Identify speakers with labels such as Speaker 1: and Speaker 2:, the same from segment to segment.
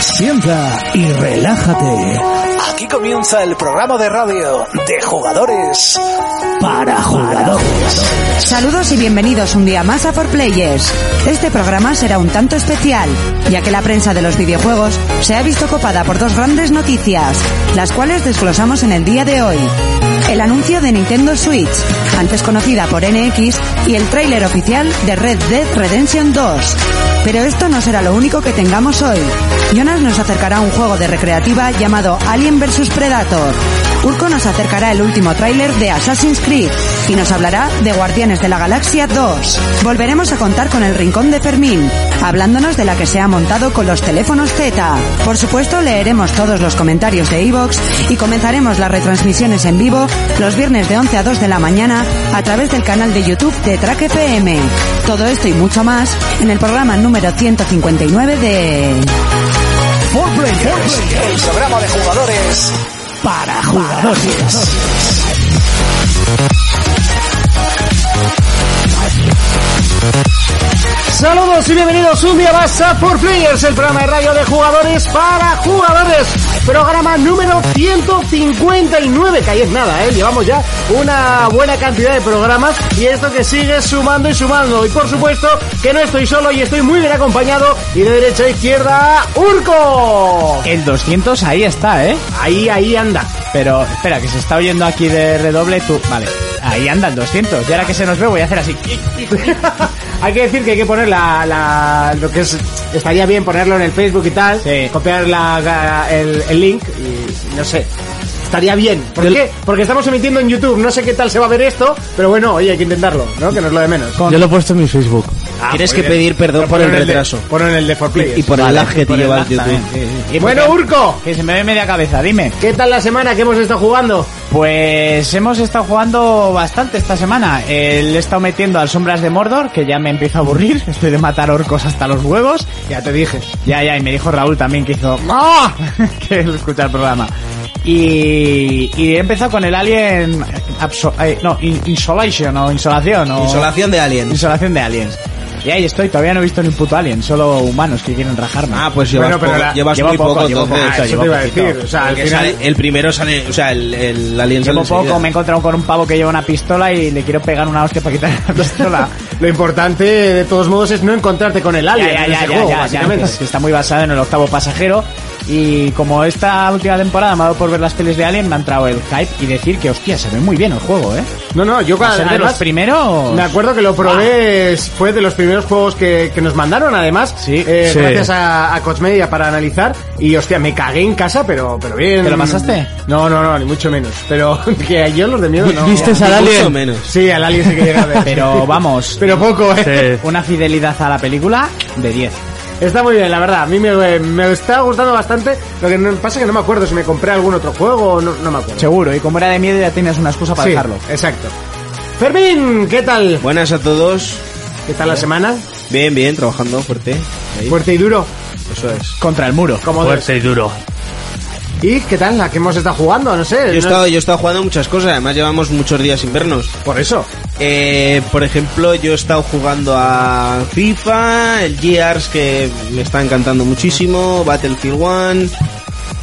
Speaker 1: Sienta y relájate.
Speaker 2: Aquí comienza el programa de radio de jugadores
Speaker 1: Para jugadores.
Speaker 3: Saludos y bienvenidos un día más a For Players. Este programa será un tanto especial, ya que la prensa de los videojuegos se ha visto copada por dos grandes noticias, las cuales desglosamos en el día de hoy. El anuncio de Nintendo Switch, antes conocida por NX, y el tráiler oficial de Red Dead Redemption 2. Pero esto no será lo único que tengamos hoy. Jonas nos acercará a un juego de recreativa llamado Alien vs Predator. Urko nos acercará el último tráiler de Assassin's Creed y nos hablará de Guardianes de la Galaxia 2. Volveremos a contar con el Rincón de Fermín, hablándonos de la que se ha montado con los teléfonos Z. Por supuesto, leeremos todos los comentarios de Evox y comenzaremos las retransmisiones en vivo los viernes de 11 a 2 de la mañana a través del canal de YouTube de Track FM. Todo esto y mucho más en el programa número 159 de...
Speaker 1: For players.
Speaker 2: el programa de jugadores
Speaker 1: Para jugadores.
Speaker 4: Saludos y bienvenidos un día más a For Players, el programa de radio de jugadores para jugadores. Programa número 159, que ahí es nada, ¿eh? Llevamos ya una buena cantidad de programas y esto que sigue sumando y sumando. Y por supuesto que no estoy solo y estoy muy bien acompañado y de derecha a izquierda, Urco.
Speaker 5: El 200 ahí está, ¿eh?
Speaker 4: Ahí, ahí anda.
Speaker 5: Pero espera, que se está oyendo aquí de redoble tú. Vale, ahí anda el 200. Y ahora que se nos ve voy a hacer así.
Speaker 4: hay que decir que hay que poner la, la- lo que es estaría bien ponerlo en el Facebook y tal,
Speaker 5: Sí.
Speaker 4: copiar la- la- el, el link y no sé. Estaría bien. ¿Por
Speaker 5: Yo-
Speaker 4: qué? Porque estamos emitiendo en YouTube. No sé qué tal se va a ver esto, pero bueno, oye, hay que intentarlo, ¿no? Que no es lo de menos. Ah,
Speaker 6: Yo lo he puesto en mi Facebook.
Speaker 7: Ah,
Speaker 4: Tienes que pedir perdón por el retraso. Ponlo en el de For Players.
Speaker 6: Y por el lag que te lleva el
Speaker 5: lag
Speaker 6: YouTube.
Speaker 5: también, sí, sí. Y
Speaker 4: Bueno,
Speaker 5: porque-
Speaker 4: Urco,
Speaker 5: Que se me ve media cabeza, dime.
Speaker 4: ¿qué tal la semana que hemos estado jugando?
Speaker 5: Pues hemos estado jugando bastante esta semana. Eh, le he estado metiendo al Sombras de Mordor, que ya me empiezo a aburrir. Estoy de matar orcos hasta los huevos.
Speaker 4: Ya te dije.
Speaker 5: Ya, ya, y me dijo Raúl también que hizo ¡Ah! que él escucha el programa. Y, y he empezado con el Alien Abso- eh, no, In- Insolation o Insolación o
Speaker 6: Insolación de Alien.
Speaker 5: Insolación de Aliens. Y ahí estoy, todavía no he visto ni un puto alien, solo humanos que quieren rajarme.
Speaker 6: Ah, pues llevas,
Speaker 4: Bueno, pero
Speaker 6: poco-
Speaker 4: la-
Speaker 6: llevas
Speaker 5: llevo
Speaker 6: muy
Speaker 5: poco,
Speaker 6: poco,
Speaker 5: llevo
Speaker 6: entonces.
Speaker 5: poco,
Speaker 4: Ah, eso
Speaker 5: llevo
Speaker 4: te iba a
Speaker 5: poquito.
Speaker 4: decir. O sea, al
Speaker 6: Porque
Speaker 4: final...
Speaker 6: sale- el primero sale, o sea, el, el Alien sale
Speaker 5: Llevo
Speaker 6: enseguida.
Speaker 5: poco, me he encontrado con un pavo que lleva una pistola y le quiero pegar una hostia para quitar la pistola.
Speaker 4: Lo importante, de todos modos, es no encontrarte con el alien
Speaker 5: ya,
Speaker 4: en
Speaker 5: ya,
Speaker 4: ese
Speaker 5: ya,
Speaker 4: juego,
Speaker 5: ya, ya,
Speaker 4: básicamente.
Speaker 5: que está muy basado en el octavo pasajero. Y como esta última temporada me ha dado por ver las pelis de Alien, me ha entrado el hype y decir que, hostia, se ve muy bien el juego, ¿eh?
Speaker 4: No, no, yo
Speaker 5: ¿Va a ser de los
Speaker 4: además,
Speaker 5: primeros?
Speaker 4: Me acuerdo que lo probé, es- fue de los primeros juegos que, que nos mandaron, además.
Speaker 5: Sí.
Speaker 4: eh,
Speaker 6: Sí.
Speaker 4: Gracias a, a Coach Media para analizar. Y hostia, me cagué en casa, pero, pero bien.
Speaker 5: ¿Te lo pasaste?
Speaker 4: No, no, no, ni mucho menos. Pero que yo los de miedo no.
Speaker 6: Ni
Speaker 4: ¿Viste
Speaker 6: mucho
Speaker 4: alien?
Speaker 6: menos.
Speaker 4: Sí, al alien sí que llega a ver.
Speaker 5: Pero vamos,
Speaker 4: Pero poco, eh.
Speaker 5: una fidelidad a la película de 10.
Speaker 4: Está muy bien, la verdad. A mí me, me está gustando bastante. Lo que no- pasa es que no me acuerdo si me compré algún otro juego o no, no me acuerdo.
Speaker 5: Seguro, y como era de miedo ya tienes una excusa para
Speaker 4: Sí,
Speaker 5: dejarlo.
Speaker 4: exacto. Fermín, ¿qué tal?
Speaker 6: Buenas a todos.
Speaker 4: ¿Qué tal la semana?
Speaker 6: Bien, bien, trabajando fuerte. Ahí,
Speaker 4: Fuerte y duro.
Speaker 6: eso es.
Speaker 5: Contra el muro.
Speaker 4: Como debe
Speaker 1: y duro.
Speaker 4: ¿Y qué tal? ¿La que hemos estado jugando? No sé.
Speaker 6: Yo
Speaker 4: no-
Speaker 6: he, estado, yo he estado jugando muchas cosas, además llevamos muchos días sin vernos.
Speaker 4: Por eso.
Speaker 6: Eh, por ejemplo, yo he estado jugando a FIFA, el Gears que me está encantando muchísimo, Battlefield 1, eh,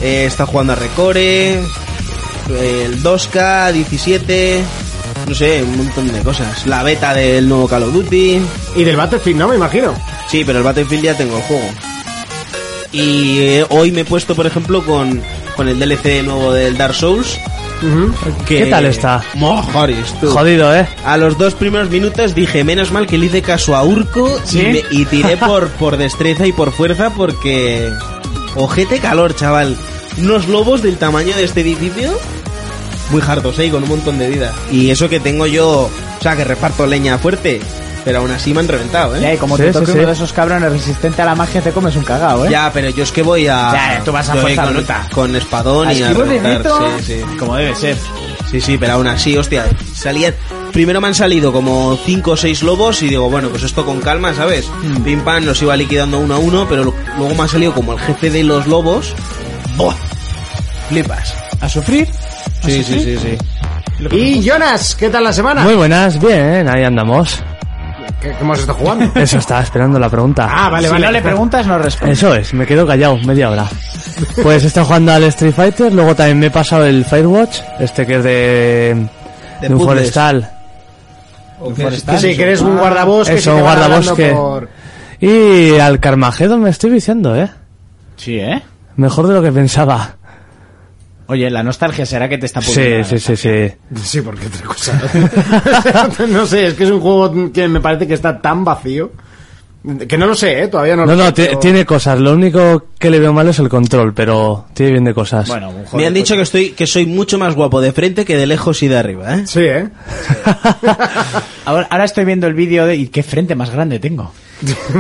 Speaker 6: he estado jugando a Recore, el 2K, 17, no sé, un montón de cosas. La beta del nuevo Call of Duty,
Speaker 4: Y del Battlefield, ¿no? Me imagino.
Speaker 6: sí, pero el Battlefield ya tengo el juego. Y eh, hoy me he puesto, por ejemplo, con, con el DLC nuevo del Dark Souls.
Speaker 4: Ujú.
Speaker 6: que-
Speaker 1: ¿Qué tal está?
Speaker 6: Mojones, tú.
Speaker 1: Jodido, ¿eh?
Speaker 6: A los dos primeros minutos dije, menos mal que le hice caso a Urco
Speaker 5: ¿Sí?
Speaker 6: y, me- y tiré por, por destreza y por fuerza porque... Ojete calor, chaval. Unos lobos del tamaño de este edificio. Muy hartos, ¿eh? Y Con un montón de vida. Y eso que tengo yo... O sea, que reparto leña fuerte. Pero aún así me han reventado,
Speaker 5: Ya,
Speaker 6: ¿eh?
Speaker 5: y como
Speaker 1: Sí,
Speaker 5: te
Speaker 1: sí,
Speaker 5: toque
Speaker 1: sí.
Speaker 5: uno de esos cabrones resistente a la magia, te comes un cagao, ¿eh?
Speaker 6: Ya, pero yo es que voy a...
Speaker 5: Ya, tú vas a
Speaker 6: yo voy
Speaker 5: fuerza
Speaker 6: con,
Speaker 5: bruta.
Speaker 6: con espadón
Speaker 5: Al
Speaker 6: y a...
Speaker 5: esquivo de
Speaker 6: reventar,
Speaker 5: grito,
Speaker 6: sí, sí.
Speaker 5: Como debe ser.
Speaker 6: Sí, sí, pero aún así, hostia, salían... Primero me han salido como 5 o 6 lobos y digo, bueno, pues esto con calma, ¿sabes?
Speaker 5: Mm.
Speaker 6: Pim pam, nos iba liquidando uno a uno, pero lo- luego me ha salido como el jefe de los lobos. ¡Buah! Flipas.
Speaker 5: ¿A sufrir? ¿A
Speaker 6: Sí, sí,
Speaker 5: sufrir?
Speaker 6: sí, sí.
Speaker 4: Y Jonas, ¿qué tal la semana?
Speaker 1: Muy buenas, bien, ahí andamos.
Speaker 4: ¿Qué, qué hemos estado jugando?
Speaker 7: Eso estaba esperando la pregunta.
Speaker 4: Ah, vale,
Speaker 5: si
Speaker 4: vale.
Speaker 5: no le preguntas, no responde.
Speaker 7: Eso es, me quedo callado media hora. Pues he estado jugando al Street Fighter, luego también me he pasado el Firewatch, este que es de,
Speaker 6: De
Speaker 7: de un
Speaker 6: puzzles.
Speaker 7: forestal.
Speaker 6: ¿O qué es-
Speaker 4: Que sí, que eres un guardabosque.
Speaker 7: Eso,
Speaker 4: que te
Speaker 7: un
Speaker 4: van
Speaker 7: guardabosque.
Speaker 4: hablando por-
Speaker 7: Y al Carmageddon me estoy viciando, ¿eh?
Speaker 5: Sí, ¿eh?
Speaker 7: Mejor de lo que pensaba.
Speaker 5: Oye, la nostalgia será que te está
Speaker 7: Sí,
Speaker 5: pudiendo.
Speaker 7: sí, sí, sí.
Speaker 4: Sí, porque otra cosa. no sé, es que es un juego que me parece que está tan vacío. Que no lo sé, ¿eh? todavía no lo
Speaker 7: No,
Speaker 4: sé,
Speaker 7: no, ti-
Speaker 4: pero-
Speaker 7: tiene cosas. Lo único que le veo mal es el control, pero tiene bien de cosas.
Speaker 5: Bueno, un
Speaker 6: Me
Speaker 5: joder, pues
Speaker 6: han dicho que estoy que soy mucho más guapo de frente que de lejos y de arriba, ¿eh?
Speaker 4: Sí, ¿eh?
Speaker 5: Ahora, ahora estoy viendo el vídeo de... ¿Y qué frente más grande tengo?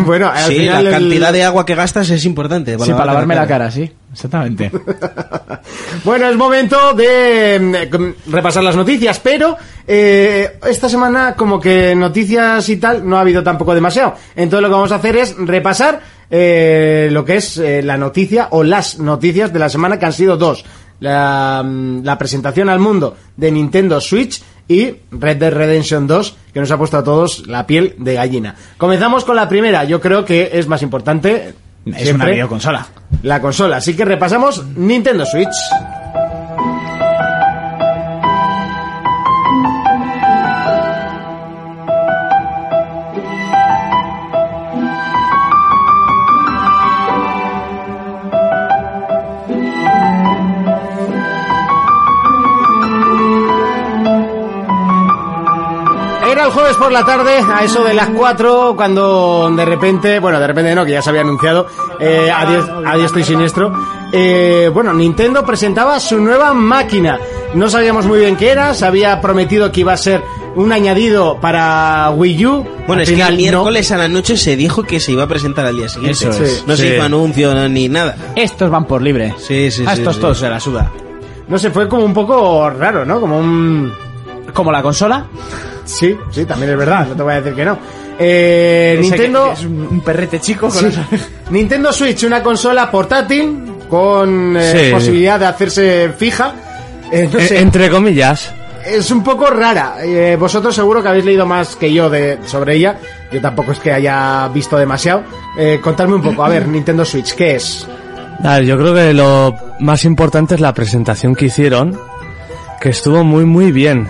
Speaker 4: bueno, al
Speaker 6: Sí,
Speaker 4: final
Speaker 6: la
Speaker 4: el-
Speaker 6: cantidad de agua que gastas es importante.
Speaker 5: sí, para lavarme la cara, sí. Exactamente.
Speaker 4: Bueno, es momento de eh, com- repasar las noticias, pero eh, esta semana como que noticias y tal no ha habido tampoco demasiado. Entonces lo que vamos a hacer es repasar eh, lo que es eh, la noticia o las noticias de la semana que han sido dos. La, mm, la presentación al mundo de Nintendo Switch y Red Dead Redemption 2, que nos ha puesto a todos la piel de gallina. Comenzamos con la primera, yo creo que es más importante.
Speaker 5: es una
Speaker 4: siempre,
Speaker 5: videoconsola.
Speaker 4: la consola. Así que repasamos Nintendo Switch. Era el jueves por la tarde, a eso de las 4, cuando de repente, bueno, de repente no, que ya se había anunciado, eh, adiós, adiós estoy siniestro. Eh, bueno, Nintendo presentaba su nueva máquina. No sabíamos muy bien qué era, se había prometido que iba a ser un añadido para Wii U.
Speaker 6: Bueno,
Speaker 4: Al
Speaker 6: es que
Speaker 4: final,
Speaker 6: el
Speaker 4: no.
Speaker 6: miércoles a la noche se dijo que se iba a presentar al día siguiente.
Speaker 5: Eso
Speaker 4: es.
Speaker 6: No
Speaker 7: Sí.
Speaker 6: se hizo anuncio ni nada.
Speaker 5: Estos van por libre.
Speaker 6: Sí, sí,
Speaker 5: A
Speaker 6: sí,
Speaker 5: estos
Speaker 6: sí.
Speaker 5: todos se la suda.
Speaker 4: No sé, fue como un poco raro, ¿no? Como un...
Speaker 5: Como la consola.
Speaker 4: Sí, sí, también es verdad, no te voy a decir que no. Eh,
Speaker 5: ese que
Speaker 4: Nintendo...
Speaker 5: Es un un perrete chico. con
Speaker 4: Sí.
Speaker 5: las-
Speaker 4: Nintendo Switch, una consola portátil con eh,
Speaker 7: Sí.
Speaker 4: posibilidad de hacerse fija. Eh, no
Speaker 7: E-
Speaker 4: sé,
Speaker 7: Entre comillas.
Speaker 4: es un poco rara. Eh, vosotros seguro que habéis leído más que yo de, sobre ella. Yo tampoco es que haya visto demasiado. Eh, contadme un poco, a ver, Nintendo Switch, ¿qué es?
Speaker 7: A ver, yo creo que lo más importante es la presentación que hicieron, que estuvo muy, muy bien.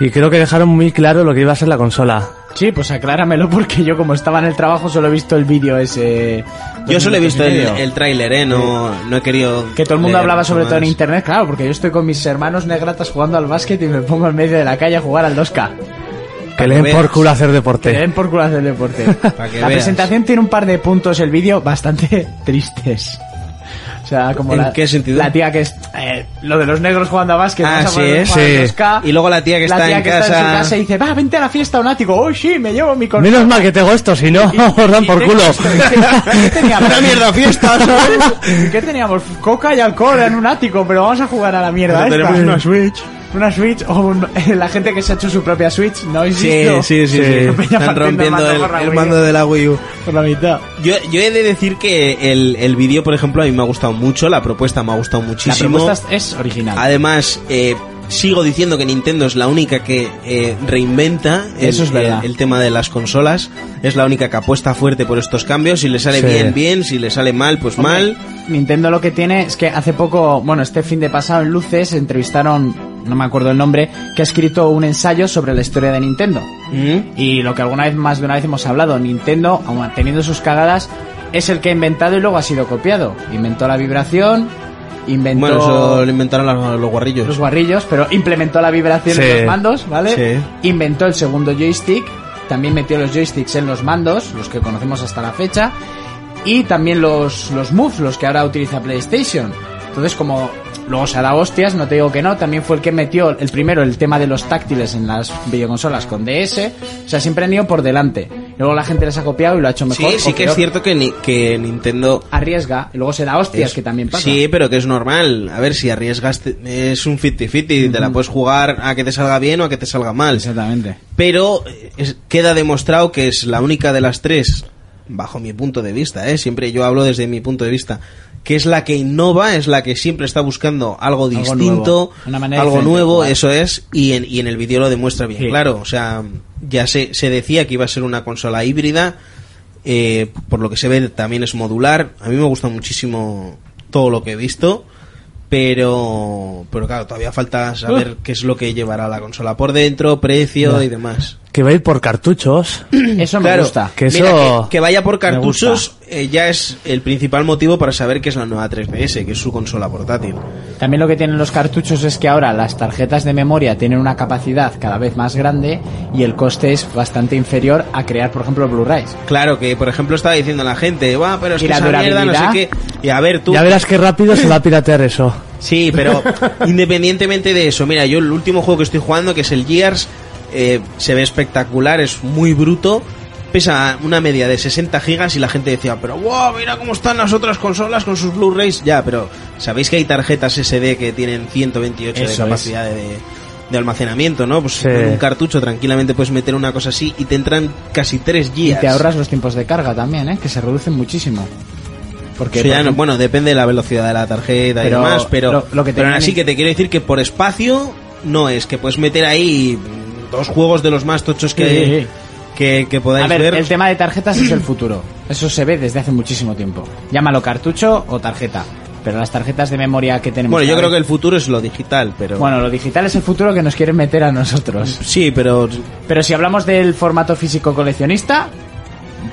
Speaker 7: Y creo que dejaron muy claro lo que iba a ser la consola.
Speaker 5: Sí, pues acláramelo porque yo como estaba en el trabajo solo he visto el vídeo ese.
Speaker 6: Yo
Speaker 5: dos
Speaker 6: solo he
Speaker 5: minutos
Speaker 6: visto
Speaker 5: y
Speaker 6: el,
Speaker 5: medio.
Speaker 6: el tráiler, ¿eh? No, no he querido...
Speaker 5: Que todo el mundo
Speaker 6: leer
Speaker 5: hablaba
Speaker 6: mucho
Speaker 5: sobre todo en
Speaker 6: más.
Speaker 5: internet, claro, porque yo estoy con mis hermanos negratas jugando al básquet y me pongo en medio de la calle a jugar al 2K.
Speaker 7: Que le den
Speaker 6: veas.
Speaker 7: por culo a hacer
Speaker 5: Que le
Speaker 7: deporte.
Speaker 5: den por culo del deporte.
Speaker 6: que
Speaker 5: la
Speaker 6: veas.
Speaker 5: presentación tiene un par de puntos el vídeo bastante tristes. O sea, como
Speaker 6: ¿En
Speaker 5: la,
Speaker 6: qué sentido?
Speaker 5: la tía que es eh, lo de los negros jugando a básquet,
Speaker 6: Ah,
Speaker 5: vas a
Speaker 6: sí,
Speaker 5: poner a
Speaker 6: ¿eh?
Speaker 5: jugar al
Speaker 7: Sí.
Speaker 5: 2K,
Speaker 6: Y luego la tía que está en
Speaker 5: que
Speaker 6: casa-
Speaker 5: su casa y dice, va, vente a la fiesta, Onático. Oh, sí, me llevo mi consola.
Speaker 7: Menos mal que tengo esto, si no, os dan
Speaker 5: Y
Speaker 7: por
Speaker 5: tengo
Speaker 7: culo.
Speaker 5: esto, ¿qué teníamos?
Speaker 6: ¡Una mierda fiesta!
Speaker 5: ¿Y ¿Qué teníamos? Coca y alcohol en un ático, pero vamos a jugar a la mierda esta.
Speaker 7: Switch.
Speaker 5: Una Switch o un- la gente que se ha hecho su propia Switch, ¿no habéis
Speaker 6: Sí,
Speaker 5: visto?
Speaker 6: sí, sí, sí.
Speaker 5: Peña
Speaker 6: Están
Speaker 5: partiendo
Speaker 6: rompiendo
Speaker 5: mando
Speaker 6: el,
Speaker 5: por la
Speaker 6: el
Speaker 5: Wii U.
Speaker 6: mando de la Wii U.
Speaker 5: Por la mitad.
Speaker 6: Yo, yo he de decir que el, el vídeo, por ejemplo, a mí me ha gustado mucho, la propuesta me ha gustado
Speaker 5: La
Speaker 6: muchísimo.
Speaker 5: propuesta es original.
Speaker 6: Además, eh, sigo diciendo que Nintendo es la única que eh, reinventa el, eh,
Speaker 5: Eso es verdad.
Speaker 6: el- el tema de las consolas. Es la única que apuesta fuerte por estos cambios. Si le sale
Speaker 7: Sí.
Speaker 6: bien, bien. Si le sale mal, pues mal.
Speaker 5: Nintendo lo que tiene es que hace poco, bueno, este fin de pasado en Luces entrevistaron, no me acuerdo el nombre, que ha escrito un ensayo sobre la historia de Nintendo.
Speaker 6: ¿Mm?
Speaker 5: Y lo que alguna vez más de una vez hemos hablado, Nintendo, aun teniendo sus cagadas, es el que ha inventado y luego ha sido copiado. Inventó la vibración, inventó
Speaker 6: Bueno, eso lo inventaron los, los guarrillos.
Speaker 5: los guarrillos, pero implementó la vibración
Speaker 7: Sí.
Speaker 5: en los mandos, ¿vale?
Speaker 6: Sí.
Speaker 5: Inventó el segundo joystick, también metió los joysticks en los mandos, los que conocemos hasta la fecha, y también los, los moves, los que ahora utiliza PlayStation. Entonces, como luego se ha dado hostias, no te digo que no, también fue el que metió el primero el tema de los táctiles en las videoconsolas con DS, o sea, siempre han ido por delante. Luego la gente les ha copiado y lo ha hecho mejor.
Speaker 6: sí, sí
Speaker 5: o
Speaker 6: que es
Speaker 5: peor.
Speaker 6: cierto que, ni- que Nintendo...
Speaker 5: Arriesga, y luego se da hostias, que también pasa.
Speaker 6: Sí, pero que es normal. A ver, si arriesgas, te- es un 50-50. Te la puedes jugar a que te salga bien o a que te salga mal.
Speaker 5: Exactamente.
Speaker 6: pero eh, es- queda demostrado que es la única de las tres bajo mi punto de vista, ¿eh? siempre yo hablo desde mi punto de vista, que es la que innova, es la que siempre está buscando algo, distinto,
Speaker 5: nuevo, una manera
Speaker 6: algo
Speaker 5: diferente de
Speaker 6: nuevo,
Speaker 5: jugar.
Speaker 6: eso es, y en, y en el vídeo lo demuestra bien,
Speaker 5: Sí.
Speaker 6: claro, o sea, ya se, se decía que iba a ser una consola híbrida, eh, por lo que se ve también es modular, a mí me gusta muchísimo todo lo que he visto. Pero, pero claro, todavía falta saber
Speaker 5: Ah.
Speaker 6: qué es lo que llevará la consola por dentro, precio y demás.
Speaker 7: Que va a ir por cartuchos.
Speaker 5: Eso me
Speaker 6: Claro,
Speaker 5: gusta.
Speaker 7: que
Speaker 6: mira,
Speaker 7: eso-
Speaker 6: que, que vaya por
Speaker 5: Me
Speaker 6: cartuchos eh, ya es el principal motivo para saber que es la nueva 3DS, que es su consola portátil.
Speaker 5: También lo que tienen los cartuchos es que ahora las tarjetas de memoria tienen una capacidad cada vez más grande y el coste es bastante inferior a crear, por ejemplo, Blu-rays.
Speaker 6: Claro que, por ejemplo, estaba diciendo la gente, va, pero es
Speaker 5: Y
Speaker 6: que
Speaker 5: la
Speaker 6: esa mierda, no sé
Speaker 5: durabilidad.
Speaker 6: qué. Y a ver, tú.
Speaker 7: Ya verás qué rápido se va a piratear eso.
Speaker 6: Sí, pero independientemente de eso, mira, yo el último juego que estoy jugando, que es el Gears, eh, se ve espectacular, es muy bruto. Pesa una media de 60 gigas y la gente decía, pero wow, mira cómo están las otras consolas con sus Blu-rays. Ya, pero ¿sabéis que hay tarjetas SD que tienen 128
Speaker 5: Eso es.
Speaker 6: de capacidad de, de almacenamiento, no? Pues
Speaker 7: Sí.
Speaker 6: en un cartucho tranquilamente puedes meter una cosa así y te entran casi 3
Speaker 5: Y
Speaker 6: Gears.
Speaker 5: te ahorras los tiempos de carga también, ¿eh? que se reducen muchísimo. Porque
Speaker 6: Eso ya
Speaker 5: por
Speaker 6: no-
Speaker 5: ejemplo,
Speaker 6: bueno, depende de la velocidad de la tarjeta
Speaker 5: Pero
Speaker 6: y demás, pero,
Speaker 5: lo- lo que
Speaker 6: pero
Speaker 5: tenían
Speaker 6: aún así
Speaker 5: en-
Speaker 6: que te quiero decir que por espacio no es, que puedes meter ahí dos juegos de los más tochos que,
Speaker 5: Sí, sí, sí.
Speaker 6: que, que podáis
Speaker 5: A ver,
Speaker 6: ver.
Speaker 5: el tema de tarjetas es el futuro. Eso se ve desde hace muchísimo tiempo. Llámalo cartucho o tarjeta. Pero las tarjetas de memoria que tenemos.
Speaker 6: Bueno, yo
Speaker 5: cada
Speaker 6: creo que
Speaker 5: vez-
Speaker 6: el futuro es lo digital, pero...
Speaker 5: Bueno, lo digital es el futuro que nos quieren meter a nosotros.
Speaker 6: Sí, pero...
Speaker 5: Pero si hablamos del formato físico coleccionista,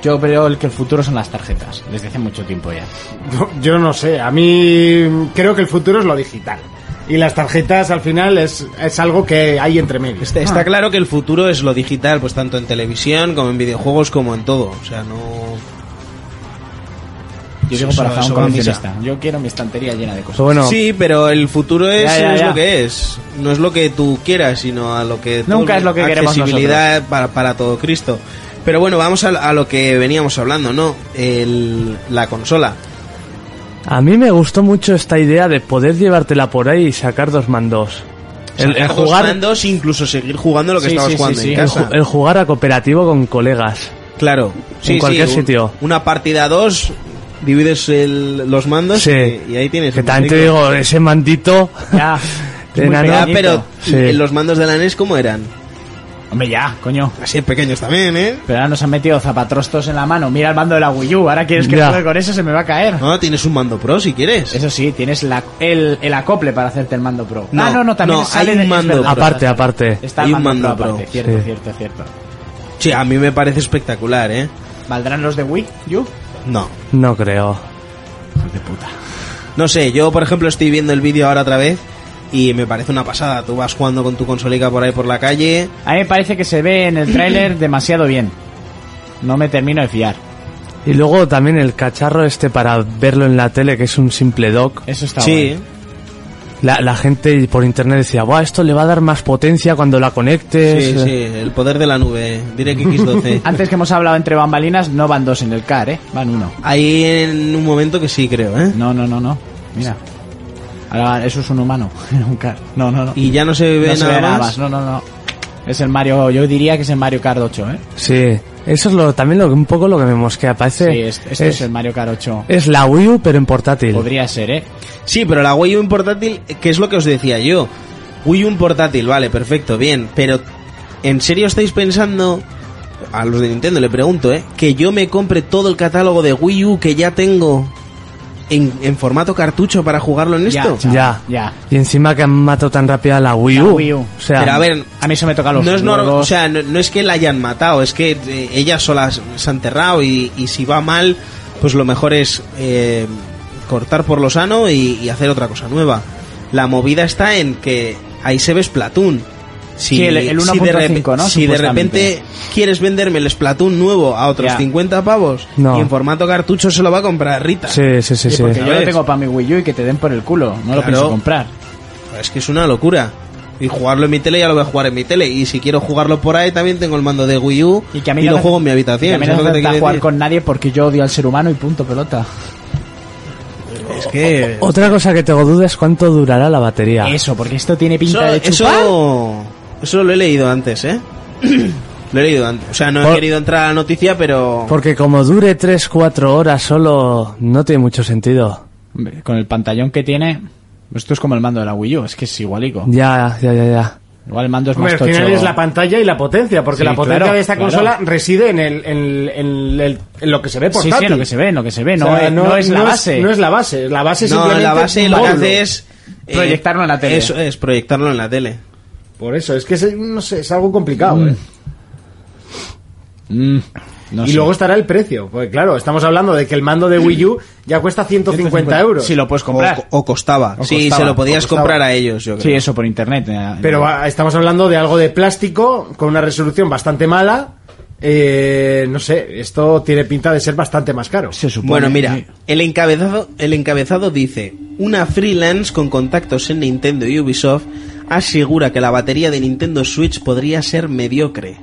Speaker 5: yo creo el que el futuro son las tarjetas. Desde hace mucho tiempo ya.
Speaker 4: No, Yo no sé, a mí creo que el futuro es lo digital. Y las tarjetas al final es, es algo que hay entre medio.
Speaker 6: Está,
Speaker 5: Ah.
Speaker 6: está claro que el futuro es lo digital, pues tanto en televisión como en videojuegos como en todo. O sea, no...
Speaker 5: Yo digo
Speaker 6: Eso-
Speaker 5: para
Speaker 6: eso
Speaker 5: un
Speaker 6: va a misa.
Speaker 5: coleccionista. Yo quiero mi estantería llena de
Speaker 7: Pues
Speaker 5: cosas.
Speaker 7: bueno,
Speaker 6: Sí, pero el futuro es,
Speaker 5: Ya, ya,
Speaker 6: es
Speaker 5: ya.
Speaker 6: lo que es. No es lo que tú quieras, sino a lo que...
Speaker 5: Nunca es lo que queremos
Speaker 6: Accesibilidad para, para todo Cristo. Pero bueno, vamos a, a lo que veníamos hablando, ¿no? El- la consola.
Speaker 7: a mí me gustó mucho esta idea de poder llevártela por ahí y sacar dos mandos. El, el
Speaker 6: Sacar dos
Speaker 7: jugar,
Speaker 6: mandos e incluso seguir jugando lo que
Speaker 5: Sí,
Speaker 6: estabas
Speaker 5: sí, sí,
Speaker 6: jugando
Speaker 5: sí.
Speaker 6: en
Speaker 7: el,
Speaker 6: casa.
Speaker 7: ju- el jugar a cooperativo con colegas.
Speaker 6: claro.
Speaker 7: cualquier
Speaker 6: un-
Speaker 7: sitio.
Speaker 6: Una partida a dos, divides el- los mandos
Speaker 7: Sí.
Speaker 6: y, y ahí tienes...
Speaker 7: Que
Speaker 6: un
Speaker 7: también te
Speaker 6: rico.
Speaker 7: digo, ese mandito.
Speaker 5: Ya.
Speaker 7: De
Speaker 5: Muy
Speaker 7: nano.
Speaker 6: Ah,
Speaker 5: pequeñito.
Speaker 6: pero
Speaker 7: Sí.
Speaker 6: los mandos de la NES, ¿cómo eran?
Speaker 5: Hombre, ya, coño.
Speaker 6: Así pequeños también, ¿eh?
Speaker 5: Pero ahora nos han metido zapatrostos en la mano. Mira el mando de la Wii U. Ahora quieres que
Speaker 7: Ya.
Speaker 5: juegue con eso, se me va a caer.
Speaker 6: No, tienes un mando pro si quieres.
Speaker 5: Eso sí, tienes la, el, el acople para hacerte el mando pro.
Speaker 6: No,
Speaker 5: ah, no, no, también
Speaker 6: no,
Speaker 5: sale
Speaker 6: hay un
Speaker 5: de- es
Speaker 6: mando
Speaker 5: verdad,
Speaker 6: pro.
Speaker 7: Aparte,
Speaker 5: está-
Speaker 7: aparte.
Speaker 5: Está el
Speaker 6: Hay
Speaker 5: mando,
Speaker 6: un mando
Speaker 5: pro,
Speaker 6: pro.
Speaker 5: aparte. Cierto,
Speaker 7: Sí.
Speaker 5: cierto, cierto.
Speaker 6: Sí, a mí me parece espectacular, ¿eh?
Speaker 5: ¿Valdrán los de Wii U?
Speaker 6: No.
Speaker 7: No creo.
Speaker 6: No sé, yo por ejemplo estoy viendo el vídeo ahora otra vez y me parece una pasada. Tú vas jugando con tu consolica por ahí por la calle.
Speaker 5: A mí me parece que se ve en el tráiler demasiado bien. No me termino de fiar.
Speaker 7: Y luego también el cacharro este para verlo en la tele, que es un simple dock.
Speaker 5: Eso está
Speaker 6: sí.
Speaker 5: bueno.
Speaker 7: La, la gente por internet decía, Buah, esto le va a dar más potencia cuando la conectes.
Speaker 6: Sí, sí, el poder de la nube, DirectX 12.
Speaker 5: Antes que hemos hablado entre bambalinas, no van dos en el CAR, ¿eh? Van uno.
Speaker 6: Ahí en un momento que sí, creo, ¿eh?
Speaker 5: No, no, no, no. Mira. Ahora, eso es un humano, en un CAR. No, no, no.
Speaker 6: Y ya no se ve,
Speaker 5: no se
Speaker 6: nada,
Speaker 5: ve nada
Speaker 6: más.
Speaker 5: más. No, no, no. Es el Mario, yo diría que es el Mario Kart 8, ¿eh?
Speaker 7: Sí. Eso es lo, también lo, un poco lo que me mosquea. Parece.
Speaker 5: Sí, es- esto es, el Mario Kart 8.
Speaker 7: es la Wii U, pero en portátil.
Speaker 5: Podría ser, ¿eh?
Speaker 6: Sí, pero la Wii U en portátil, que es lo que os decía yo. Wii U en portátil, vale, perfecto, bien. Pero, ¿en serio estáis pensando, a los de Nintendo le pregunto, ¿eh? Que yo me compre todo el catálogo de Wii U que ya tengo en, en formato cartucho para jugarlo en
Speaker 5: Ya,
Speaker 6: esto?
Speaker 5: chaval,
Speaker 7: Ya.
Speaker 5: Ya.
Speaker 7: Y encima que han matado tan rápido a la Wii
Speaker 5: La
Speaker 7: U.
Speaker 5: Wii U.
Speaker 7: O sea,
Speaker 6: pero a ver,
Speaker 5: A mí se me toca los
Speaker 6: no es, nor-
Speaker 5: huevos.
Speaker 6: o sea, no, no es que la hayan matado, es que eh, ella sola s- se ha enterrado y, y si va mal, pues lo mejor es eh, cortar por lo sano y, y hacer otra cosa nueva. La movida está en que ahí se ve Splatoon. Si,
Speaker 5: Sí, el- el
Speaker 6: si de,
Speaker 5: 1.5, ¿no?
Speaker 6: si de
Speaker 5: Supuestamente.
Speaker 6: repente quieres venderme el Splatoon nuevo a otros
Speaker 5: Ya.
Speaker 6: 50 pavos
Speaker 7: No.
Speaker 6: y en formato cartucho se lo va a comprar Rita.
Speaker 7: Sí, sí, sí, sí.
Speaker 5: eh, porque yo lo
Speaker 6: ¿Sabes?
Speaker 5: tengo para mi Wii U y que te den por el culo. No lo
Speaker 6: Claro.
Speaker 5: pienso comprar.
Speaker 6: Es que es una locura. Y jugarlo en mi tele ya lo voy a jugar en mi tele. Y si quiero jugarlo por ahí también tengo el mando de Wii U y,
Speaker 5: Y que a mí no
Speaker 6: lo
Speaker 5: me-
Speaker 6: juego en mi habitación.
Speaker 5: Y a mí no
Speaker 6: ¿Sabes
Speaker 5: me
Speaker 6: lo que te
Speaker 5: gusta
Speaker 6: quiero
Speaker 5: jugar
Speaker 6: decir?
Speaker 5: con nadie porque yo odio al ser humano y punto pelota.
Speaker 6: Es que...
Speaker 7: Otra cosa que tengo duda es cuánto durará la batería.
Speaker 5: Eso, porque esto tiene pinta
Speaker 6: Ah. Eso,
Speaker 5: de chupar.
Speaker 6: eso, eso lo he leído antes, ¿eh? Lo he leído antes. O sea, no he
Speaker 7: Por-
Speaker 6: querido entrar a la noticia, pero.
Speaker 7: Porque como dure 3-4 horas solo, no tiene mucho sentido.
Speaker 5: Hombre, con el pantallón que tiene. Esto es como el mando de la Wii U, es que es igualico.
Speaker 7: Ya, ya, ya, ya.
Speaker 5: Igual el mando es
Speaker 4: Hombre,
Speaker 5: más
Speaker 4: al
Speaker 5: tocho.
Speaker 4: final es la pantalla y la potencia, porque
Speaker 5: Sí,
Speaker 4: la potencia
Speaker 5: claro,
Speaker 4: de esta
Speaker 5: claro.
Speaker 4: consola reside en, el, en, en- en- en lo que se ve
Speaker 5: Sí,
Speaker 4: portátil.
Speaker 5: sí, en lo que se ve, en lo que se ve. No,
Speaker 4: O sea,
Speaker 5: es, no es la base.
Speaker 4: no es la base. La base
Speaker 6: no,
Speaker 4: simplemente
Speaker 6: la
Speaker 4: es
Speaker 6: base
Speaker 4: un
Speaker 6: lo que
Speaker 4: módulo.
Speaker 6: hace es. eh,
Speaker 5: Proyectarlo en la tele.
Speaker 6: Eso es, proyectarlo en la tele.
Speaker 4: Por eso, es que es, no sé, es algo complicado. ¿eh?
Speaker 5: Mm, no
Speaker 4: y
Speaker 5: sé.
Speaker 4: luego estará el precio. Porque claro, estamos hablando de que el mando de Wii U ya cuesta 150, euros.
Speaker 5: Si lo puedes
Speaker 6: O,
Speaker 5: comprar.
Speaker 6: o costaba.
Speaker 5: O
Speaker 6: sí,
Speaker 5: costaba,
Speaker 6: se lo podías
Speaker 4: o costaba.
Speaker 6: comprar a ellos, yo
Speaker 5: Sí,
Speaker 6: creo.
Speaker 5: eso por internet. eh,
Speaker 4: Pero ah, estamos hablando de algo de plástico con una resolución bastante mala. Eh, no sé, esto tiene pinta de ser bastante más caro.
Speaker 5: se supone.
Speaker 6: Bueno, mira,
Speaker 5: sí.
Speaker 6: el encabezado, el encabezado dice, una freelance con contactos en Nintendo y Ubisoft asegura que la batería de Nintendo Switch podría ser mediocre.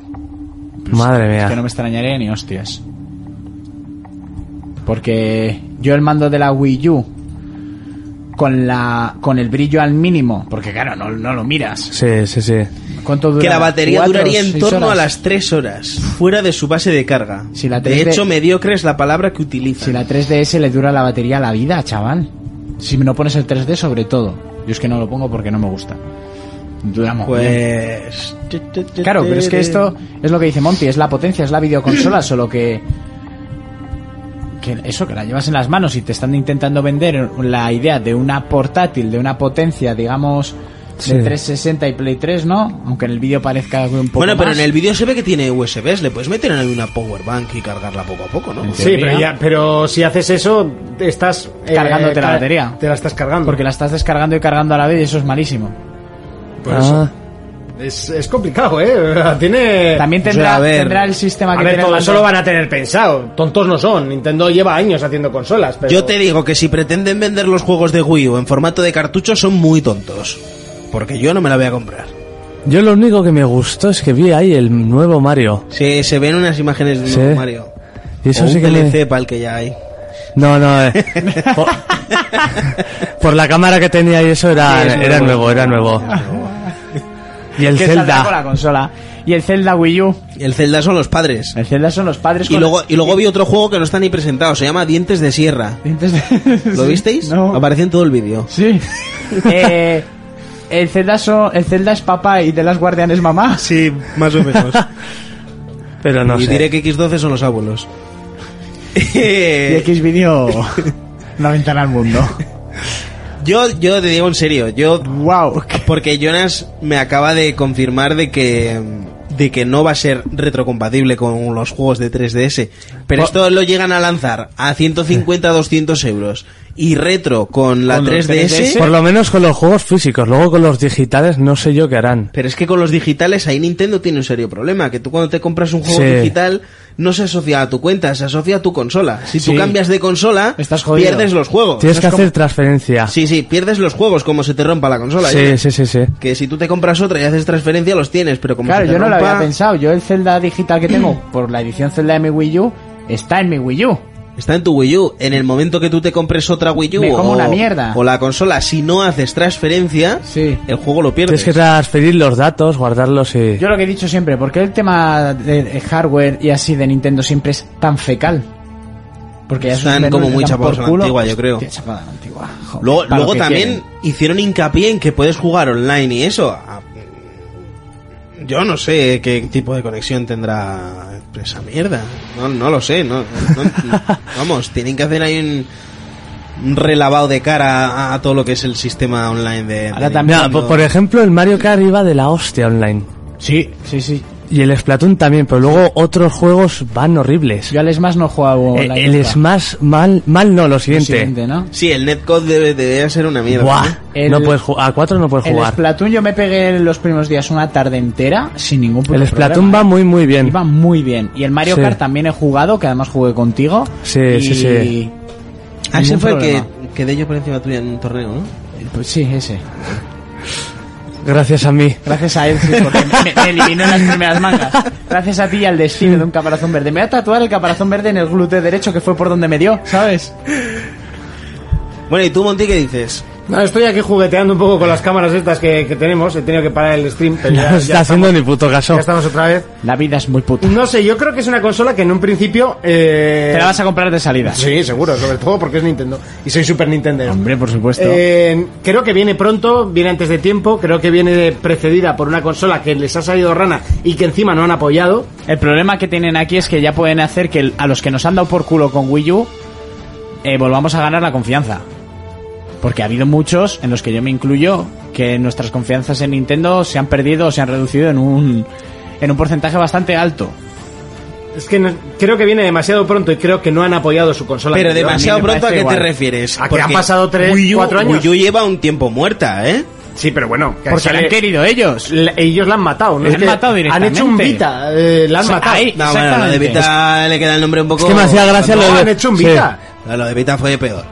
Speaker 7: Madre
Speaker 5: Pues Es que no
Speaker 7: mía.
Speaker 5: me extrañaría ni hostias. Porque yo el mando de la Wii U con la con el brillo al mínimo, porque claro, no, no lo miras.
Speaker 7: Sí, sí, sí.
Speaker 5: ¿Cuánto dura?
Speaker 6: Que la batería
Speaker 5: ¿Cuatro,
Speaker 6: duraría en
Speaker 5: seis
Speaker 6: torno a
Speaker 5: horas?
Speaker 6: las 3 horas, fuera de su base de carga.
Speaker 5: Si la
Speaker 6: de
Speaker 5: 3D
Speaker 6: hecho, mediocre es la palabra que utiliza.
Speaker 5: Si la 3DS le dura la batería a la vida, chaval. Si no pones el 3D sobre todo. Yo es que no lo pongo porque no me gusta. Dura muy bien.
Speaker 6: Pues...
Speaker 5: Claro, pero es que esto es lo que dice Monty, es la potencia, es la videoconsola, solo que... Que eso, que la llevas en las manos y te están intentando vender la idea de una portátil, de una potencia, digamos, de
Speaker 7: Sí.
Speaker 5: 360 y Play 3, ¿no? Aunque en el vídeo parezca un poco
Speaker 6: Bueno, pero
Speaker 5: más.
Speaker 6: en el vídeo se ve que tiene USBs, le puedes meter en alguna power bank y cargarla poco a poco, ¿no?
Speaker 4: Sí, pero, ya, pero si haces eso, estás... eh,
Speaker 5: Cargándote la
Speaker 4: ca-
Speaker 5: batería.
Speaker 4: Te la estás cargando.
Speaker 5: Porque la estás descargando y cargando a la vez y eso es malísimo.
Speaker 4: Por
Speaker 7: Ah,
Speaker 4: eso. Pues, Es, es complicado, ¿eh? Tiene...
Speaker 5: También
Speaker 6: sea,
Speaker 5: tendrá,
Speaker 6: a ver.
Speaker 5: tendrá el sistema
Speaker 4: A
Speaker 5: que
Speaker 4: ver,
Speaker 5: tiene el
Speaker 4: todo
Speaker 5: mando.
Speaker 4: eso lo van a tener pensado. Tontos no son. Nintendo lleva años haciendo consolas, pero...
Speaker 6: Yo te digo que si pretenden vender los juegos de Wii U en formato de cartucho son muy tontos. Porque yo no me la voy a comprar.
Speaker 7: yo lo único que me gustó es que vi ahí el nuevo Mario.
Speaker 6: Se, se ven unas imágenes de un
Speaker 7: Sí.
Speaker 6: nuevo Mario.
Speaker 7: Y eso
Speaker 6: O un
Speaker 7: sí que me-
Speaker 6: DLC para el que ya hay.
Speaker 7: No, no, eh. Por, por la cámara que tenía y eso era,
Speaker 6: Sí, es
Speaker 7: era
Speaker 6: nuevo.
Speaker 7: nuevo, era nuevo. Y el
Speaker 5: que saldrá con
Speaker 7: Zelda.
Speaker 5: la consola. Y el Zelda Wii U.
Speaker 6: El Zelda son los padres.
Speaker 5: El Zelda son los padres
Speaker 6: Y
Speaker 5: con-
Speaker 6: luego, y luego vi otro juego que no está ni presentado, se llama Dientes de Sierra.
Speaker 5: Dientes de-
Speaker 6: ¿Lo
Speaker 5: Sí.
Speaker 6: visteis?
Speaker 5: No.
Speaker 6: Aparece en todo el vídeo.
Speaker 5: Sí. Eh, el, Zelda son- el Zelda es papá y de las guardianes mamá.
Speaker 6: Sí, más o menos.
Speaker 7: Pero no
Speaker 6: y
Speaker 7: sé.
Speaker 6: diré que X12 son los abuelos.
Speaker 5: Y X video una ventana al mundo.
Speaker 6: yo, yo te digo en serio, yo
Speaker 5: Wow.
Speaker 6: Porque Jonas me acaba de confirmar de que de que no va a ser retrocompatible con los juegos de 3DS. Pero
Speaker 5: Po-
Speaker 6: esto lo llegan a lanzar a 150, 200 euros. Y retro con la
Speaker 5: Con los
Speaker 6: 3DS.
Speaker 5: 3DS.
Speaker 7: Por lo menos con los juegos físicos, luego con los digitales no sé yo qué harán.
Speaker 6: Pero es que con los digitales ahí Nintendo tiene un serio problema. Que tú cuando te compras un juego
Speaker 7: Sí.
Speaker 6: digital no se asocia a tu cuenta, se asocia a tu consola. Si
Speaker 5: Sí.
Speaker 6: tú cambias de consola,
Speaker 5: Estás jodido.
Speaker 6: pierdes los juegos.
Speaker 7: Tienes
Speaker 6: No
Speaker 7: que
Speaker 6: es como-
Speaker 7: hacer transferencia.
Speaker 6: Sí, sí, pierdes los juegos como se te rompa la consola.
Speaker 7: Sí,
Speaker 6: Jonas.
Speaker 7: sí, sí, sí.
Speaker 6: Que si tú te compras otra y haces transferencia, los tienes, pero como
Speaker 5: Claro,
Speaker 6: se te
Speaker 5: yo no lo
Speaker 6: rompa-
Speaker 5: había pensado. Yo el Zelda digital que tengo por la edición Zelda de mi Wii U está en mi Wii U.
Speaker 6: Está en tu Wii U. En el momento que tú te compres otra Wii U
Speaker 5: Me como
Speaker 6: o,
Speaker 5: una mierda.
Speaker 6: o la consola, si no haces transferencia,
Speaker 5: Sí.
Speaker 6: el juego lo pierdes.
Speaker 7: Tienes que transferir los datos, guardarlos y...
Speaker 5: Yo lo que he dicho siempre, ¿por qué el tema de de hardware y así de Nintendo siempre es tan fecal? Porque ya sus
Speaker 6: Están
Speaker 5: menús
Speaker 6: como
Speaker 5: le
Speaker 6: muy
Speaker 5: dan
Speaker 6: chapados
Speaker 5: por
Speaker 6: a la
Speaker 5: culo.
Speaker 6: antigua, yo creo.
Speaker 5: Hostia, chapada a la antigua. Joder,
Speaker 6: luego
Speaker 5: para lo
Speaker 6: luego
Speaker 5: que
Speaker 6: también
Speaker 5: quieren.
Speaker 6: hicieron hincapié en que puedes jugar online y eso. A- Yo no sé qué tipo de conexión tendrá esa mierda. No, no lo sé. No, no- vamos, tienen que hacer ahí un, un relavado de cara a, a todo lo que es el sistema online de... de
Speaker 5: Ahora también-
Speaker 7: Mira,
Speaker 6: Nintendo.
Speaker 7: por, por ejemplo, el Mario Kart iba de la hostia online.
Speaker 5: Sí, sí, sí.
Speaker 7: Y el Splatoon también, pero luego otros juegos van horribles.
Speaker 5: Yo al Smash no juego
Speaker 7: Eh, el Smash mal, mal no, lo siguiente.
Speaker 5: ¿no?
Speaker 6: Sí, el netcode debe, debería ser una mierda.
Speaker 7: Buah,
Speaker 6: ¿no?
Speaker 5: El-
Speaker 7: no puedes ju- a cuatro no puedes
Speaker 5: El
Speaker 7: jugar.
Speaker 5: Splatoon yo me pegué los primeros días una tarde entera sin ningún puto
Speaker 7: El Splatoon va
Speaker 5: problema.
Speaker 7: muy muy bien.
Speaker 5: Iba muy bien. Y el Mario
Speaker 7: Sí.
Speaker 5: Kart también he jugado, que además jugué contigo.
Speaker 7: Sí,
Speaker 5: Y-
Speaker 7: sí, sí.
Speaker 6: Ah, ese
Speaker 5: ningún
Speaker 6: fue el que
Speaker 5: problema.
Speaker 6: quedé yo por encima tuya en un torneo, ¿no?
Speaker 5: Pues sí, ese.
Speaker 7: Gracias a mí.
Speaker 5: Gracias a él, sí, porque me, me eliminó en las primeras mangas. Gracias a ti y al destino de un caparazón verde. Me voy a tatuar el caparazón verde en el glúteo derecho, que fue por donde me dio, ¿sabes?
Speaker 6: Bueno, ¿y tú, Monty, qué dices?
Speaker 4: No, estoy aquí jugueteando un poco con las cámaras estas que, que tenemos. He tenido que parar el stream, pero
Speaker 7: No
Speaker 4: ya, ya
Speaker 7: está haciendo ni puto caso.
Speaker 4: ya estamos otra vez.
Speaker 5: La vida es muy puta.
Speaker 4: No sé, yo creo que es una consola que en un principio... eh,
Speaker 5: Te la vas a comprar de salida.
Speaker 4: Sí, seguro, sobre todo porque es Nintendo. Y soy super Nintendo.
Speaker 5: Hombre, por supuesto.
Speaker 4: Eh, creo que viene pronto, viene antes de tiempo, creo que viene precedida por una consola que les ha salido rana y que encima no han apoyado.
Speaker 5: El problema que tienen aquí es que ya pueden hacer que el- a los que nos han dado por culo con Wii U eh, volvamos a ganar la confianza. Porque ha habido muchos, en los que yo me incluyo, que nuestras confianzas en Nintendo se han perdido o se han reducido en un, en un porcentaje bastante alto.
Speaker 4: Es que no- creo que viene demasiado pronto y creo que no han apoyado su consola.
Speaker 6: Pero
Speaker 4: anterior.
Speaker 6: demasiado
Speaker 5: A mí me
Speaker 6: pronto, ¿a qué
Speaker 5: parece
Speaker 6: te
Speaker 5: igual.
Speaker 6: refieres?
Speaker 4: ¿A que
Speaker 6: Porque
Speaker 4: han pasado tres,
Speaker 6: Wii U-
Speaker 4: cuatro años?
Speaker 6: Wii U lleva un tiempo muerta, ¿eh?
Speaker 4: Sí, pero bueno, que
Speaker 5: Porque la han
Speaker 4: sale-
Speaker 5: querido ellos.
Speaker 4: la- ellos la han matado. ¿no?
Speaker 5: La
Speaker 4: Es
Speaker 5: han
Speaker 4: que
Speaker 5: matado
Speaker 4: Han hecho un
Speaker 5: directamente.
Speaker 4: Vita, eh, la han
Speaker 5: O sea,
Speaker 4: matado.
Speaker 5: ahí-
Speaker 6: No, bueno, lo de
Speaker 5: Exactamente.
Speaker 6: Vita le queda el nombre un poco...
Speaker 7: Es que me hacía gracia
Speaker 4: No,
Speaker 7: lo de...
Speaker 4: han hecho un
Speaker 7: sí.
Speaker 4: Vita.
Speaker 6: No, Lo de Vita fue peor.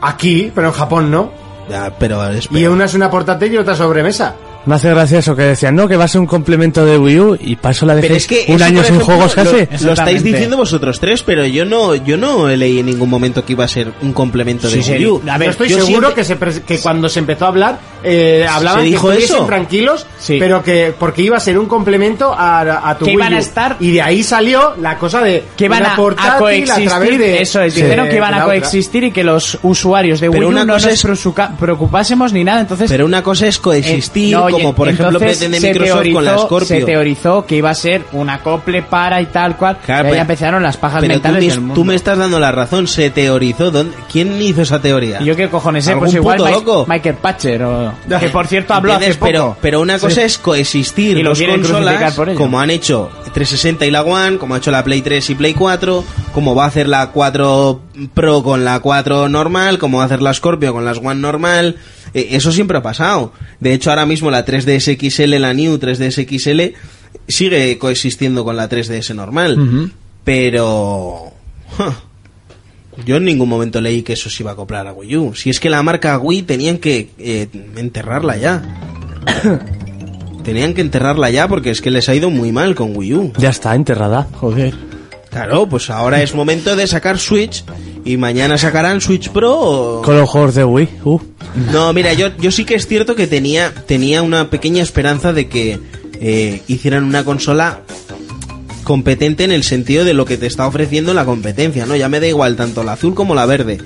Speaker 4: Aquí, pero en Japón no.
Speaker 6: Ya, pero es
Speaker 4: Y
Speaker 6: peor.
Speaker 4: una es una portátil y otra sobremesa.
Speaker 7: Me hace gracia eso que decían, no, que va a ser un complemento de Wii U y paso la de
Speaker 6: Pero es que
Speaker 7: un
Speaker 6: eso,
Speaker 7: año
Speaker 6: por
Speaker 7: sin
Speaker 6: ejemplo,
Speaker 7: juegos
Speaker 6: lo-
Speaker 7: casi.
Speaker 6: Lo, estáis
Speaker 5: Exactamente.
Speaker 6: diciendo vosotros tres, pero yo no, yo no leí en ningún momento que iba a ser un complemento de
Speaker 5: Sí,
Speaker 6: Wii
Speaker 5: sí.
Speaker 6: U.
Speaker 5: A ver,
Speaker 4: yo estoy
Speaker 6: yo
Speaker 4: seguro
Speaker 6: siempre-
Speaker 4: que, se pres- que cuando se empezó a hablar, eh, hablaban
Speaker 6: ¿Se dijo
Speaker 4: que estuviesen
Speaker 6: eso?
Speaker 4: tranquilos,
Speaker 5: Sí.
Speaker 4: pero que porque iba a ser un complemento a, a tu
Speaker 5: Que
Speaker 4: Wii
Speaker 5: iban a
Speaker 4: U.
Speaker 5: estar-
Speaker 4: Y de ahí salió la cosa de
Speaker 5: Que van
Speaker 4: una
Speaker 5: a, a
Speaker 4: portátil a través
Speaker 5: coexistir.
Speaker 4: de
Speaker 5: eso es,
Speaker 4: de-
Speaker 5: dijeron que
Speaker 4: de
Speaker 5: iban
Speaker 4: la
Speaker 5: a
Speaker 4: otra.
Speaker 5: coexistir y que los usuarios de
Speaker 6: Pero
Speaker 5: Wii U
Speaker 6: una
Speaker 5: no nos
Speaker 6: cosa es-
Speaker 5: presuca- preocupásemos ni nada. Entonces,
Speaker 6: Pero una cosa es coexistir,
Speaker 5: Eh, no,
Speaker 6: como
Speaker 5: y-
Speaker 6: por ejemplo
Speaker 5: entonces
Speaker 6: pretende
Speaker 5: se
Speaker 6: Microsoft con la
Speaker 5: teorizó- Se
Speaker 6: Scorpio.
Speaker 5: teorizó que iba a ser un acople para y tal cual.
Speaker 6: Claro,
Speaker 5: y ahí
Speaker 6: pero-
Speaker 5: empezaron las pajas
Speaker 6: Pero tú
Speaker 5: mentales
Speaker 6: me,
Speaker 5: del mundo.
Speaker 6: tú me estás dando la razón, se teorizó. ¿Dónde- ¿Quién hizo esa teoría?
Speaker 5: Y yo qué cojones sé,
Speaker 6: ¿Algún
Speaker 5: pues igual
Speaker 6: puto
Speaker 5: Mike-
Speaker 6: loco?
Speaker 5: Michael Patcher, o- que por cierto habló
Speaker 6: ¿Entiendes?
Speaker 5: hace poco.
Speaker 6: Pero, pero una cosa es coexistir
Speaker 5: Y lo
Speaker 6: dos
Speaker 5: quieren
Speaker 6: consolas,
Speaker 5: crucificar por ello.
Speaker 6: como han hecho 360 y la One, como ha hecho la Play 3 y Play 4, como va a hacer la 4 Pro con la 4 normal, como va a hacer la Scorpio con las One normal. Eh, eso siempre ha pasado. De hecho, ahora mismo la 3DS XL, la New 3DS XL, sigue coexistiendo con la 3DS normal. Pero... ja, yo en ningún momento leí que eso se iba a acoplar a Wii U. Si es que la marca Wii tenían que eh, enterrarla ya. tenían que enterrarla ya porque es que les ha ido muy mal con Wii U.
Speaker 7: Ya está, enterrada.
Speaker 5: Joder.
Speaker 6: Claro, pues ahora es momento de sacar Switch y mañana sacarán Switch Pro o-
Speaker 7: Con los juegos de Wii. Uh.
Speaker 6: No, mira, yo, yo sí que es cierto que tenía, tenía una pequeña esperanza de que eh, hicieran una consola competente en el sentido de lo que te está ofreciendo la competencia, ¿no? Ya me da igual tanto la azul como la verde.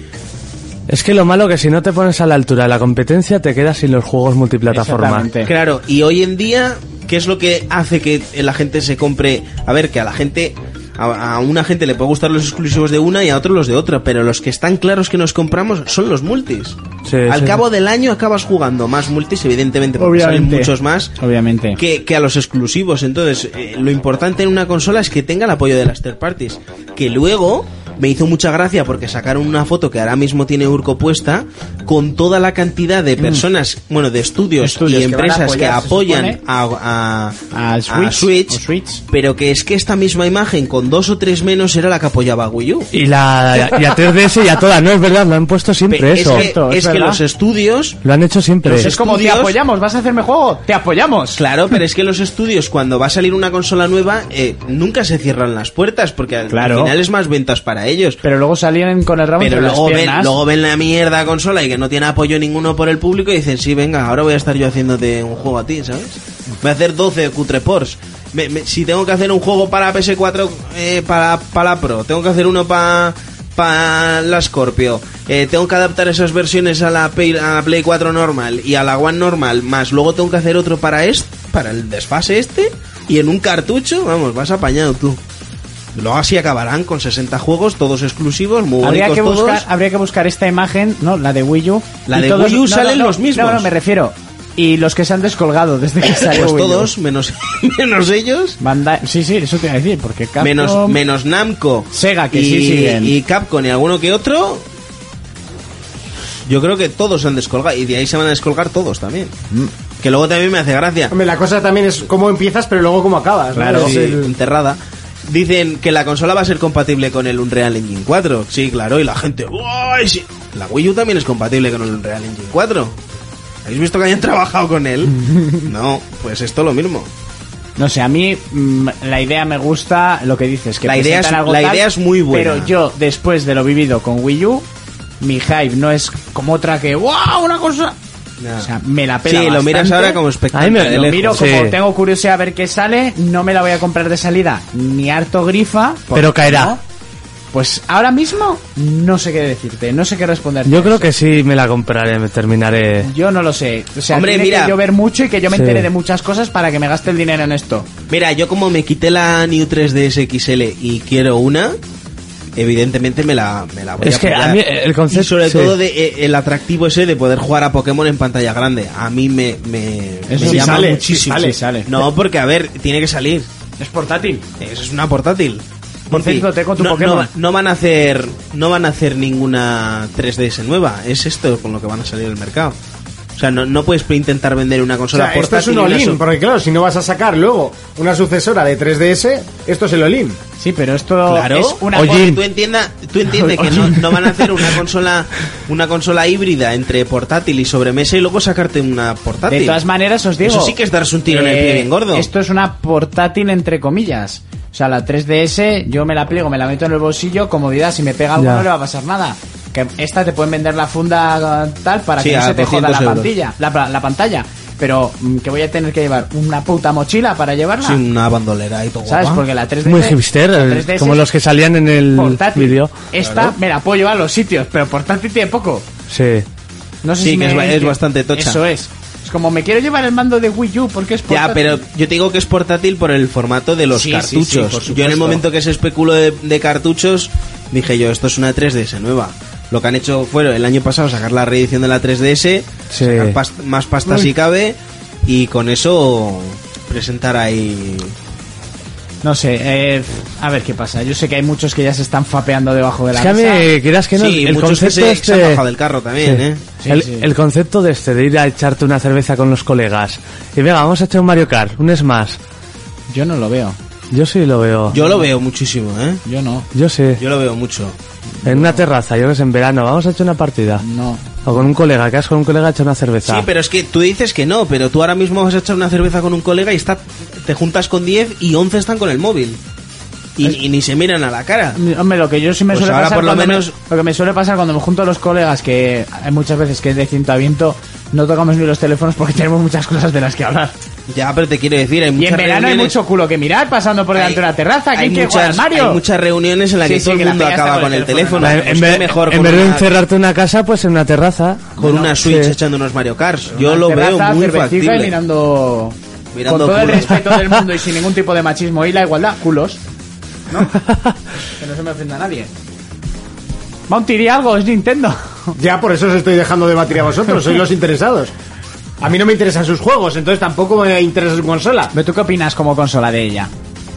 Speaker 7: Es que lo malo que si no te pones a la altura de la competencia te quedas sin los juegos multiplataforma.
Speaker 5: Exactamente.
Speaker 6: Claro, y hoy en día, ¿qué es lo que hace que la gente se compre? A ver, que a la gente, a, a una gente le puede gustar los exclusivos de una y a otro los de otra, pero los que están claros que nos compramos son los multis.
Speaker 7: Sí,
Speaker 6: Al
Speaker 7: sí,
Speaker 6: cabo del año acabas jugando más multis, evidentemente, porque salen muchos más.
Speaker 5: Obviamente.
Speaker 6: Que, que a los exclusivos. Entonces, eh, lo importante en una consola es que tenga el apoyo de las third parties. Que luego me hizo mucha gracia porque sacaron una foto que ahora mismo tiene Urco puesta con toda la cantidad de personas, bueno, de estudios,
Speaker 5: Mm. Estudios
Speaker 6: y
Speaker 5: que van a
Speaker 6: empresas que,
Speaker 5: apoyar, se
Speaker 6: apoyan a, a-
Speaker 5: Al Switch,
Speaker 6: a Switch,
Speaker 5: o Switch.
Speaker 6: pero que es que esta misma imagen con dos o tres menos era la que apoyaba a Wii U.
Speaker 7: Y, la, y a 3DS y a todas, no es verdad, lo han puesto siempre
Speaker 6: Pe-
Speaker 7: eso.
Speaker 6: es que,
Speaker 5: es
Speaker 6: es que
Speaker 5: verdad.
Speaker 6: los estudios
Speaker 7: Lo han hecho siempre.
Speaker 6: Los
Speaker 5: es como, te
Speaker 6: estudios-
Speaker 5: apoyamos, vas a hacerme juego, te apoyamos.
Speaker 6: Claro, pero es que los estudios, cuando va a salir una consola nueva, eh, nunca se cierran las puertas, porque al,
Speaker 5: Claro.
Speaker 6: al final es más ventas para ellos.
Speaker 5: Pero luego salían con el ramo
Speaker 6: Pero
Speaker 5: entre las
Speaker 6: luego ven,
Speaker 5: piernas.
Speaker 6: luego ven la mierda consola y que no tiene apoyo ninguno por el público y dicen, sí, venga, ahora voy a estar yo haciéndote un juego a ti, ¿sabes? Voy a hacer 12 cutrepors. Me- me- si tengo que hacer un juego para PS4, eh, para, para la Pro, tengo que hacer uno para para la Scorpio, eh, tengo que adaptar esas versiones a la, Play, a la Play 4 normal y a la One normal, más luego tengo que hacer otro para este, para el desfase este, y en un cartucho, vamos, vas apañado tú. Luego así acabarán con 60 juegos, todos exclusivos, muy
Speaker 5: Habría
Speaker 6: bonitos
Speaker 5: que,
Speaker 6: todos.
Speaker 5: buscar, habría que buscar esta imagen, ¿no? La de Wii U.
Speaker 6: La
Speaker 5: Y
Speaker 6: de Wii U salen los mismos.
Speaker 5: No, no, me refiero. Y los que se han descolgado desde que salió
Speaker 6: Pues
Speaker 5: Wii U.
Speaker 6: todos, menos, menos ellos,
Speaker 5: Bandai- sí, sí, eso te iba a decir, porque Capcom...
Speaker 6: menos, menos Namco.
Speaker 5: Sega, que
Speaker 6: y,
Speaker 5: sí siguen.
Speaker 6: Y Capcom y alguno que otro. Yo creo que todos se han descolgado. Y de ahí se van a descolgar todos también.
Speaker 5: Mm.
Speaker 6: Que luego también me hace gracia.
Speaker 4: Hombre, la cosa también es cómo empiezas, pero luego cómo acabas. ¿no?
Speaker 6: Claro,
Speaker 4: Es
Speaker 6: sí,
Speaker 4: el-
Speaker 6: enterrada. Dicen que la consola va a ser compatible con el Unreal Engine 4. Sí, claro, y la gente. "Uy, sí". La Wii U también es compatible con el Unreal Engine 4. ¿Habéis visto que hayan trabajado con él? No, pues esto lo mismo.
Speaker 5: No sé, a mí mm, la idea me gusta lo que dices. Que
Speaker 6: La idea
Speaker 5: presentan
Speaker 6: es-
Speaker 5: algo
Speaker 6: la
Speaker 5: tal,
Speaker 6: idea es muy buena.
Speaker 5: Pero yo, después de lo vivido con Wii U, mi hype no es como otra que, ¡wow! Una cosa. O sea, me la
Speaker 6: Ah. Sí,
Speaker 5: pela.
Speaker 6: lo miras
Speaker 5: bastante.
Speaker 6: ahora como espectáculo.
Speaker 7: Ahí me-
Speaker 6: de
Speaker 7: lo
Speaker 5: Lo
Speaker 6: lejos.
Speaker 5: miro
Speaker 7: Sí.
Speaker 5: como tengo curiosidad a ver qué sale, no me la voy a comprar de salida ni harto grifa. porque
Speaker 7: Pero caerá.
Speaker 5: no. Pues ahora mismo no sé qué decirte, no sé qué responder.
Speaker 7: Yo creo que sí me la compraré, me terminaré.
Speaker 5: Yo no lo sé. O sea,
Speaker 6: Hombre,
Speaker 5: tiene
Speaker 6: mira.
Speaker 5: que yo ver mucho y que yo me
Speaker 7: Sí.
Speaker 5: entere de muchas cosas para que me gaste el dinero en esto.
Speaker 6: Mira, yo como me quité la New 3DS XL y quiero una, evidentemente me la, me la voy
Speaker 7: Es
Speaker 6: a
Speaker 7: que a
Speaker 6: pillar.
Speaker 7: mí el concepto-
Speaker 6: Y sobre
Speaker 7: sí.
Speaker 6: todo de, eh, el atractivo ese de poder jugar a Pokémon en pantalla grande. A mí me, me, me
Speaker 5: Eso sí
Speaker 6: llama
Speaker 5: sale,
Speaker 6: muchísimo.
Speaker 5: sí sale, sale.
Speaker 6: No, porque a ver, tiene que salir.
Speaker 5: Es portátil.
Speaker 6: Eso es una portátil. Porfi,
Speaker 5: céntrate con tu
Speaker 6: no,
Speaker 5: Pokémon.
Speaker 6: no va- no van a hacer no van a hacer ninguna 3DS nueva, es esto con lo que van a salir al mercado. O sea, no, no puedes intentar vender una
Speaker 4: O
Speaker 6: consola
Speaker 4: sea, esto
Speaker 6: portátil.
Speaker 4: es un
Speaker 6: y una
Speaker 4: all
Speaker 6: so-
Speaker 4: porque claro, si no vas a sacar luego una sucesora de 3DS, esto es el all
Speaker 5: Sí, pero esto
Speaker 6: Claro.
Speaker 5: es una
Speaker 7: Oye.
Speaker 5: cosa-
Speaker 6: Tú entiendas tú entiende que no, no van a hacer una consola una consola híbrida entre portátil y sobremesa y luego sacarte una portátil.
Speaker 5: De todas maneras, os digo.
Speaker 6: Eso sí que es darse un tiro en el
Speaker 5: eh,
Speaker 6: pie bien gordo.
Speaker 5: Esto es una portátil entre comillas. O sea, la 3DS, yo me la pliego, me la meto en el bolsillo, comodidad, si me pega algo
Speaker 7: Ya.
Speaker 5: no le va a pasar nada. Que esta te pueden vender la funda eh, tal para
Speaker 6: Sí,
Speaker 5: que no
Speaker 6: a
Speaker 5: se te joda
Speaker 6: 200
Speaker 5: la
Speaker 6: euros.
Speaker 5: pantalla, la, pa- la pantalla. Pero mm, que voy a tener que llevar una puta mochila para llevarla.
Speaker 6: Sí, una bandolera y todo
Speaker 5: ¿Sabes?
Speaker 6: guapa.
Speaker 5: Porque la 3DS.
Speaker 7: Muy hipster,
Speaker 5: la
Speaker 7: el-
Speaker 5: 3DS
Speaker 7: como los que salían en el
Speaker 5: portátil.
Speaker 7: vídeo.
Speaker 5: Esta me la puedo llevar a los sitios, pero portátil tiene poco.
Speaker 7: Sí.
Speaker 5: No sé si
Speaker 6: Sí, que
Speaker 5: me-
Speaker 6: es ba- es bastante tocha.
Speaker 5: Eso es. Es como me quiero llevar el mando de Wii U porque es
Speaker 6: Ya,
Speaker 5: portátil.
Speaker 6: pero yo te digo que es portátil por el formato de los
Speaker 5: Sí, sí,
Speaker 6: cartuchos.
Speaker 5: sí, por
Speaker 6: yo en
Speaker 5: supuesto.
Speaker 6: el momento que se especuló de, de cartuchos, dije yo, esto es una 3DS nueva. Lo que han hecho fue el año pasado sacar la reedición de la 3DS,
Speaker 7: Sí.
Speaker 6: sacar past- más pasta si cabe, y con eso presentar ahí...
Speaker 5: No sé, eh, a ver qué pasa. Yo sé que hay muchos que ya se están fapeando debajo de
Speaker 7: Es
Speaker 5: la
Speaker 7: que a mí,
Speaker 5: mesa.
Speaker 7: quieras que no,
Speaker 6: sí,
Speaker 7: el
Speaker 6: muchos que
Speaker 7: concepto
Speaker 6: se, se han
Speaker 7: este...
Speaker 6: bajado del carro también,
Speaker 7: Sí.
Speaker 6: ¿eh?
Speaker 5: Sí,
Speaker 7: el,
Speaker 5: sí.
Speaker 7: el concepto de este, de ir a echarte una cerveza con los colegas. Y venga, vamos a echar un Mario Kart, un Smash.
Speaker 5: Yo no lo veo.
Speaker 7: Yo sí lo veo. Yo,
Speaker 6: Yo lo veo muchísimo, ¿eh?
Speaker 5: Yo no.
Speaker 7: sí.
Speaker 6: Yo lo veo mucho.
Speaker 7: en una terraza, yo que sé, en verano, vamos a echar una partida.
Speaker 5: No.
Speaker 7: O con un colega, que has con un colega a echar una cerveza.
Speaker 6: Sí, pero es que tú dices que no, pero tú ahora mismo vas a echar una cerveza con un colega y está, te juntas con 10 y 11 están con el móvil. Y, y ni se miran a la cara.
Speaker 5: Hombre, lo que yo sí me
Speaker 6: Pues
Speaker 5: suele
Speaker 6: ahora
Speaker 5: pasar
Speaker 6: por lo
Speaker 5: cuando me-
Speaker 6: menos-
Speaker 5: lo que me suele pasar cuando me junto a los colegas que hay muchas veces que es de cinta a viento no tocamos ni los teléfonos porque tenemos muchas cosas de las que hablar.
Speaker 6: Ya, pero te quiero decir, hay
Speaker 5: Y
Speaker 6: muchas
Speaker 5: en verano hay
Speaker 6: reuniones-
Speaker 5: mucho culo que mirar pasando por delante de la terraza.
Speaker 6: hay
Speaker 5: ¿Quién quiere jugar al
Speaker 6: muchas,
Speaker 5: Mario?
Speaker 6: hay muchas reuniones en las
Speaker 5: Sí,
Speaker 6: que
Speaker 5: sí,
Speaker 6: todo
Speaker 5: que
Speaker 6: el
Speaker 5: la
Speaker 6: mundo
Speaker 5: peña está
Speaker 6: acaba
Speaker 5: con
Speaker 6: con
Speaker 5: el
Speaker 6: el
Speaker 5: teléfono,
Speaker 6: teléfono.
Speaker 7: En- en
Speaker 6: Pues
Speaker 7: vez,
Speaker 6: qué mejor
Speaker 7: en
Speaker 6: con
Speaker 7: vez de
Speaker 6: una-
Speaker 7: encerrarte en una casa, pues en una terraza.
Speaker 6: con una Switch
Speaker 7: Sí.
Speaker 6: echando unos Mario Kart. Yo
Speaker 5: Una
Speaker 6: lo veo
Speaker 5: terraza,
Speaker 6: muy
Speaker 5: cervecita y
Speaker 6: factible.
Speaker 5: mirando,
Speaker 6: Mirando
Speaker 5: con todo el
Speaker 6: culos.
Speaker 5: respeto del mundo y sin ningún tipo de machismo y la igualdad, culos. ¿No? que no se me ofenda a nadie. Mount diría algo, es Nintendo.
Speaker 4: Ya por eso os estoy dejando debatir a vosotros, sois los interesados. A mí no me interesan sus juegos, entonces tampoco me interesa su consola.
Speaker 5: ¿Pero tú qué opinas como consola de ella?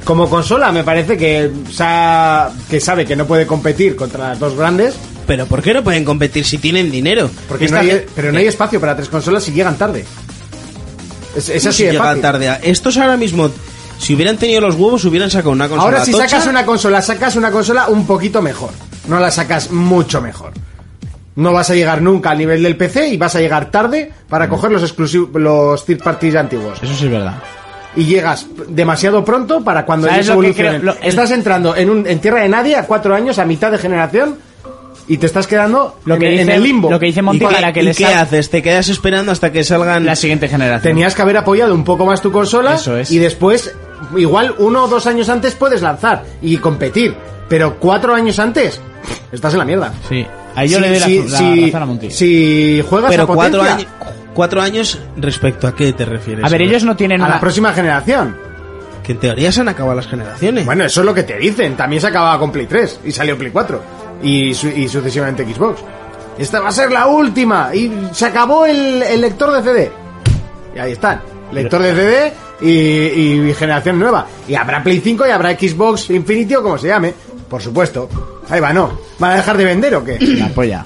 Speaker 4: Como consola me parece que, sa- que sabe que no puede competir contra las dos grandes,
Speaker 6: Pero ¿por qué no pueden competir si tienen dinero?
Speaker 4: porque no
Speaker 6: Esta eh.
Speaker 4: hay,
Speaker 6: gente-
Speaker 4: pero no hay espacio para tres consolas si llegan tarde. Es, es así
Speaker 6: si
Speaker 4: de
Speaker 6: llegan
Speaker 4: fácil.
Speaker 6: tarde. a- Estos ahora mismo, si hubieran tenido los huevos, hubieran sacado una consola
Speaker 4: Ahora si
Speaker 6: tocha.
Speaker 4: sacas una consola, sacas una consola un poquito mejor. No la sacas mucho mejor. No vas a llegar nunca al nivel del PC y vas a llegar tarde
Speaker 6: Mm.
Speaker 4: para coger los exclusivos, los third parties antiguos.
Speaker 5: Eso sí es verdad.
Speaker 4: Y llegas demasiado pronto para cuando
Speaker 5: ¿Sabes
Speaker 4: ellos
Speaker 5: lo que
Speaker 4: evolucionen.
Speaker 5: creo? Lo- el-
Speaker 4: Estás entrando en, un, en tierra de nadie a cuatro años, a mitad de generación, y te estás quedando
Speaker 5: Lo que
Speaker 4: en, en
Speaker 5: dice-
Speaker 4: el limbo.
Speaker 5: lo que dice
Speaker 6: ¿Y
Speaker 5: Monty
Speaker 6: qué,
Speaker 5: para que
Speaker 6: y
Speaker 5: le
Speaker 6: qué
Speaker 5: salga
Speaker 6: haces? ¿Te quedas esperando hasta que salgan
Speaker 5: la siguiente generación.
Speaker 4: Tenías que haber apoyado un poco más tu consola
Speaker 5: Eso es.
Speaker 4: y después, igual uno o dos años antes puedes lanzar y competir, pero cuatro años antes estás en la mierda.
Speaker 5: Sí. Ahí yo
Speaker 4: Si-
Speaker 5: le doy la,
Speaker 4: si,
Speaker 5: la
Speaker 4: si-
Speaker 5: razón a Monty.
Speaker 4: si juegas
Speaker 6: Pero
Speaker 4: a
Speaker 6: cuatro,
Speaker 4: potencia,
Speaker 6: años cuatro años respecto a qué te refieres.
Speaker 5: A ver, ellos no
Speaker 4: a
Speaker 5: tienen
Speaker 4: la
Speaker 5: una...
Speaker 4: próxima generación.
Speaker 6: Que en teoría se han acabado las generaciones.
Speaker 4: Bueno, eso es lo que te dicen. También se acababa con Play 3 y salió Play 4 y, su- y sucesivamente Xbox. Esta va a ser la última y se acabó el, el lector de CD. Y ahí están. Lector de CD y, y generación nueva. Y habrá Play 5 y habrá Xbox Infinity o como se llame. Por supuesto. Ahí va, no. ¿Van a dejar de vender o qué?
Speaker 5: La polla.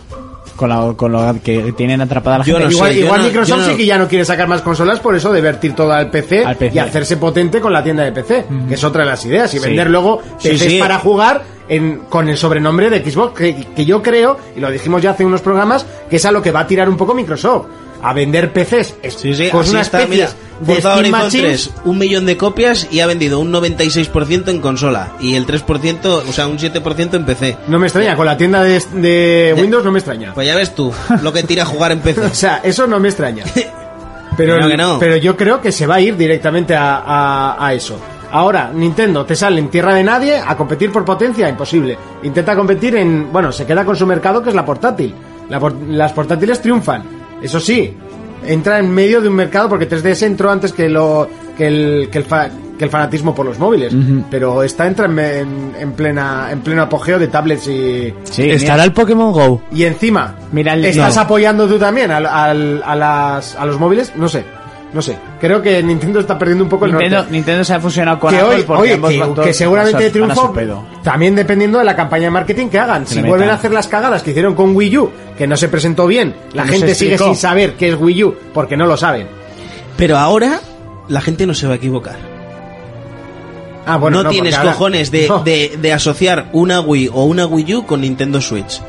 Speaker 5: Con, la- con lo que tienen atrapada la
Speaker 6: Yo
Speaker 5: gente.
Speaker 6: no sé,
Speaker 4: igual igual
Speaker 6: no-
Speaker 4: Microsoft
Speaker 6: yo no-
Speaker 4: sí que ya no quiere sacar más consolas por eso de vertir todo al PC,
Speaker 5: Al PC.
Speaker 4: y hacerse potente con la tienda de PC, que es otra de las ideas, y vender luego
Speaker 6: Sí,
Speaker 4: PCs
Speaker 6: sí.
Speaker 4: para jugar en, con el sobrenombre de Xbox, que, que yo creo, y lo dijimos ya hace unos programas, que es a lo que va a tirar un poco Microsoft, a vender PCs es-
Speaker 6: Sí, sí,
Speaker 4: con
Speaker 6: así
Speaker 4: unas
Speaker 6: está,
Speaker 4: especies
Speaker 6: mira.
Speaker 4: de
Speaker 6: Forza
Speaker 4: Steam
Speaker 6: Horizon
Speaker 4: Machines.
Speaker 6: 3, un millón de copias y ha vendido un 96% en consola y el 3%, o sea, un 7% en PC.
Speaker 4: No me extraña, con la tienda de, de Windows no me extraña.
Speaker 6: Pues ya ves tú lo que tira jugar en PC.
Speaker 4: O sea, eso no me extraña. Pero,
Speaker 6: Que no, que no.
Speaker 4: pero yo creo que se va a ir directamente a, a- a eso. Ahora, Nintendo te sale en tierra de nadie a competir por potencia, imposible. Intenta competir en. Bueno, se queda con su mercado que es la portátil. La por- las portátiles triunfan. Eso sí, entra en medio de un mercado porque 3DS entró antes que, lo, que, el, que, el, fa- que el fanatismo por los móviles. Pero esta entra en, en- en plena, en pleno apogeo de tablets y,
Speaker 5: Sí,
Speaker 7: ¿Estará el Pokémon Go?
Speaker 4: y encima,
Speaker 5: Mira el-
Speaker 4: ¿estás
Speaker 5: no.
Speaker 4: apoyando tú también al- al- a, las- a los móviles? No sé, no sé. Creo que Nintendo está perdiendo un poco el
Speaker 5: Nintendo,
Speaker 4: norte.
Speaker 5: Nintendo se ha fusionado con
Speaker 4: Que
Speaker 5: Apple
Speaker 4: hoy,
Speaker 5: porque
Speaker 4: oye,
Speaker 5: ambos
Speaker 4: que-
Speaker 5: van
Speaker 4: que,
Speaker 5: todos
Speaker 4: seguramente
Speaker 5: a su-
Speaker 4: triunfo
Speaker 5: a su pedo.
Speaker 4: también dependiendo de la campaña de marketing que hagan. si
Speaker 5: le
Speaker 4: vuelven a
Speaker 5: metan.
Speaker 4: hacer las cagadas que hicieron con Wii U, que no se presentó bien, la
Speaker 5: Que no
Speaker 4: gente
Speaker 5: se
Speaker 4: sigue
Speaker 5: explicó.
Speaker 4: sin saber qué es Wii U porque no lo saben.
Speaker 6: Pero ahora la gente no se va a equivocar.
Speaker 4: Ah, bueno,
Speaker 6: no,
Speaker 4: porque
Speaker 6: tienes
Speaker 4: ahora-
Speaker 6: cojones de,
Speaker 4: No.
Speaker 6: de- de asociar una Wii o una Wii U con Nintendo Switch.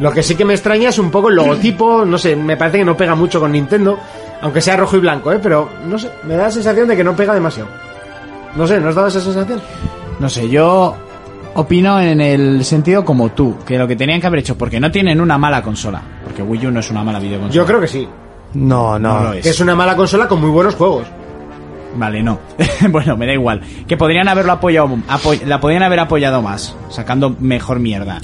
Speaker 4: Lo que sí que me extraña es un poco el logotipo, no sé, me parece que no pega mucho con Nintendo, aunque sea rojo y blanco, ¿eh? Pero no sé, me da la sensación de que no pega demasiado. No sé, ¿no has dado esa sensación?
Speaker 5: No sé, yo opino en el sentido como tú, que lo que tenían que haber hecho, porque no tienen una mala consola, porque Wii U no Pues- es una mala videoconsola.
Speaker 4: Yo creo que sí.
Speaker 7: No, no.
Speaker 5: No lo
Speaker 4: Que es una mala consola con muy buenos juegos.
Speaker 5: Vale, no. bueno, me da igual. Que podrían haberlo apoyado, apo- la podrían haber apoyado más, sacando mejor mierda.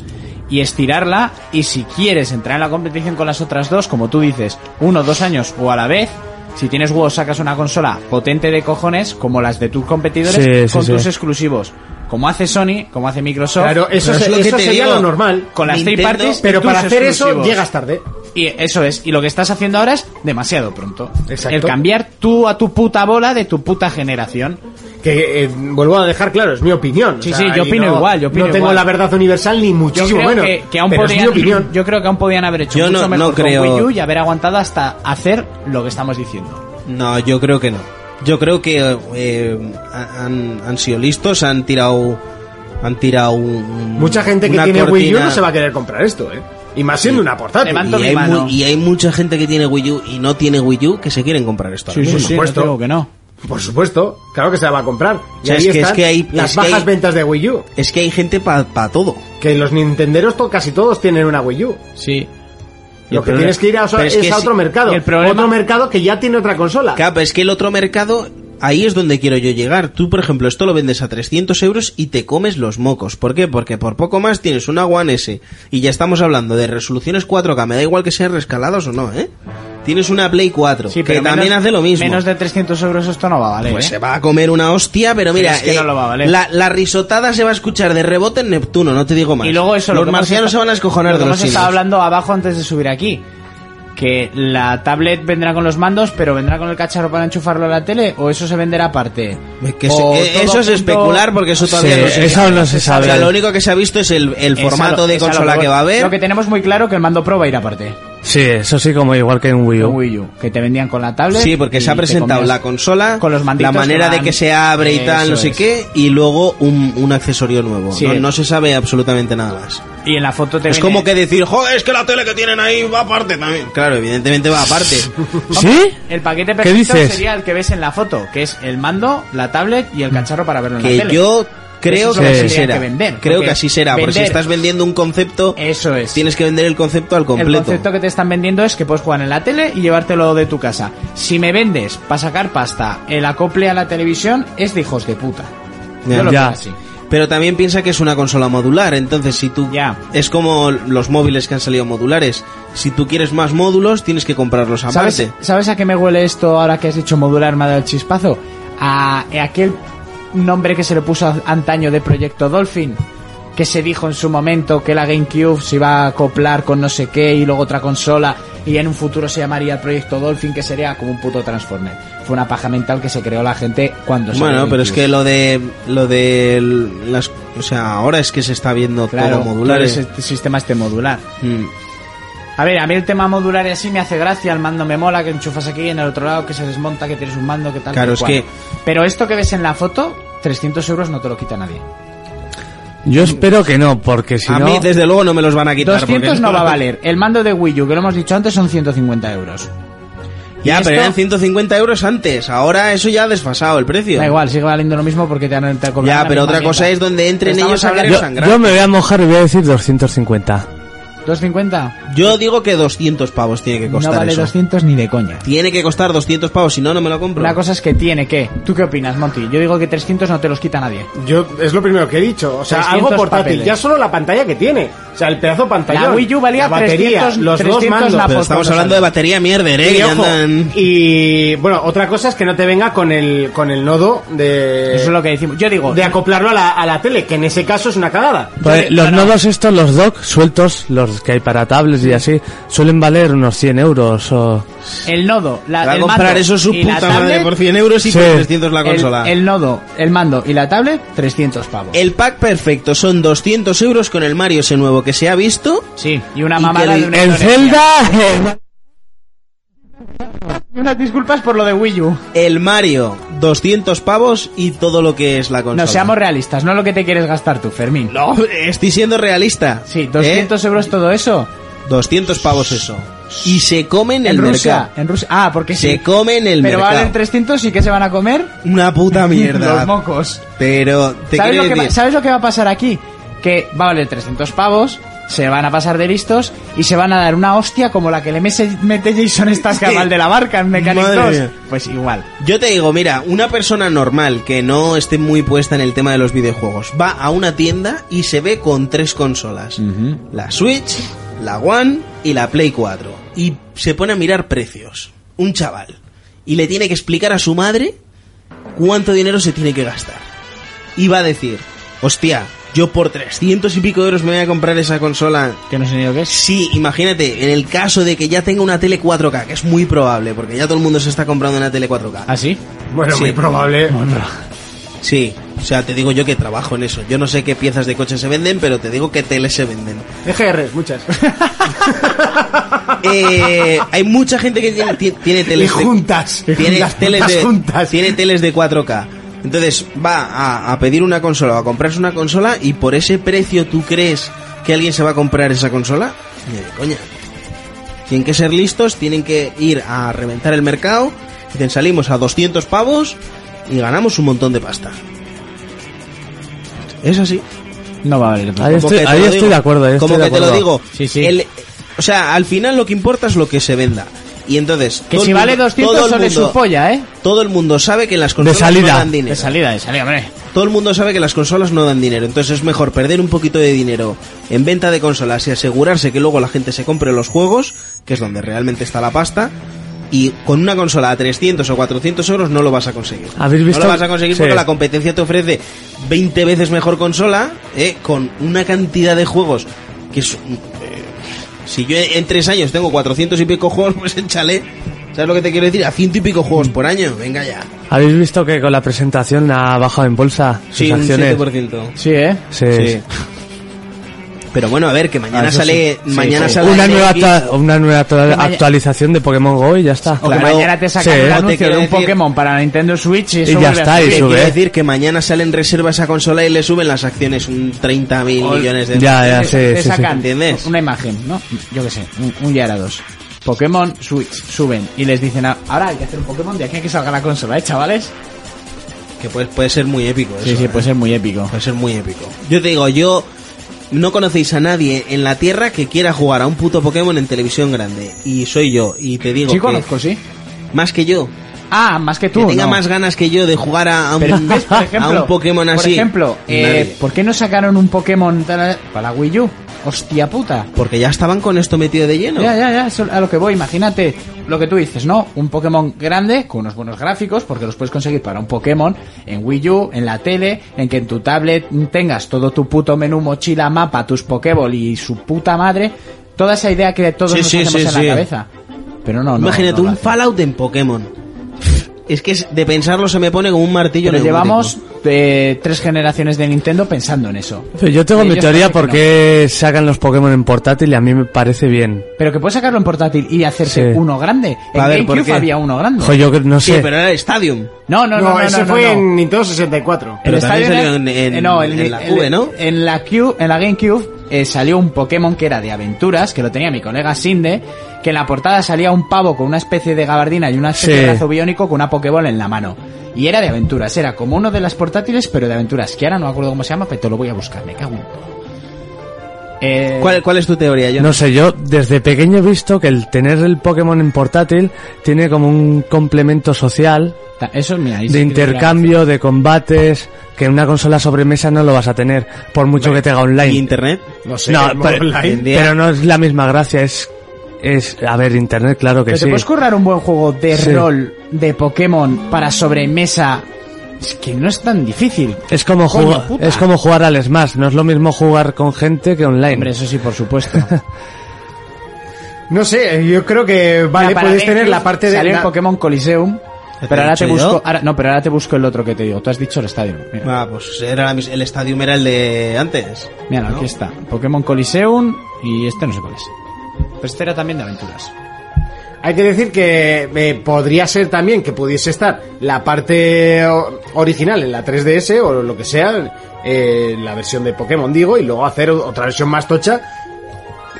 Speaker 5: Y estirarla, y si quieres entrar en la competición con las otras dos, como tú dices, uno, dos años o a la vez, si tienes huevos sacas una consola potente de cojones, como las de tus competidores,
Speaker 7: Sí, sí,
Speaker 5: con
Speaker 7: sí.
Speaker 5: tus exclusivos. Como hace Sony, como hace Microsoft.
Speaker 4: Claro, eso,
Speaker 6: pero
Speaker 4: se-
Speaker 6: es lo que
Speaker 4: eso
Speaker 6: te
Speaker 4: sería
Speaker 6: digo.
Speaker 4: lo normal.
Speaker 5: Con las
Speaker 6: Nintendo,
Speaker 5: three parties,
Speaker 4: Pero
Speaker 5: tus
Speaker 4: para hacer eso
Speaker 5: exclusivos.
Speaker 4: llegas tarde.
Speaker 5: Y eso es, y lo que estás haciendo ahora es demasiado pronto.
Speaker 4: Exacto.
Speaker 5: El cambiar tú a tu puta bola de tu puta generación.
Speaker 4: Que eh, vuelvo a dejar claro, es mi opinión.
Speaker 5: Sí, sí, yo
Speaker 4: y
Speaker 5: opino
Speaker 4: no-
Speaker 5: igual, yo opino
Speaker 4: No tengo
Speaker 5: igual.
Speaker 4: la verdad universal ni
Speaker 5: Yo
Speaker 4: muchísimo
Speaker 5: creo,
Speaker 4: menos.
Speaker 5: que, que aún
Speaker 4: pero es mi
Speaker 5: podían,
Speaker 4: opinión.
Speaker 5: yo creo que aún podían haber hecho
Speaker 6: Yo
Speaker 5: mucho
Speaker 6: no-
Speaker 5: mejor
Speaker 6: no creo-
Speaker 5: con Wii U y haber aguantado hasta hacer lo que estamos diciendo.
Speaker 6: No, yo creo que no. Yo creo que eh, han, han sido listos, han tirado, han tirado un-
Speaker 4: Mucha gente que
Speaker 6: una
Speaker 4: tiene Wii U
Speaker 6: cortina.
Speaker 4: no se va a querer comprar esto, ¿eh? Y más siendo una portátil.
Speaker 5: Levanto
Speaker 6: Y
Speaker 5: mi
Speaker 6: hay,
Speaker 5: mano.
Speaker 6: mu- y hay mucha gente que tiene Wii U y no tiene Wii U que se quieren comprar esto. ahora mismo.
Speaker 4: supuesto.
Speaker 5: no digo que no.
Speaker 4: Por supuesto, claro que se la va a comprar. Y
Speaker 6: O sea,
Speaker 4: ahí
Speaker 6: es que-
Speaker 4: están
Speaker 6: es que hay-
Speaker 4: las
Speaker 6: es que
Speaker 4: bajas
Speaker 6: hay-
Speaker 4: ventas de Wii U.
Speaker 6: Es que hay gente para todo.
Speaker 4: Que los nintenderos to- casi todos tienen una Wii U.
Speaker 5: Sí.
Speaker 4: Lo
Speaker 6: El
Speaker 4: que
Speaker 6: problema-
Speaker 4: tienes que ir a,
Speaker 6: pero es
Speaker 4: es
Speaker 6: que
Speaker 4: a
Speaker 6: si-
Speaker 4: otro mercado.
Speaker 5: el problema-
Speaker 4: Otro mercado que ya tiene otra consola.
Speaker 6: Cap, es que el otro mercado, ahí es donde quiero yo llegar. Tú, por ejemplo, esto lo vendes a 300 euros y te comes los mocos. ¿Por qué? Porque por poco más tienes una One S y ya estamos hablando de resoluciones 4K. Me da igual que sean rescalados o no, ¿eh? Tienes una Play 4
Speaker 5: Sí,
Speaker 6: que
Speaker 5: pero
Speaker 6: también
Speaker 5: menos-
Speaker 6: hace lo mismo.
Speaker 5: Menos de 300 euros esto no va a valer.
Speaker 6: Pues
Speaker 5: ¿eh?
Speaker 6: se va a comer una hostia, pero mira, eh,
Speaker 5: es que no lo va a valer.
Speaker 6: La, la risotada se va a escuchar de rebote en Neptuno, no te digo más.
Speaker 5: Y luego eso, lo
Speaker 6: los
Speaker 5: que hemos
Speaker 6: marcianos se
Speaker 5: esta-
Speaker 6: van a escojonar
Speaker 5: lo que
Speaker 6: de los
Speaker 5: hemos
Speaker 6: chinos.
Speaker 5: estado hablando abajo antes de subir aquí. Que la tablet vendrá con los mandos, pero vendrá con el cacharro para enchufarlo a la tele, o eso se venderá aparte.
Speaker 6: Que se-
Speaker 5: O
Speaker 6: eh,
Speaker 5: todo
Speaker 6: eso es
Speaker 5: junto-
Speaker 6: especular porque eso todavía
Speaker 7: Sí,
Speaker 6: no se
Speaker 7: eso
Speaker 6: sabe.
Speaker 7: no se
Speaker 6: O sea,
Speaker 7: sabe.
Speaker 6: lo único que se ha visto es el, el
Speaker 5: Es a
Speaker 6: formato
Speaker 5: lo-
Speaker 6: de
Speaker 5: es a lo
Speaker 6: consola que va a haber.
Speaker 5: Lo que tenemos muy claro que el mando pro va a ir aparte.
Speaker 7: Sí, eso sí, como igual que en Wii
Speaker 5: Con
Speaker 7: U.
Speaker 5: Wii U, que te vendían con la tablet.
Speaker 6: Sí, porque
Speaker 5: y
Speaker 6: se ha
Speaker 5: te
Speaker 6: presentado
Speaker 5: comías
Speaker 6: la consola,
Speaker 5: con los
Speaker 6: la
Speaker 5: manditos
Speaker 6: manera
Speaker 5: que
Speaker 6: de que
Speaker 5: van-
Speaker 6: se abre y tal,
Speaker 5: Eso
Speaker 6: no sé
Speaker 5: es.
Speaker 6: qué, y luego un, un accesorio nuevo.
Speaker 5: Sí.
Speaker 6: No, no se sabe absolutamente nada más.
Speaker 5: Y en la foto te
Speaker 6: Es
Speaker 5: viene-
Speaker 6: como que decir, joder, es que la tele que tienen ahí va aparte también. Claro, evidentemente va aparte.
Speaker 7: ¿Sí?
Speaker 5: El paquete
Speaker 7: ¿Qué
Speaker 5: perfecto
Speaker 7: dices?
Speaker 5: sería el que ves en la foto, que es el mando, la tablet y el cacharro para verlo en la
Speaker 6: Mm. que
Speaker 5: tele.
Speaker 6: yo creo
Speaker 5: Eso
Speaker 6: que
Speaker 7: es lo que
Speaker 6: así
Speaker 5: tendrían
Speaker 6: será.
Speaker 5: que vender,
Speaker 6: creo
Speaker 5: porque
Speaker 6: que así será, porque si
Speaker 5: vender-
Speaker 6: estás vendiendo un concepto,
Speaker 5: Eso es.
Speaker 6: tienes que vender el concepto al
Speaker 5: El
Speaker 6: completo.
Speaker 5: concepto que te están vendiendo es que puedes jugar en la tele y llevártelo de tu casa. Si me vendes para sacar pasta el acople a la televisión, es de hijos de puta.
Speaker 6: Ya.
Speaker 5: Yo lo
Speaker 7: Ya.
Speaker 5: veo así.
Speaker 6: Pero también piensa que es una consola modular, entonces si tú...
Speaker 5: Ya.
Speaker 6: Es como los móviles que han salido modulares. Si tú quieres más módulos, tienes que comprarlos aparte.
Speaker 5: ¿Sabes, ¿Sabes a qué me huele esto ahora que has dicho modular me ha dado el chispazo? A, a aquel nombre que se le puso a- antaño de Proyecto Dolphin, que se dijo en su momento que la GameCube se iba a acoplar con no sé qué y luego otra consola y en un futuro se llamaría Proyecto Dolphin, que sería como un puto Transformer. Fue una paja mental que se creó la gente cuando salió
Speaker 6: Bueno, pero es
Speaker 5: GameCube.
Speaker 6: que lo de lo de las, o sea, ahora es que se está viendo
Speaker 5: Claro,
Speaker 6: todo modular. eh.
Speaker 5: todo ese sistema este modular.
Speaker 6: Mm.
Speaker 5: A ver, a mí el tema modular y así me hace gracia, el mando me mola, que enchufas aquí en el otro lado, que se desmonta, que tienes un mando, que tal.
Speaker 6: Claro,
Speaker 5: que
Speaker 6: es
Speaker 5: cual.
Speaker 6: que-
Speaker 5: Pero esto que ves en la foto, 300 euros no te lo quita nadie.
Speaker 7: Yo espero que no, porque si
Speaker 6: a
Speaker 7: no...
Speaker 6: mí desde luego no me los van a quitar. porque
Speaker 5: 200 no va a valer. El mando de Wii U, que lo hemos dicho antes, son 150 euros.
Speaker 6: Ya,
Speaker 5: Y esto-
Speaker 6: pero eran 150 euros antes. Ahora eso ya ha desfasado el precio.
Speaker 5: Da igual, sigue valiendo lo mismo porque te han te
Speaker 6: Ya, pero otra cosa es donde entren
Speaker 5: Pero
Speaker 6: ellos a
Speaker 5: estamos
Speaker 6: ver el
Speaker 7: Yo,
Speaker 6: sangrado.
Speaker 7: yo me voy a mojar y voy a decir 250.
Speaker 5: ¿250?
Speaker 6: Yo digo que 200 pavos tiene que
Speaker 5: No
Speaker 6: costar
Speaker 5: vale
Speaker 6: eso.
Speaker 5: 200 ni de coña.
Speaker 6: Tiene que costar 200 pavos, si no, no me lo compro.
Speaker 5: Una cosa es que tiene que. ¿Tú qué opinas, Monty? Yo digo que 300 no te los quita nadie.
Speaker 4: Yo es lo primero que he dicho, o sea,
Speaker 5: 300
Speaker 4: algo portátil,
Speaker 5: papeles.
Speaker 4: ya solo la pantalla que tiene, o sea, el pedazo de pantalla,
Speaker 5: La Wii U valía
Speaker 4: batería,
Speaker 5: 300,
Speaker 4: los
Speaker 5: 300
Speaker 4: dos mandos.
Speaker 6: Pero
Speaker 5: napos.
Speaker 6: estamos
Speaker 5: cuando
Speaker 6: hablando de batería mierder, ¿eh?
Speaker 4: Y,
Speaker 6: que
Speaker 4: ojo,
Speaker 6: andan-
Speaker 4: y, bueno, otra cosa es que no te venga con el con el nodo de
Speaker 5: Eso es lo que decimos. Yo digo,
Speaker 4: de acoplarlo a la, a la tele, que en ese caso es una cagada.
Speaker 7: Pues, los nodos estos, los dock sueltos, los que hay para tablets y así, suelen valer unos 100 euros o...
Speaker 5: el nodo, la,
Speaker 6: Va a
Speaker 5: el
Speaker 6: comprar
Speaker 5: mando
Speaker 6: eso su
Speaker 5: y la
Speaker 6: puta
Speaker 5: tablet,
Speaker 6: madre por 100 euros y
Speaker 7: Sí.
Speaker 6: por 300 la
Speaker 5: el-
Speaker 6: consola.
Speaker 5: El, nodo, el mando y la tablet, 300 pavos.
Speaker 6: El pack perfecto son 200 euros con el Mario ese nuevo que se ha visto.
Speaker 5: sí, y una
Speaker 6: y
Speaker 5: mamada
Speaker 6: que el-
Speaker 5: de una
Speaker 7: En
Speaker 5: historia.
Speaker 7: Zelda...
Speaker 5: Unas disculpas por lo de Wii U.
Speaker 6: El Mario, 200 pavos y todo lo que es la consola.
Speaker 5: No, seamos realistas, no lo que te quieres gastar tú, Fermín.
Speaker 6: No, estoy siendo realista.
Speaker 5: Sí, 200
Speaker 6: ¿Eh?
Speaker 5: euros todo eso.
Speaker 6: 200 pavos eso. Y se comen el
Speaker 5: en Rusia,
Speaker 6: mercado.
Speaker 5: en Rusia. Ah, porque
Speaker 6: Se
Speaker 5: sí.
Speaker 6: comen el
Speaker 5: Pero
Speaker 6: mercado.
Speaker 5: valen 300 y ¿qué se van a comer?
Speaker 6: Una puta
Speaker 5: Los
Speaker 6: mierda.
Speaker 5: mocos.
Speaker 6: Pero te
Speaker 5: ¿Sabes
Speaker 6: quiero
Speaker 5: lo, que va,
Speaker 6: decir,
Speaker 5: sabes lo que va a pasar aquí? Que va a valer 300 pavos, se van a pasar de listos y se van a dar una hostia como la que le mese- mete Jason
Speaker 6: Es que-
Speaker 5: Statham de la barca en Mechanic
Speaker 6: Madre
Speaker 5: 2.
Speaker 6: mía.
Speaker 5: Pues igual.
Speaker 6: Yo te digo, mira, una persona normal que no esté muy puesta en el tema de los videojuegos va a una tienda y se ve con tres consolas: la Switch, la One y la Play 4. Y se pone a mirar precios. Un chaval. Y le tiene que explicar a su madre cuánto dinero se tiene que gastar. Y va a decir: Hostia, yo por 300 y pico euros me voy a comprar esa consola
Speaker 5: Que no sé ni lo que es.
Speaker 6: Sí, imagínate, en el caso de que ya tenga una tele 4K, que es muy probable, porque ya todo el mundo se está comprando una tele 4K.
Speaker 5: ¿Así?
Speaker 4: Bueno,
Speaker 6: Sí.
Speaker 4: muy probable.
Speaker 6: Sí, o sea, te digo yo que trabajo en eso. Yo no sé qué piezas de coche se venden, pero te digo que teles se venden.
Speaker 4: EGRs, muchas.
Speaker 6: Eh, hay mucha gente que tiene, ti- tiene
Speaker 4: Y
Speaker 6: teles de-
Speaker 4: juntas, y
Speaker 6: tiene
Speaker 4: juntas,
Speaker 6: teles
Speaker 4: juntas,
Speaker 6: de,
Speaker 4: juntas.
Speaker 6: tiene teles de 4K. Entonces va a, a pedir una consola, va a comprarse una consola y por ese precio tú crees que alguien se va a comprar esa consola? Ni de coña. Tienen que ser listos, tienen que ir a reventar el mercado. Dicen, salimos a 200 pavos y ganamos un montón de pasta. Es así.
Speaker 5: No va a valer.
Speaker 7: Ahí
Speaker 6: Como
Speaker 7: estoy,
Speaker 6: que te
Speaker 7: ahí
Speaker 6: lo
Speaker 7: estoy
Speaker 6: digo.
Speaker 7: de acuerdo. ahí
Speaker 6: Como
Speaker 7: estoy de
Speaker 6: que te lo
Speaker 7: acuerdo.
Speaker 6: digo.
Speaker 5: Sí, sí.
Speaker 6: El- o sea, al final lo que importa es lo que se venda. Y entonces.
Speaker 5: Que
Speaker 6: todo
Speaker 5: si
Speaker 6: el
Speaker 5: vale
Speaker 6: mundo- todo
Speaker 5: 200
Speaker 6: el
Speaker 5: son de su
Speaker 6: mundo-
Speaker 5: polla, ¿eh?
Speaker 6: Todo el mundo sabe que las consolas
Speaker 7: salida.
Speaker 6: no dan dinero.
Speaker 5: De salida, de salida, hombre.
Speaker 6: Todo el mundo sabe que las consolas no dan dinero. Entonces es mejor perder un poquito de dinero en venta de consolas y asegurarse que luego la gente se compre los juegos, que es donde realmente está la pasta. Y con una consola a 300 o 400 euros no lo vas a conseguir.
Speaker 7: ¿Habéis visto?
Speaker 6: No lo vas a conseguir
Speaker 7: Sí.
Speaker 6: porque la competencia te ofrece 20 veces mejor consola, eh, con una cantidad de juegos que es... eh, si yo en tres años tengo 400 y pico juegos, pues échale. ¿Sabes lo que te quiero decir? A ciento y pico juegos por año. Venga ya.
Speaker 7: ¿Habéis visto que con la presentación ha bajado en bolsa sus
Speaker 6: Sí, un
Speaker 7: acciones?
Speaker 6: 7%.
Speaker 5: Sí, ¿eh?
Speaker 7: Sí, sí.
Speaker 6: Pero bueno, a ver, que
Speaker 7: Ah,
Speaker 6: mañana
Speaker 7: eso
Speaker 6: sale.
Speaker 7: sí.
Speaker 6: Mañana
Speaker 7: Sí.
Speaker 6: sale.
Speaker 7: una,
Speaker 6: el
Speaker 7: nueva
Speaker 6: Netflix.
Speaker 7: actua- una nueva actua-
Speaker 5: maña-
Speaker 7: actualización de Pokémon GO y ya está.
Speaker 5: O que
Speaker 6: Claro.
Speaker 5: mañana te sacan
Speaker 7: Sí.
Speaker 5: un
Speaker 7: No te
Speaker 5: anuncio de
Speaker 6: quiero
Speaker 5: un
Speaker 6: decir-
Speaker 5: Pokémon para Nintendo Switch y eso
Speaker 7: Y ya
Speaker 5: vuelve a
Speaker 7: está, y
Speaker 5: subir.
Speaker 6: Que
Speaker 7: sube. ¿eh?
Speaker 6: quiere decir que mañana sale en reserva esa consola y le suben las acciones un 30 mil millones de
Speaker 7: Ya, ya, sí,
Speaker 5: te
Speaker 7: sí, sí.
Speaker 5: sacan
Speaker 6: ¿Entiendes?
Speaker 5: una imagen, ¿no? Yo qué sé, un, un Yara 2. Pokémon Switch suben y les dicen, "Ah, ahora hay que hacer un Pokémon de aquí a que salga la consola, ¿eh, chavales?
Speaker 6: Que puede, puede ser muy épico. Eso,
Speaker 5: Sí, sí,
Speaker 6: ¿eh?
Speaker 5: puede ser muy épico.
Speaker 6: Puede ser muy épico. Yo te digo, yo. No conocéis a nadie en la tierra que quiera jugar a un puto Pokémon en televisión grande. Y soy yo. Y te digo.
Speaker 5: Sí,
Speaker 6: que-
Speaker 5: conozco, sí.
Speaker 6: Más que yo.
Speaker 5: Ah, más que tú.
Speaker 6: Que tenga
Speaker 5: no.
Speaker 6: más ganas que yo de jugar a, a un,
Speaker 5: Pero, ¿ves? Por ejemplo,
Speaker 6: a un Pokémon así.
Speaker 5: Por ejemplo, eh,
Speaker 6: Nadie.
Speaker 5: ¿por qué no sacaron un Pokémon tal- para la Wii U? Hostia puta.
Speaker 6: Porque ya estaban con esto metido de lleno.
Speaker 5: Ya, ya, ya, eso a lo que voy, imagínate lo que tú dices, ¿no? Un Pokémon grande con unos buenos gráficos, porque los puedes conseguir para un Pokémon en Wii U, en la tele, en que en tu tablet tengas todo tu puto menú, mochila, mapa, tus Pokéball y su puta madre. Toda esa idea que todos
Speaker 6: Sí,
Speaker 5: nos
Speaker 6: sí,
Speaker 5: hacemos
Speaker 6: sí,
Speaker 5: en
Speaker 6: sí.
Speaker 5: la cabeza. Pero no, no.
Speaker 6: Imagínate
Speaker 5: no lo
Speaker 6: un
Speaker 5: hacen.
Speaker 6: Fallout en Pokémon. Es que es- de pensarlo se me pone como un martillo
Speaker 5: Pero
Speaker 6: neumático.
Speaker 5: llevamos eh, tres generaciones de Nintendo pensando en eso.
Speaker 7: Pero Yo tengo
Speaker 5: Sí,
Speaker 7: mi
Speaker 5: yo
Speaker 7: teoría
Speaker 5: creo que
Speaker 7: por qué sacan los Pokémon en portátil y a mí me parece bien.
Speaker 5: Pero que puedes sacarlo en portátil y hacerse
Speaker 7: Sí.
Speaker 5: uno grande. En
Speaker 6: A ver, ¿por
Speaker 5: GameCube
Speaker 6: qué?
Speaker 5: había uno grande.
Speaker 7: Ojo, yo que- no
Speaker 6: Sí,
Speaker 7: sé.
Speaker 6: pero era el Stadium.
Speaker 5: No, no, no,
Speaker 4: No,
Speaker 5: no, no,
Speaker 4: ese
Speaker 5: no,
Speaker 4: fue
Speaker 5: no.
Speaker 4: en Nintendo 64.
Speaker 6: Pero
Speaker 5: El
Speaker 6: también
Speaker 5: Stadium era-
Speaker 6: salió en- en-
Speaker 5: eh, no,
Speaker 6: en la Cube, ¿no?
Speaker 5: En la Cube, en la GameCube eh, salió un Pokémon que era de aventuras, que lo tenía mi colega Sinde, que en la portada salía un pavo con una especie de gabardina y una especie
Speaker 7: Sí.
Speaker 5: de brazo biónico con una Pokéball en la mano. Y era de aventuras, era como uno de las portátiles, pero de aventuras, que ahora no me acuerdo cómo se llama, pero te lo voy a buscar, me cago en todo. Eh,
Speaker 6: ¿Cuál, ¿Cuál es tu teoría, John?
Speaker 7: No sé, yo desde pequeño he visto que el tener el Pokémon en portátil tiene como un complemento social
Speaker 5: ta- Eso, mira, ahí sí
Speaker 7: de
Speaker 5: creo que era-
Speaker 7: intercambio, de combates, que en una consola sobremesa no lo vas a tener, por mucho que tenga online.
Speaker 6: ¿Y internet?
Speaker 4: No sé,
Speaker 7: no,
Speaker 4: el
Speaker 7: pero,
Speaker 4: online.
Speaker 7: pero no es la misma gracia, es, es, a ver, internet, claro que
Speaker 5: Pero
Speaker 7: sí.
Speaker 5: te puedes currar un buen juego de
Speaker 7: Sí.
Speaker 5: rol de Pokémon para sobremesa. Es que no es tan difícil.
Speaker 7: Es como,
Speaker 5: Coño,
Speaker 7: jugar,
Speaker 5: puta.
Speaker 7: es como jugar al Smash, no es lo mismo jugar con gente que online.
Speaker 5: Hombre, eso sí, por supuesto.
Speaker 4: No sé, yo creo que vale,
Speaker 5: Mira, para
Speaker 4: puedes
Speaker 5: GameCube
Speaker 4: tener la parte de
Speaker 5: salió el
Speaker 4: na-
Speaker 5: Pokémon Coliseum.
Speaker 6: ¿Te
Speaker 5: Pero
Speaker 6: he
Speaker 5: ahora te
Speaker 6: dicho
Speaker 5: busco.
Speaker 6: yo?
Speaker 5: ahora- no, pero ahora te busco el otro que te digo. Tú has dicho el estadio. Mira,
Speaker 6: Ah, pues era la mis- el Stadium era el de antes.
Speaker 5: Míralo,
Speaker 6: ¿no?
Speaker 5: aquí está. Pokémon Coliseum y este no sé cuál es. Pero este era también de aventuras.
Speaker 4: Hay que decir que eh, podría ser también que pudiese estar la parte o- original en la 3DS o lo que sea, eh, la versión de Pokémon, digo, y luego hacer o- otra versión más tocha,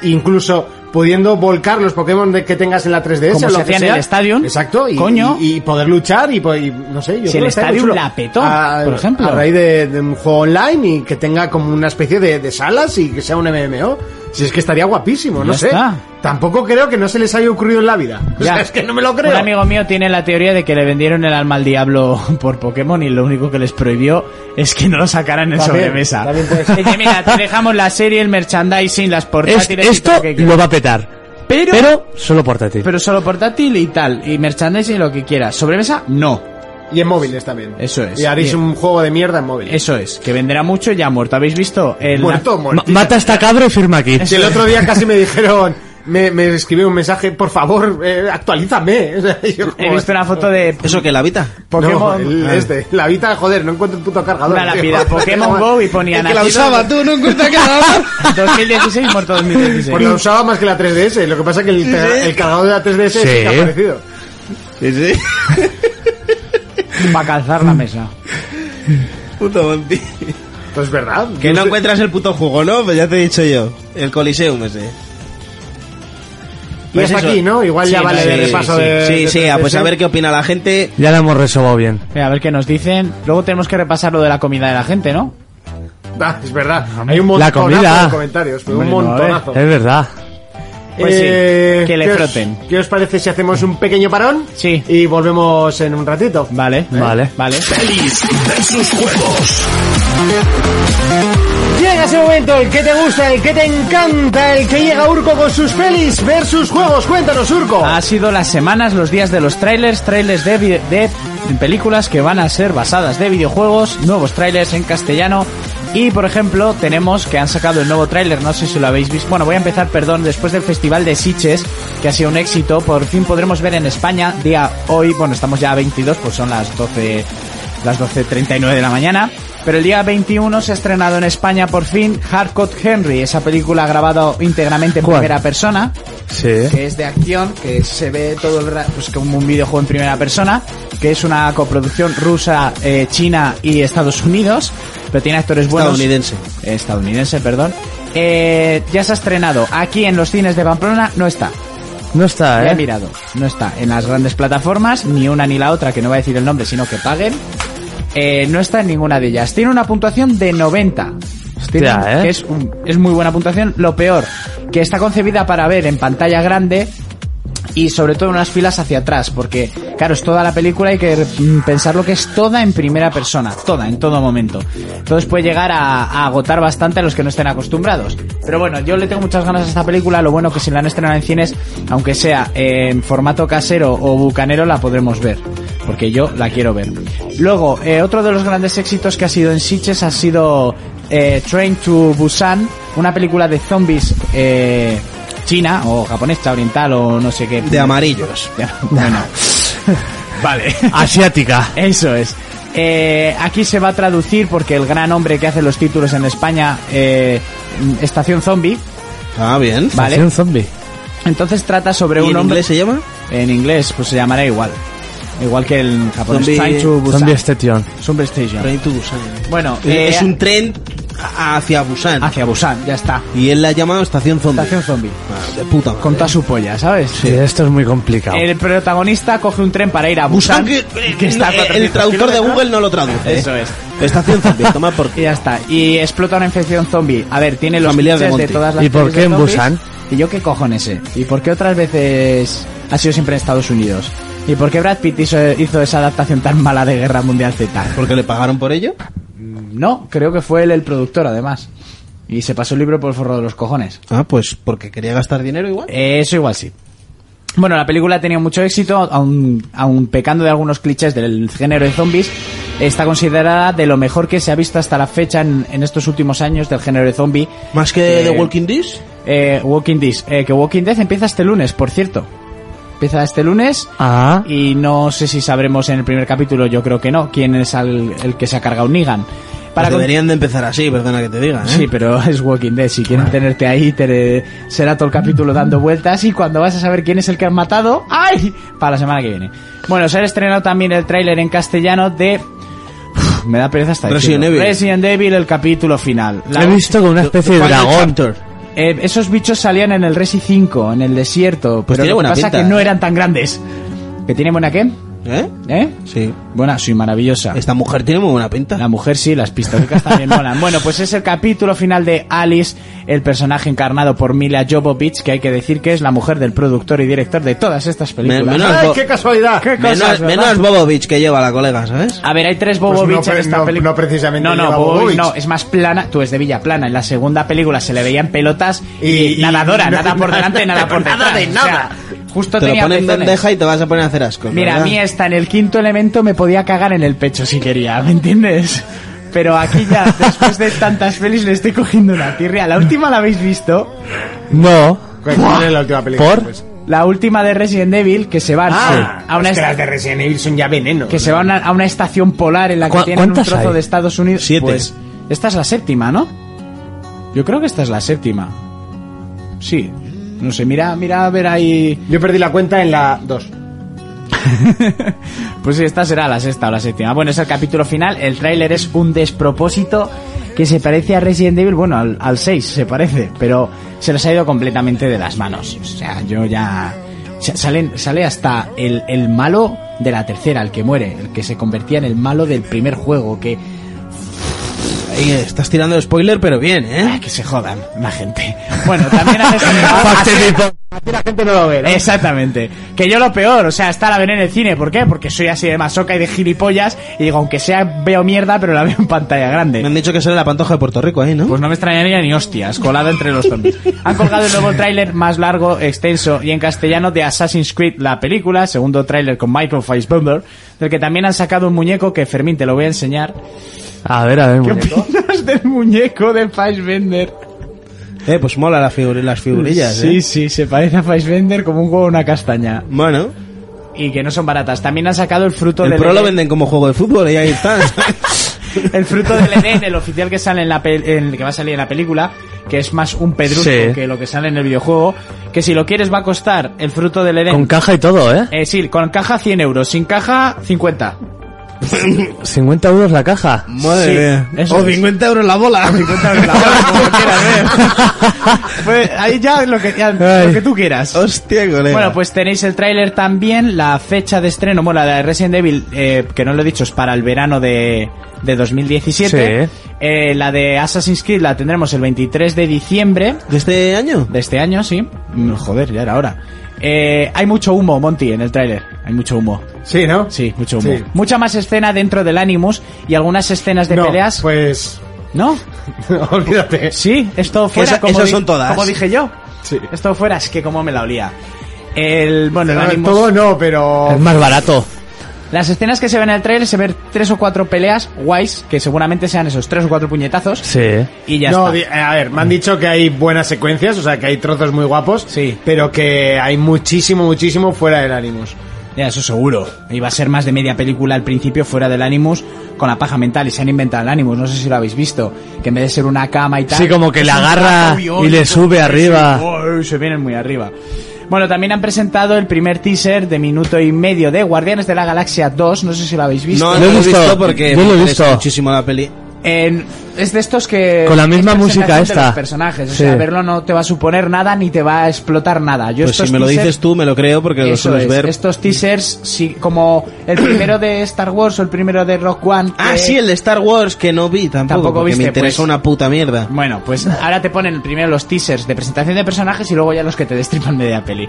Speaker 4: incluso pudiendo volcar los Pokémon de- que tengas en la 3DS.
Speaker 5: Como
Speaker 4: o lo
Speaker 5: se
Speaker 4: que
Speaker 5: hacía en
Speaker 4: sea.
Speaker 5: el Stadium.
Speaker 4: Exacto, y,
Speaker 5: Coño.
Speaker 4: y, y poder luchar y, po- y no sé. Yo
Speaker 5: Si
Speaker 4: creo
Speaker 5: el
Speaker 4: que estaría muy
Speaker 5: Stadium
Speaker 4: chulo.
Speaker 5: la petó, por ejemplo.
Speaker 4: A raíz de, de un juego online y que tenga como una especie de, de salas y que sea un MMO. Si es que estaría guapísimo, no
Speaker 5: Ya
Speaker 4: sé.
Speaker 5: está.
Speaker 4: Tampoco creo que no se les haya ocurrido en la vida. O sea,
Speaker 5: Ya.
Speaker 4: es que no me lo creo.
Speaker 5: Un amigo mío tiene la teoría de que le vendieron el alma al diablo por Pokémon y lo único que les prohibió es que no lo sacaran en
Speaker 4: También,
Speaker 5: sobremesa.
Speaker 4: también puede ser.
Speaker 5: Oye, mira, te dejamos la serie, el merchandising, las
Speaker 7: Es-
Speaker 5: portátiles y
Speaker 7: esto
Speaker 5: todo lo que quieras.
Speaker 7: lo va a petar.
Speaker 5: Pero-
Speaker 7: solo portátil.
Speaker 5: Pero solo portátil y tal. Y merchandising y lo que quieras. Sobremesa, no.
Speaker 4: Y en móviles también.
Speaker 5: Eso es.
Speaker 4: Y haréis
Speaker 5: Bien.
Speaker 4: un juego de mierda en móviles.
Speaker 5: Eso es, que venderá mucho y ya muerto. ¿Habéis visto? El
Speaker 4: Muerto,
Speaker 7: Ma-
Speaker 4: muerto.
Speaker 7: mata a esta cabra y firma aquí.
Speaker 4: Y el otro día casi me dijeron, me, me escribió un mensaje, por favor, eh, actualízame. O sea, yo como-
Speaker 5: He visto una foto de
Speaker 6: ¿Eso que la habita?
Speaker 4: Pokémon, el-
Speaker 5: Pokémon.
Speaker 4: este, la vida, joder, no encuentro un puto cargador.
Speaker 5: Una
Speaker 4: tío.
Speaker 5: lápida,
Speaker 4: Joder,
Speaker 5: Pokémon
Speaker 4: no,
Speaker 5: Go y ponía
Speaker 6: que la
Speaker 5: nacido
Speaker 6: usaba tú, no encuentras que la
Speaker 5: 2016 muerto 2016.
Speaker 4: Pues lo usaba más que la 3DS. Lo que pasa es que el, el cargador de la 3DS
Speaker 7: Sí.
Speaker 4: es desaparecido.
Speaker 6: Sí, sí.
Speaker 5: Para calzar la mesa.
Speaker 6: Puto Monty.
Speaker 4: Pues es verdad.
Speaker 6: Que no
Speaker 4: sé-
Speaker 6: encuentras el puto juego, ¿no? Pues ya te he dicho yo. El Coliseum ese.
Speaker 4: Y hasta aquí, ¿no? Igual ya vale de
Speaker 6: el
Speaker 4: repaso
Speaker 6: pues sí,
Speaker 4: de.
Speaker 6: Sí,
Speaker 4: de
Speaker 6: sí, ah, pues
Speaker 4: 3DS.
Speaker 6: a ver qué opina la gente.
Speaker 7: Ya la hemos resobado bien.
Speaker 5: Mira, a ver qué nos dicen. Luego tenemos que repasar lo de la comida de la gente, ¿no?
Speaker 4: Ah, es verdad. Hay un
Speaker 7: La
Speaker 4: montonazo
Speaker 7: comida.
Speaker 4: de comentarios. pero un
Speaker 5: Hombre, no, a ver. Eh,
Speaker 4: montonazo.
Speaker 7: Es verdad.
Speaker 5: Pues sí,
Speaker 4: Eh,
Speaker 5: que le
Speaker 4: ¿qué os-
Speaker 5: froten.
Speaker 4: ¿Qué os parece si hacemos un pequeño parón?
Speaker 5: Sí.
Speaker 4: Y volvemos en un ratito.
Speaker 5: Vale,
Speaker 7: Vale.
Speaker 5: vale.
Speaker 1: Pelis versus juegos.
Speaker 4: Llega ese momento, el que te gusta, el que te encanta, el que llega Urco con sus pelis versus juegos. Cuéntanos, Urco.
Speaker 5: Ha sido las semanas, los días de los trailers, trailers de, vi- de películas que van a ser basadas de videojuegos, nuevos trailers en castellano. Y por ejemplo, tenemos que han sacado el nuevo tráiler, no sé si lo habéis visto. Bueno, voy a empezar, perdón, después del Festival de Sitges, que ha sido un éxito, por fin podremos ver en España, día hoy, bueno, estamos ya a 22, pues son las 12 las 12.39 de la mañana. Pero el día 21 se ha estrenado en España por fin Hardcore Henry, esa película grabada íntegramente en
Speaker 7: ¿Cuál?
Speaker 5: primera persona
Speaker 7: Sí.
Speaker 5: que es de acción, que se ve todo el ra- pues como un videojuego en primera persona, que es una coproducción rusa, eh, China y Estados Unidos, pero tiene actores buenos.
Speaker 6: Estadounidense.
Speaker 5: Eh, estadounidense, perdón. Eh, ya se ha estrenado aquí en los cines de Pamplona, no está.
Speaker 7: No está,
Speaker 5: Ya he
Speaker 7: ¿eh?
Speaker 5: mirado, no está en las grandes plataformas, ni una ni la otra, que no va a decir el nombre, sino que paguen. Eh, no está en ninguna de ellas. Tiene una puntuación de 90. Tiene-
Speaker 7: Hostia, ¿eh?
Speaker 5: que es, un- es muy buena puntuación. Lo peor, que está concebida para ver en pantalla grande y sobre todo en unas filas hacia atrás, porque claro, es toda la película hay que mm, pensar lo que es toda en primera persona, toda, en todo momento. Entonces puede llegar a, a agotar bastante a los que no estén acostumbrados. Pero bueno, yo le tengo muchas ganas a esta película, lo bueno que si la han estrenado en cines, aunque sea eh, en formato casero o bucanero, la podremos ver, porque yo la quiero ver. Luego, eh, otro de los grandes éxitos que ha sido en Sitges ha sido eh, Train to Busan, una película de zombies... Eh, China o japonesa oriental o no sé qué
Speaker 6: De amarillos.
Speaker 5: ya, bueno. vale.
Speaker 7: Asiática.
Speaker 5: Eso es. Eh, aquí se va a traducir porque el gran hombre que hace los títulos en España, eh, Estación Zombie,
Speaker 6: Ah, bien.
Speaker 5: Vale.
Speaker 7: Estación zombie.
Speaker 5: entonces trata sobre
Speaker 6: ¿Y
Speaker 5: un
Speaker 6: en
Speaker 5: hombre.
Speaker 6: inglés se llama?
Speaker 5: En inglés, pues se llamará igual. Igual que el japonés.
Speaker 6: Zombie-
Speaker 5: Train to Busan.
Speaker 7: Zombie Station.
Speaker 5: Zombie Station.
Speaker 6: Train to Busan.
Speaker 5: Bueno, eh,
Speaker 6: Es un tren hacia Busan.
Speaker 5: hacia Busan, ya está.
Speaker 6: Y él la ha llamado Estación Zombie.
Speaker 5: Estación Zombie.
Speaker 6: Ah, de puta madre.
Speaker 5: Con toda su polla, ¿sabes?
Speaker 7: Sí, esto es muy complicado.
Speaker 5: El protagonista coge un tren para ir a Busan,
Speaker 6: Busan, que-
Speaker 5: que está a
Speaker 6: no, el
Speaker 5: 400
Speaker 6: traductor de
Speaker 5: kilómetros.
Speaker 6: Google no lo traduce.
Speaker 5: Eso
Speaker 6: eh.
Speaker 5: es.
Speaker 6: Estación Zombie, toma por
Speaker 5: Y ya está. Y explota una infección zombie. A ver, tiene los
Speaker 6: Familiar de
Speaker 5: clichés de,
Speaker 6: Monty.
Speaker 5: todas las
Speaker 7: ¿Y por
Speaker 5: pelis
Speaker 7: qué
Speaker 5: de
Speaker 7: en
Speaker 5: zombies.
Speaker 7: Busan?
Speaker 5: ¿Y yo qué cojones sé? ¿Y por qué otras veces ha sido siempre en Estados Unidos? ¿Y por qué Brad Pitt hizo, hizo esa adaptación tan mala de Guerra Mundial Z?
Speaker 6: Porque le pagaron por ello.
Speaker 5: No, creo que fue él el productor, además. Y se pasó el libro por el forro de los cojones.
Speaker 6: Ah, pues porque quería gastar dinero igual.
Speaker 5: Eh, Eso igual sí. Bueno, la película ha tenido mucho éxito, aun, aun pecando de algunos clichés del género de zombies, está considerada de lo mejor que se ha visto hasta la fecha en, en estos últimos años del género de zombie.
Speaker 6: Más que
Speaker 5: Eh,
Speaker 6: The Walking Dead.
Speaker 5: Eh, Walking Dead, eh, que Walking Dead empieza este lunes, por cierto. Empieza este lunes
Speaker 7: Ah,
Speaker 5: y no sé si sabremos en el primer capítulo, yo creo que no, quién es al- el que se ha cargado Negan.
Speaker 6: Pues
Speaker 5: con-
Speaker 6: deberían de empezar así, perdona que te diga. ¿eh?
Speaker 5: Sí, pero es Walking Dead. Si quieren tenerte ahí, te- será todo el capítulo dando vueltas. Y cuando vas a saber quién es el que han matado, ¡ay! Para la semana que viene. Bueno, se ha estrenado también el tráiler en castellano de. Uf, me da pereza hasta
Speaker 6: Resident
Speaker 5: decirlo.
Speaker 6: Evil.
Speaker 5: Resident Evil, el capítulo final. La-
Speaker 7: he visto con una especie de
Speaker 6: Final
Speaker 7: dragón.
Speaker 6: Chapter.
Speaker 5: Eh, esos bichos salían en el Resi 5, en el desierto. pero
Speaker 6: Pues
Speaker 5: lo
Speaker 6: tiene
Speaker 5: que
Speaker 6: buena
Speaker 5: pasa
Speaker 6: pinta,
Speaker 5: que no
Speaker 6: ¿eh?
Speaker 5: eran tan grandes. ¿Que tiene buena qué?
Speaker 6: ¿Eh?
Speaker 5: ¿Eh?
Speaker 6: Sí.
Speaker 5: Buena, soy maravillosa.
Speaker 6: Esta mujer tiene muy buena pinta.
Speaker 5: La mujer sí, las pistolicas también molan. Bueno, pues es el capítulo final de Alice, el personaje encarnado por Mila Jovovich, que hay que decir que es la mujer del productor y director de todas estas películas.
Speaker 6: Men- menos
Speaker 4: ¡Ay,
Speaker 6: bo-
Speaker 4: qué casualidad!
Speaker 5: ¿Qué
Speaker 6: menos,
Speaker 5: cosas, verdad?
Speaker 6: menos Bobovich que lleva la colega, ¿sabes?
Speaker 5: A ver, hay tres
Speaker 4: Pues
Speaker 5: Bobovich
Speaker 4: no,
Speaker 5: en esta
Speaker 4: no,
Speaker 5: película.
Speaker 4: no precisamente
Speaker 5: No, no,
Speaker 4: lleva
Speaker 5: Bobovich
Speaker 4: Bobovich.
Speaker 5: no, es más plana. Tú es de Villa Plana. En la segunda película se le veían pelotas y,
Speaker 4: Y- y-
Speaker 5: nadadora,
Speaker 4: no,
Speaker 5: nada por
Speaker 4: no,
Speaker 5: delante,
Speaker 4: no,
Speaker 5: nada por detrás.
Speaker 4: nada de
Speaker 5: O sea,
Speaker 4: nada.
Speaker 5: justo
Speaker 6: Te lo
Speaker 5: tenía
Speaker 6: ponen en
Speaker 5: pezones.
Speaker 6: bandeja y te vas a poner a hacer asco.
Speaker 5: Mira, a
Speaker 6: ¿verdad?
Speaker 5: mí esta en el quinto elemento me podía cagar en el pecho si quería, ¿me entiendes? Pero aquí ya, después de tantas pelis, le estoy cogiendo una tirria. La última la habéis visto.
Speaker 7: No.
Speaker 4: ¿Cuál es la última película?
Speaker 7: ¿Por?
Speaker 4: pues?
Speaker 5: La última de Resident Evil, que se van
Speaker 4: Ah,
Speaker 5: a una
Speaker 4: es que
Speaker 5: esta-
Speaker 4: las de Resident Evil son ya veneno.
Speaker 5: que se van a, a una estación polar en la que
Speaker 7: ¿Cuá-
Speaker 5: tienen un
Speaker 7: cuántas
Speaker 5: trozo
Speaker 7: hay?
Speaker 5: de Estados Unidos.
Speaker 6: Siete.
Speaker 5: Pues, esta es la séptima, ¿no? Yo creo que esta es la séptima. Sí. No sé, mira, mira a ver ahí.
Speaker 4: Yo perdí la cuenta en la 2.
Speaker 5: Pues sí, esta será la sexta o la séptima. Bueno, es el capítulo final. El tráiler es un despropósito que se parece a Resident Evil. Bueno, al, al 6 se parece, pero se les ha ido completamente de las manos. O sea, yo ya... sa- Salen, sale hasta el, el malo de la tercera, el que muere, el que se convertía en el malo del primer juego, que...
Speaker 6: Ey, estás tirando el spoiler, pero bien, ¿eh?
Speaker 5: ay, que se jodan la gente. Bueno, también han estrenado-
Speaker 4: La gente no lo ve, ¿no?
Speaker 5: Exactamente. Que yo lo peor, o sea, está la ven en el cine. ¿Por qué? Porque soy así de masoca y de gilipollas. Y digo, aunque sea, veo mierda, pero la veo en pantalla
Speaker 6: Me
Speaker 5: grande.
Speaker 6: han dicho que sale la pantoja de Puerto Rico ahí, ¿no?
Speaker 5: Pues no me extrañaría ni hostias, colada entre los zombies. Han colgado el nuevo tráiler más largo, extenso y en castellano de Assassin's Creed, la película, segundo tráiler con Michael Fassbender, del que también han sacado un muñeco que Fermín te lo voy a enseñar.
Speaker 7: A ver, a ver,
Speaker 5: ¿Qué
Speaker 7: muñeco.
Speaker 5: opinas del muñeco de Fassbender?
Speaker 6: Eh, pues mola la figuri- las figurillas,
Speaker 5: Sí,
Speaker 6: ¿eh?
Speaker 5: sí, se parece a Fassbender como un huevo a una castaña.
Speaker 6: Bueno,
Speaker 5: Y que no son baratas. También han sacado el fruto
Speaker 6: el
Speaker 5: del
Speaker 6: pro lo
Speaker 5: Edén.
Speaker 6: venden como juego de fútbol y ahí está.
Speaker 5: el fruto del Edén, el oficial que sale en la pel- en- que va a salir en la película, que es más un pedrusco
Speaker 7: Sí.
Speaker 5: que lo que sale en el videojuego, que si lo quieres va a costar el fruto del Edén.
Speaker 7: Con caja y todo, ¿eh?
Speaker 5: eh, sí, con caja 100 euros, sin caja 50.
Speaker 7: 50 euros la caja.
Speaker 6: Madre
Speaker 5: Sí,
Speaker 6: mía.
Speaker 5: eso
Speaker 6: O
Speaker 5: es.
Speaker 6: 50 euros la bola.
Speaker 5: La hora, como quieras, eh. Pues ahí ya lo que, ya lo
Speaker 7: Ay.
Speaker 5: que tú quieras.
Speaker 6: Hostia, colega.
Speaker 5: Bueno, pues tenéis el tráiler también, la fecha de estreno, bueno, la de Resident Evil, eh, que no lo he dicho, es para el verano de, de 2017.
Speaker 7: Sí.
Speaker 5: Eh, la de Assassin's Creed la tendremos el 23 de diciembre
Speaker 6: ¿De este año?
Speaker 5: de este año, sí. Mm, Joder, ya era hora. Eh, hay mucho humo, Monty, en el tráiler. Hay mucho humo.
Speaker 4: Sí, ¿no?
Speaker 5: Sí, mucho humo.
Speaker 4: Sí.
Speaker 5: Mucha más escena dentro del Animus y algunas escenas de
Speaker 4: no,
Speaker 5: peleas.
Speaker 4: Pues.
Speaker 5: ¿No?
Speaker 4: Olvídate.
Speaker 5: Sí, esto fuera.
Speaker 6: esa-
Speaker 5: como
Speaker 6: esas
Speaker 5: di-
Speaker 6: son todas.
Speaker 5: Como dije yo.
Speaker 4: Sí.
Speaker 5: Esto fuera, es que como me la olía. El, bueno, el
Speaker 4: A ver,
Speaker 5: Animus.
Speaker 4: Todo no, pero.
Speaker 7: Es más barato.
Speaker 5: Las escenas que se ven en el trailer se ven tres o cuatro peleas guays, que seguramente sean esos tres o cuatro puñetazos.
Speaker 7: Sí.
Speaker 5: Y ya
Speaker 4: no,
Speaker 5: está.
Speaker 4: di- eh, a ver, me han dicho que hay buenas secuencias, o sea, que hay trozos muy guapos,
Speaker 5: Sí.
Speaker 4: pero que hay muchísimo, muchísimo fuera del Animus.
Speaker 5: Ya, eso seguro. Iba a ser más de media película al principio fuera del Animus con la paja mental y se han inventado el Animus, no sé si lo habéis visto, que en vez de ser una cama y tal...
Speaker 7: Sí, como que
Speaker 5: es
Speaker 7: la
Speaker 5: un
Speaker 7: agarra
Speaker 5: trapo
Speaker 7: y le sube
Speaker 5: sí,
Speaker 7: arriba.
Speaker 5: uy, se vienen muy arriba. Bueno, también han presentado el primer teaser de minuto y medio de Guardianes de la Galaxia 2, no sé si lo habéis visto.
Speaker 6: No,
Speaker 7: Lo
Speaker 6: no
Speaker 7: he
Speaker 6: lo he
Speaker 7: visto.
Speaker 6: visto porque
Speaker 7: Yo lo he
Speaker 6: me
Speaker 7: visto.
Speaker 6: interesa muchísimo la peli.
Speaker 5: En- es de estos que...
Speaker 7: Con la misma
Speaker 5: es
Speaker 7: música
Speaker 5: presentación de
Speaker 7: esta.
Speaker 5: los personajes, o
Speaker 7: Sí.
Speaker 5: sea, verlo no te va a suponer nada ni te va a explotar nada. Yo
Speaker 6: Pues
Speaker 5: estos
Speaker 6: si me lo
Speaker 5: teasers-
Speaker 6: dices tú, me lo creo porque lo
Speaker 5: Eso
Speaker 6: sueles
Speaker 5: es,
Speaker 6: ver.
Speaker 5: Estos teasers, sí, como el primero de Star Wars o el primero de Rock One.
Speaker 6: Ah,
Speaker 5: que-
Speaker 6: sí, el de Star Wars que no vi tampoco,
Speaker 5: Eh, Tampoco
Speaker 6: porque
Speaker 5: viste,
Speaker 6: me interesa
Speaker 5: pues.
Speaker 6: una puta mierda.
Speaker 5: Bueno, pues ahora te ponen primero los teasers de presentación de personajes y luego ya los que te destripan media peli.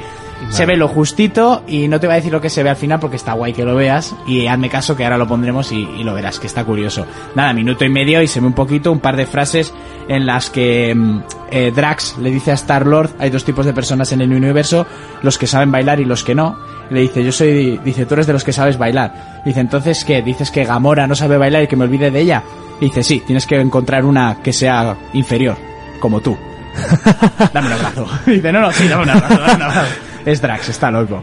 Speaker 5: Se ve lo justito y no te va a decir lo que se ve al final porque está guay que lo veas y hazme caso que ahora lo pondremos y, y lo verás, que está curioso. Nada, minuto y medio y se ve un poquito, un par de frases en las que mm, eh, Drax le dice a Star-Lord, hay dos tipos de personas en el universo, los que saben bailar y los que no. Y Le dice, yo soy, dice, tú eres de los que sabes bailar. Dice, entonces, ¿qué? Dices que Gamora no sabe bailar y que me olvide de ella. Y Dice, sí, tienes que encontrar una que sea inferior, como tú. Dame un abrazo. Dice, no, no, sí, dame un abrazo, dame un abrazo. Es Drax, está loco.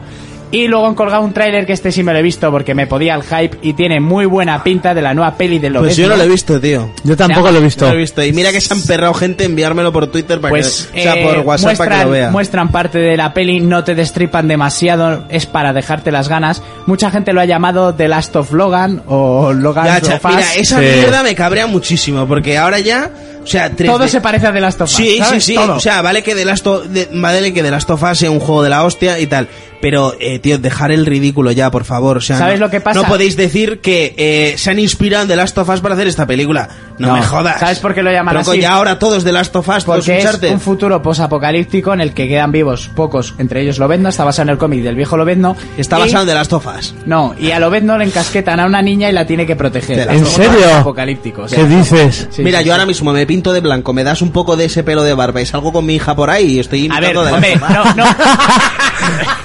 Speaker 5: Y luego han colgado un tráiler que este sí me lo he visto porque me podía el hype y tiene muy buena pinta de la nueva peli de lo
Speaker 6: Pues yo no lo he visto, tío.
Speaker 7: Yo tampoco lo he visto.
Speaker 6: No lo he visto. Y mira que se han perrado gente a enviármelo por Twitter para
Speaker 5: Pues
Speaker 6: que, o sea,
Speaker 5: eh,
Speaker 6: por WhatsApp
Speaker 5: muestran,
Speaker 6: para que lo vea.
Speaker 5: muestran parte de la peli, no te destripan demasiado, es para dejarte las ganas. Mucha gente lo ha llamado The Last of Logan o Logan
Speaker 6: Ya, cha- mira, esa
Speaker 7: Sí.
Speaker 6: mierda me cabrea muchísimo porque ahora ya, o sea, 3D
Speaker 5: Todo se parece a The Last of Us.
Speaker 6: Sí, sí,
Speaker 5: ¿sabes?
Speaker 6: sí.
Speaker 5: Todo.
Speaker 6: O sea, vale que The Last of, de- vale que The Last of Us sea un juego de la hostia y tal. Pero, eh, tío, dejar el ridículo ya, por favor. O sea,
Speaker 5: ¿Sabes
Speaker 6: no,
Speaker 5: lo que pasa?
Speaker 6: No podéis decir que eh, se han inspirado en The Last of Us para hacer esta película. No,
Speaker 5: No.
Speaker 6: me jodas.
Speaker 5: ¿Sabes por qué lo llaman
Speaker 6: Tronco,
Speaker 5: así?
Speaker 6: ya ahora todos The Last of Us, todos
Speaker 5: Porque es
Speaker 6: Uncharted.
Speaker 5: un futuro posapocalíptico en el que quedan vivos pocos, entre ellos Lobezno, está basado en el cómic del viejo Lobezno.
Speaker 6: Está
Speaker 5: y-
Speaker 6: basado en The Last of Us.
Speaker 5: No, y a Lobezno le encasquetan a una niña y la tiene que proteger.
Speaker 6: ¿En
Speaker 5: Es un futuro
Speaker 7: serio?
Speaker 5: posapocalíptico, o sea,
Speaker 7: ¿Qué dices?
Speaker 5: sí,
Speaker 6: Mira,
Speaker 5: sí,
Speaker 6: yo
Speaker 5: sí.
Speaker 6: ahora mismo me pinto de blanco, me das un poco de ese pelo de barba y salgo con mi hija por ahí y estoy
Speaker 5: A ver,
Speaker 6: imitando The Last
Speaker 5: hombre,
Speaker 6: of Us.
Speaker 5: no, no.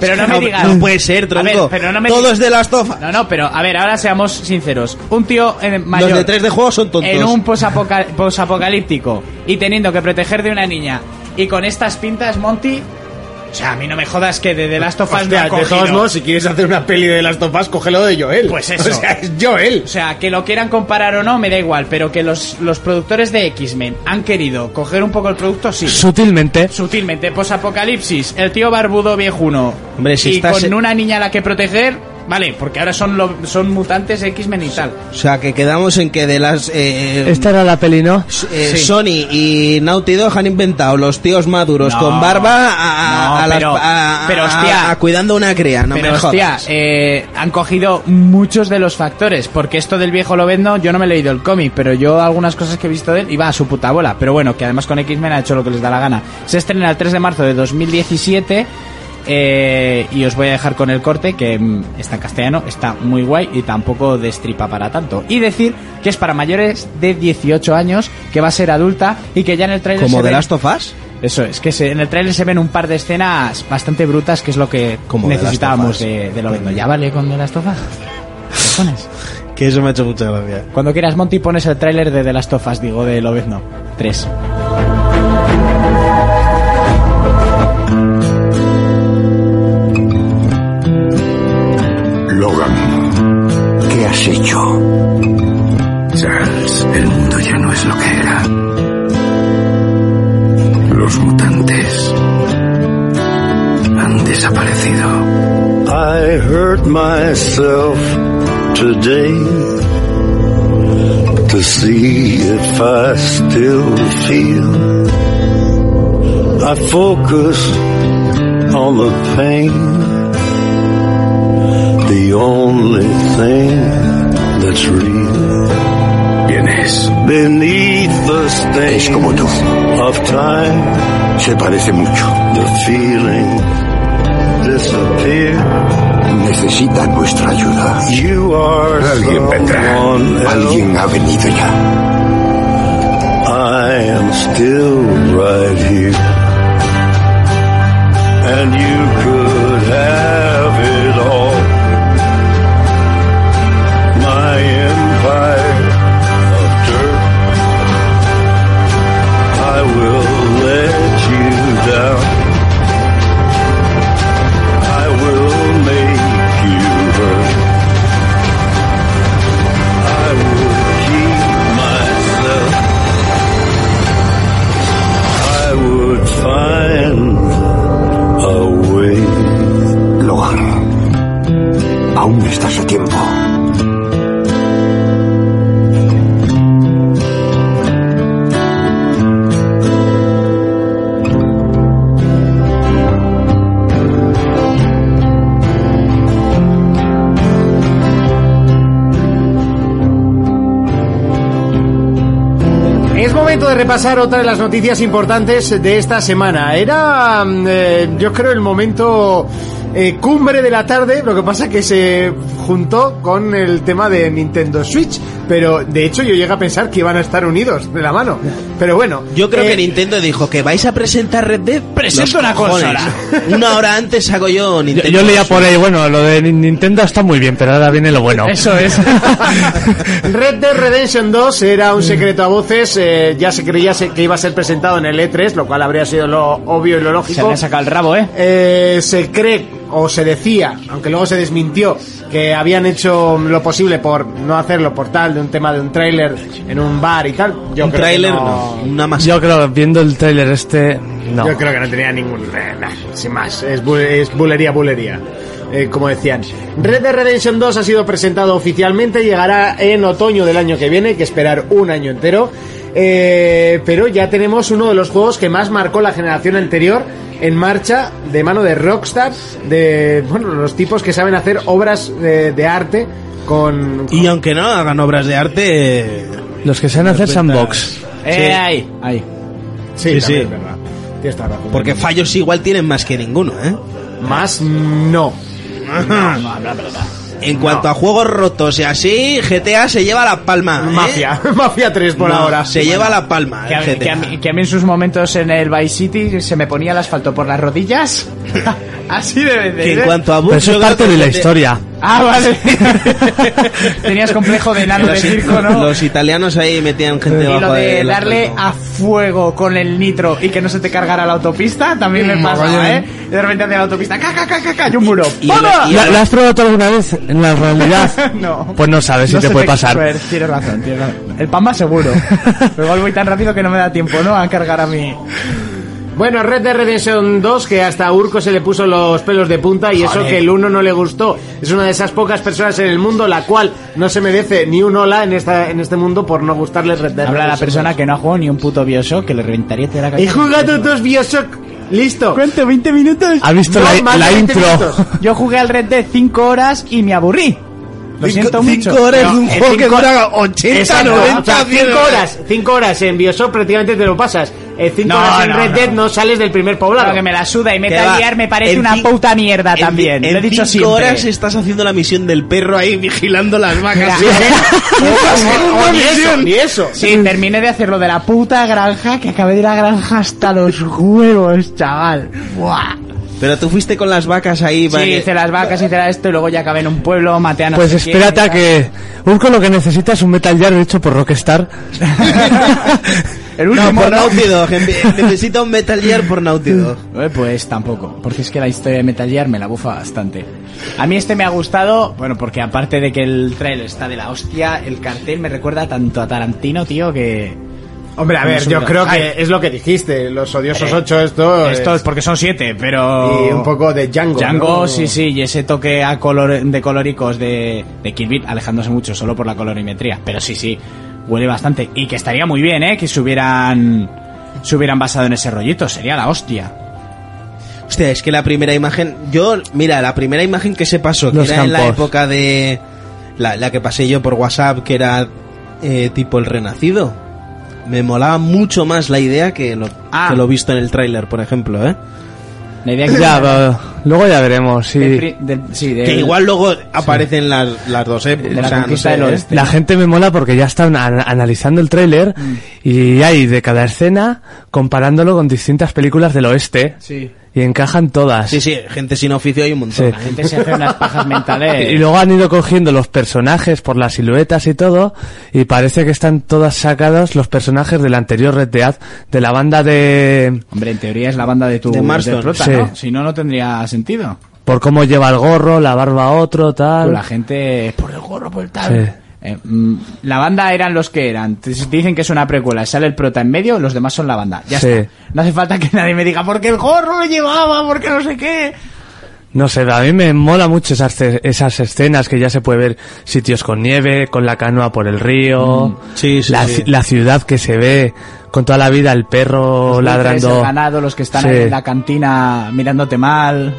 Speaker 5: Pero no me digas.
Speaker 6: No puede ser,
Speaker 5: A ver,
Speaker 6: tronco.
Speaker 5: pero no me
Speaker 6: Todos
Speaker 5: digas-
Speaker 6: de Last of Us.
Speaker 5: No, no, pero a ver, ahora seamos sinceros. Un tío eh, mayor.
Speaker 6: Los de 3 de juego son tontos.
Speaker 5: en un posapoca- posapocalíptico y teniendo que proteger de una niña y con estas pintas, Monty. O sea, a mí no me jodas que de The Last of Us me ha
Speaker 8: Hostia, de
Speaker 5: cogido.
Speaker 8: todos modos, si quieres hacer una peli de las topas, cógelo de Joel.
Speaker 5: Pues eso.
Speaker 8: O sea, es Joel.
Speaker 5: O sea, que lo quieran comparar o no, me da igual, pero que los, los productores de X-Men han querido coger un poco el producto, sí.
Speaker 7: Sutilmente.
Speaker 5: Sutilmente, posapocalipsis, el tío barbudo viejuno.
Speaker 6: Hombre, si
Speaker 5: y
Speaker 6: estás-
Speaker 5: con una niña a la que proteger, vale, porque ahora son, lo- son mutantes X-Men y tal.
Speaker 6: O sea, que quedamos en que de las... eh,
Speaker 7: Esta era la peli, ¿no?
Speaker 6: eh,
Speaker 5: Sí.
Speaker 6: Sony y Naughty Dog han inventado los tíos maduros
Speaker 5: No,
Speaker 6: con barba a,
Speaker 5: no,
Speaker 6: a las-
Speaker 5: pero-
Speaker 6: a- a-
Speaker 5: pero, hostia.
Speaker 6: a- a cuidando una cría, no
Speaker 5: Pero
Speaker 6: me
Speaker 5: hostia,
Speaker 6: jodas.
Speaker 5: eh, han cogido muchos de los factores, porque esto del viejo Lobezno, yo no me he leído el cómic, pero yo algunas cosas que he visto de él iba a su puta bola. Pero bueno, que además con X-Men ha hecho lo que les da la gana. Se estrena el 3 de marzo de 2017. eh, y os voy a dejar con el corte que mm, está en castellano, está muy guay y tampoco destripa para tanto. Y decir que es para mayores de 18 años, que va a ser adulta y que ya en el trailer
Speaker 6: Como
Speaker 5: se
Speaker 6: de
Speaker 5: ven-
Speaker 6: Last of Us.
Speaker 5: eso es, que se- en el tráiler se ven un par de escenas bastante brutas, que es lo que
Speaker 6: Como de
Speaker 5: necesitábamos
Speaker 6: Last of Us.
Speaker 5: de, de lo vendo. Ya vale con The Last of Us. ¿Qué pones?
Speaker 6: Que eso me ha hecho mucha gracia.
Speaker 5: Cuando quieras, Monty, pones el tráiler de The Last of Us, digo, de Lobezno. 3.
Speaker 1: Logan, ¿qué has hecho? Charles, el mundo ya no es lo que era. Los mutantes han desaparecido.
Speaker 9: I hurt myself today to see if I still feel. I focus on the pain, the only thing that's real.
Speaker 1: ¿Quién es?
Speaker 9: Beneath the
Speaker 1: Es
Speaker 9: stain
Speaker 1: como tú.
Speaker 9: of time,
Speaker 1: Se parece mucho.
Speaker 9: the feeling disappears.
Speaker 1: Necesita nuestra ayuda.
Speaker 9: You are
Speaker 1: Alguien vendrá.
Speaker 9: someone else.
Speaker 1: Alguien ha venido ya.
Speaker 9: I am still right here. And you could have it all. My empire of dirt. I will let you down. I will
Speaker 1: Aún estás a tiempo.
Speaker 4: Es momento de repasar otra de las noticias importantes de esta semana. Era, mm, eh, yo creo, el momento eh, cumbre de la tarde, lo que pasa que se juntó con el tema de Nintendo Switch, pero de hecho yo llegué a pensar que iban a estar unidos de la mano. Pero bueno,
Speaker 6: Yo creo
Speaker 4: eh,
Speaker 6: que Nintendo dijo que vais a presentar Red Dead.
Speaker 5: Presento
Speaker 6: Los
Speaker 5: una
Speaker 6: cojones.
Speaker 5: consola.
Speaker 6: Una hora antes hago yo
Speaker 7: Yo,
Speaker 6: Nintendo.
Speaker 7: yo leía por ahí, bueno, lo de Ni- Nintendo está muy bien, pero ahora viene lo bueno.
Speaker 5: Eso es.
Speaker 4: Red Dead Redemption 2 era un secreto a voces, eh, ya se creía se- que iba a ser presentado en el E3, lo cual habría sido lo obvio y lo lógico.
Speaker 5: Se le ha sacado el rabo, ¿eh?
Speaker 4: Eh, se cree o se decía, aunque luego se desmintió, que habían hecho lo posible por no hacerlo por tal de un tema de un tráiler en un bar y tal. Yo
Speaker 6: Un
Speaker 4: creo
Speaker 6: tráiler,
Speaker 4: que no,
Speaker 6: no, una más.
Speaker 7: Yo creo, viendo el tráiler este, no.
Speaker 4: Yo creo que no tenía ningún eh, nah, sin más, es, bu- es bulería bulería. eh, como decían, Red Dead Redemption 2 ha sido presentado oficialmente, llegará en otoño del año que viene, hay que esperar un año entero. eh, pero ya tenemos uno de los juegos que más marcó la generación anterior en marcha de mano de Rockstar, de bueno, los tipos que saben hacer obras eh, de arte con,
Speaker 6: Y aunque no hagan obras de arte.
Speaker 7: Los que saben hacer sandbox.
Speaker 5: Eh, ahí. Ahí.
Speaker 4: Sí,
Speaker 6: Sí,
Speaker 4: también
Speaker 6: sí.
Speaker 4: es verdad. Tienes toda la razón.
Speaker 6: Porque fallos igual tienen más que ninguno, ¿eh?
Speaker 4: más no.
Speaker 6: En cuanto a juegos rotos y así, GTA se lleva la palma. ¿eh?
Speaker 4: Mafia, Mafia 3 por
Speaker 6: No,
Speaker 4: ahora.
Speaker 6: Se lleva la palma. ¿eh?
Speaker 5: Que a,
Speaker 6: el
Speaker 5: mí, que
Speaker 6: GTA.
Speaker 5: a mí- que a mí en sus momentos en el Vice City se me ponía el asfalto por las rodillas. Así de veces.
Speaker 6: Que en
Speaker 5: ¿eh?
Speaker 6: cuanto a bugs,
Speaker 7: Pero eso es
Speaker 6: yo creo
Speaker 7: parte
Speaker 6: que
Speaker 7: de la
Speaker 6: gente-
Speaker 7: historia.
Speaker 5: Ah, vale. Tenías complejo de nano de
Speaker 6: Los,
Speaker 5: circo, ¿no?
Speaker 6: los italianos ahí metían
Speaker 5: y
Speaker 6: gente
Speaker 5: lo
Speaker 6: bajo
Speaker 5: de
Speaker 6: del
Speaker 5: darle
Speaker 6: asfalto.
Speaker 5: a fuego con el nitro y que no se te cargara la autopista también
Speaker 6: Mm,
Speaker 5: me pasa, ¿eh? Y de repente hacia la autopista, ¡ca, ca, ca, ca, ca! y un muro.
Speaker 6: Y
Speaker 5: ¡Para!
Speaker 6: el- y
Speaker 7: ¿Lo, lo has probado tú alguna vez en la realidad?
Speaker 5: No.
Speaker 7: Pues no sabes si
Speaker 5: No
Speaker 7: te
Speaker 5: se
Speaker 7: puede
Speaker 5: a ver,
Speaker 7: pasar.
Speaker 5: tienes razón, tienes razón. El pan va seguro. Pero igual voy tan rápido que no me da tiempo, ¿no? A cargar a mí.
Speaker 4: Bueno, Red Dead Redemption 2, que hasta a Urco se le puso los pelos de punta y eso que el 1 no le gustó. Es una de esas pocas personas en el mundo la cual no se merece ni un hola en, esta, en este mundo por no gustarle Red Dead
Speaker 5: Habla la
Speaker 4: Redemption
Speaker 5: persona que no ha jugado ni un puto Bioshock que le reventaría de la
Speaker 4: 2. He
Speaker 5: cabeza.
Speaker 4: jugado dos Bioshock. Listo.
Speaker 5: ¿Cuánto? ¿20 minutos?
Speaker 7: ¿Has visto
Speaker 4: No,
Speaker 7: la,
Speaker 4: más
Speaker 7: la
Speaker 4: de 20
Speaker 7: intro?
Speaker 4: minutos.
Speaker 5: Ah, Yo jugué al Red Dead 5 horas y me aburrí. Lo
Speaker 6: Cinco-
Speaker 5: siento
Speaker 6: cinco
Speaker 5: mucho.
Speaker 6: horas
Speaker 5: Pero
Speaker 6: de un
Speaker 5: en
Speaker 6: juego que
Speaker 5: cinco-
Speaker 6: dura 80,
Speaker 4: Exacto,
Speaker 6: 90,
Speaker 4: o sea,
Speaker 6: 100
Speaker 4: cinco horas, cinco horas en Bioshock prácticamente te lo pasas. En cinco
Speaker 5: No,
Speaker 4: horas en
Speaker 5: no,
Speaker 4: Red
Speaker 5: no.
Speaker 4: Dead no sales del primer poblado.
Speaker 5: Claro que me la suda y
Speaker 6: Que va,
Speaker 5: Metal Gear me parece
Speaker 6: en
Speaker 5: una
Speaker 6: cin-
Speaker 5: puta mierda
Speaker 6: en-
Speaker 5: también.
Speaker 6: En
Speaker 5: lo he dicho
Speaker 6: cinco
Speaker 5: siempre.
Speaker 6: horas estás haciendo la misión del perro ahí vigilando las vacas.
Speaker 4: Oh, ni eso, ni eso.
Speaker 5: Sí, terminé de hacer lo de la puta granja que acabé de ir a la granja hasta los huevos, chaval. Buah.
Speaker 6: Pero tú fuiste con las vacas ahí para
Speaker 5: Sí,
Speaker 6: que-
Speaker 5: hice las vacas, hice esto y luego ya acabé en un pueblo, maté a no
Speaker 7: Pues
Speaker 5: sé
Speaker 7: espérate a
Speaker 5: quién y
Speaker 7: que... Urco lo que necesita es un Metal Gear hecho por Rockstar.
Speaker 5: tal. El último,
Speaker 6: no, por
Speaker 5: ¿no? pues
Speaker 6: Naughty Dog, en- Necesita un Metal Gear por Naughty Dog.
Speaker 5: Eh, Pues tampoco, porque es que la historia de Metal Gear me la bufa bastante. A mí este me ha gustado, bueno, porque aparte de que el trailer está de la hostia, el cartel me recuerda tanto a Tarantino, tío, que...
Speaker 4: Hombre, a ver,
Speaker 5: Vamos a
Speaker 4: yo
Speaker 5: ver.
Speaker 4: creo
Speaker 5: Ay.
Speaker 4: que es lo que dijiste, los odiosos 8, esto, es-
Speaker 5: Eh, Esto es porque son siete, pero...
Speaker 4: y un poco de Django.
Speaker 5: Django,
Speaker 4: ¿no?
Speaker 5: sí, sí, y ese toque a color, de colóricos de, de Kill Bill, alejándose mucho solo por la colorimetría, pero sí, sí, huele bastante. Y que estaría muy bien, ¿eh? Que se hubieran, se hubieran basado en ese rollito, sería la hostia.
Speaker 6: Hostia, es que la primera imagen. Yo, mira, la primera imagen que se pasó, que
Speaker 7: Los
Speaker 6: era en la
Speaker 7: campos.
Speaker 6: época de. La, la que pasé yo por WhatsApp, que era eh, tipo el renacido. Me molaba mucho más la idea que lo,
Speaker 5: Ah.
Speaker 6: que lo visto en el tráiler, por ejemplo, ¿eh?
Speaker 5: La idea que...
Speaker 7: ya, va, luego ya veremos. si-
Speaker 5: del pri- del- sí, del-
Speaker 6: Que igual luego aparecen las, las dos, ¿eh?
Speaker 5: De la conquista del
Speaker 6: ¿eh?
Speaker 5: oeste.
Speaker 7: La gente me mola porque ya están an- analizando el tráiler
Speaker 6: Mm.
Speaker 7: y hay de cada escena comparándolo con distintas películas del oeste
Speaker 5: Sí.
Speaker 7: y encajan todas.
Speaker 6: Sí, sí, gente sin oficio hay un montón.
Speaker 7: Sí.
Speaker 5: La gente se hace unas pajas mentales.
Speaker 6: eh.
Speaker 7: Y luego han ido cogiendo los personajes por las siluetas y todo, y parece que están todas sacados los personajes del anterior Red Dead, de la banda de...
Speaker 5: Hombre, en teoría es la banda de tu
Speaker 6: De Marston,
Speaker 5: del prota,
Speaker 7: sí.
Speaker 5: ¿no? Si no, no tendría sentido.
Speaker 7: por cómo lleva el gorro, la barba a otro, tal...
Speaker 5: Pues La gente por el gorro, por el tal.
Speaker 7: Sí.
Speaker 5: Eh, mm, la banda eran los que eran. Te te dicen que es una precuela, sale el prota en medio, los demás son la banda. Ya
Speaker 7: Sí.
Speaker 5: está. No hace falta que nadie me diga porque el gorro lo llevaba, porque no sé qué.
Speaker 7: No sé, a mí me mola mucho esas, ce- esas escenas que ya se puede ver sitios con nieve, con la canoa por el río,
Speaker 6: Mm. sí, sí,
Speaker 7: la,
Speaker 6: sí.
Speaker 7: ci- la ciudad que se ve con toda la vida el perro
Speaker 5: Los buitres,
Speaker 7: ladrando.
Speaker 5: El ganado, los que están
Speaker 7: Sí.
Speaker 5: ahí en la cantina mirándote mal.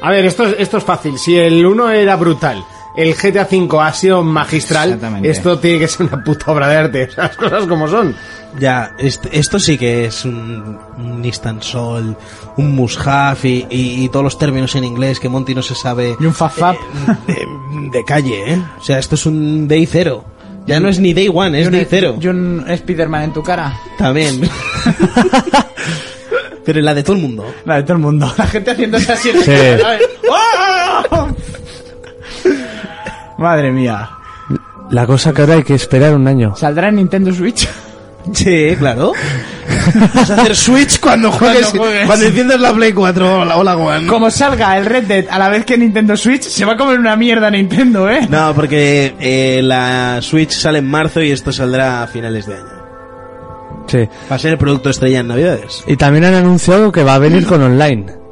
Speaker 4: A ver, esto, es- esto es fácil. Si el 1 era brutal, el GTA V ha sido magistral,
Speaker 5: Exactamente.
Speaker 4: esto tiene que ser una puta obra de arte. Las cosas como son.
Speaker 6: Ya, est- esto sí que es un, un instant sol, un mushaf y, y- y todos los términos en inglés que Monty no se sabe.
Speaker 5: Y un fafap.
Speaker 4: Eh,
Speaker 6: De, de calle, ¿eh? O sea, esto es un day cero. Ya no es ni day one,
Speaker 4: eh,
Speaker 6: es
Speaker 5: y un-
Speaker 6: day cero.
Speaker 5: Y un Spiderman en tu cara.
Speaker 6: También. Pero en la de todo el mundo.
Speaker 5: La de todo el mundo. La gente haciéndose así.
Speaker 7: Sí.
Speaker 4: Eh,
Speaker 5: Madre mía.
Speaker 7: La cosa que ahora hay que esperar un año.
Speaker 5: ¿Saldrá en Nintendo Switch?
Speaker 6: Sí, claro. Vas a hacer Switch cuando juegues, cuando,
Speaker 5: juegues.
Speaker 6: enciendas la Play 4 o la, o la One.
Speaker 5: Como salga el Red Dead a la vez que Nintendo Switch, se va a comer una mierda Nintendo, ¿eh?
Speaker 6: No, porque eh, la Switch sale en marzo y esto saldrá a finales de año.
Speaker 7: Sí.
Speaker 6: Va a ser el producto estrella en Navidades.
Speaker 7: Y también han anunciado que va a venir con online.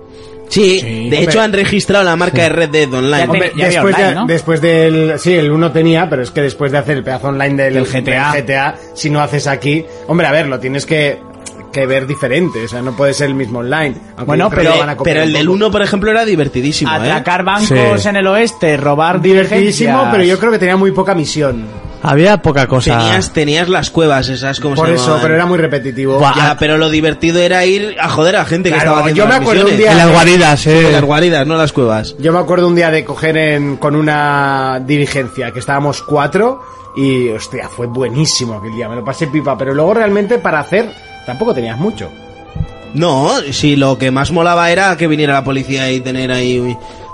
Speaker 6: Sí, de
Speaker 5: hombre.
Speaker 6: hecho han registrado la marca de Red Dead Online.
Speaker 5: Ya te-
Speaker 4: Hombre,
Speaker 5: ya había
Speaker 4: después,
Speaker 5: online,
Speaker 4: de-
Speaker 5: ¿no?
Speaker 4: después del... Sí, el 1 tenía, pero es que después de hacer el pedazo online del,
Speaker 5: Del GTA.
Speaker 4: del GTA, si no haces aquí... Hombre, a ver, lo tienes que, que ver diferente. O sea, no puede ser el mismo online. aunque
Speaker 5: Bueno,
Speaker 4: yo creo que
Speaker 5: pero-
Speaker 4: lo van a copiar
Speaker 6: Pero el
Speaker 4: un
Speaker 6: del
Speaker 4: poco.
Speaker 6: 1, por ejemplo, era divertidísimo, ¿eh?
Speaker 5: Atracar bancos
Speaker 7: Sí.
Speaker 5: en el oeste, robar
Speaker 4: Divertidísimo,
Speaker 5: diligencias.
Speaker 4: pero yo creo que tenía muy poca misión.
Speaker 7: Había poca cosa.
Speaker 6: Tenías, tenías las cuevas esas, como
Speaker 4: Por
Speaker 6: se
Speaker 4: eso,
Speaker 6: llamaban.
Speaker 4: pero era muy repetitivo.
Speaker 7: Buah,
Speaker 5: ah,
Speaker 6: Ya, pero lo divertido era ir a joder a la gente que
Speaker 4: Claro,
Speaker 6: estaba haciendo
Speaker 4: yo me
Speaker 6: las
Speaker 4: acuerdo un
Speaker 6: misiones.
Speaker 7: En las guaridas,
Speaker 6: En
Speaker 7: eh.
Speaker 6: las guaridas, no en las cuevas.
Speaker 4: Yo me acuerdo un día de coger en- con una dirigencia que estábamos cuatro y hostia, fue buenísimo aquel día, me lo pasé pipa, pero luego realmente para hacer tampoco tenías mucho.
Speaker 6: No, si lo que más molaba era que viniera la policía y tener ahí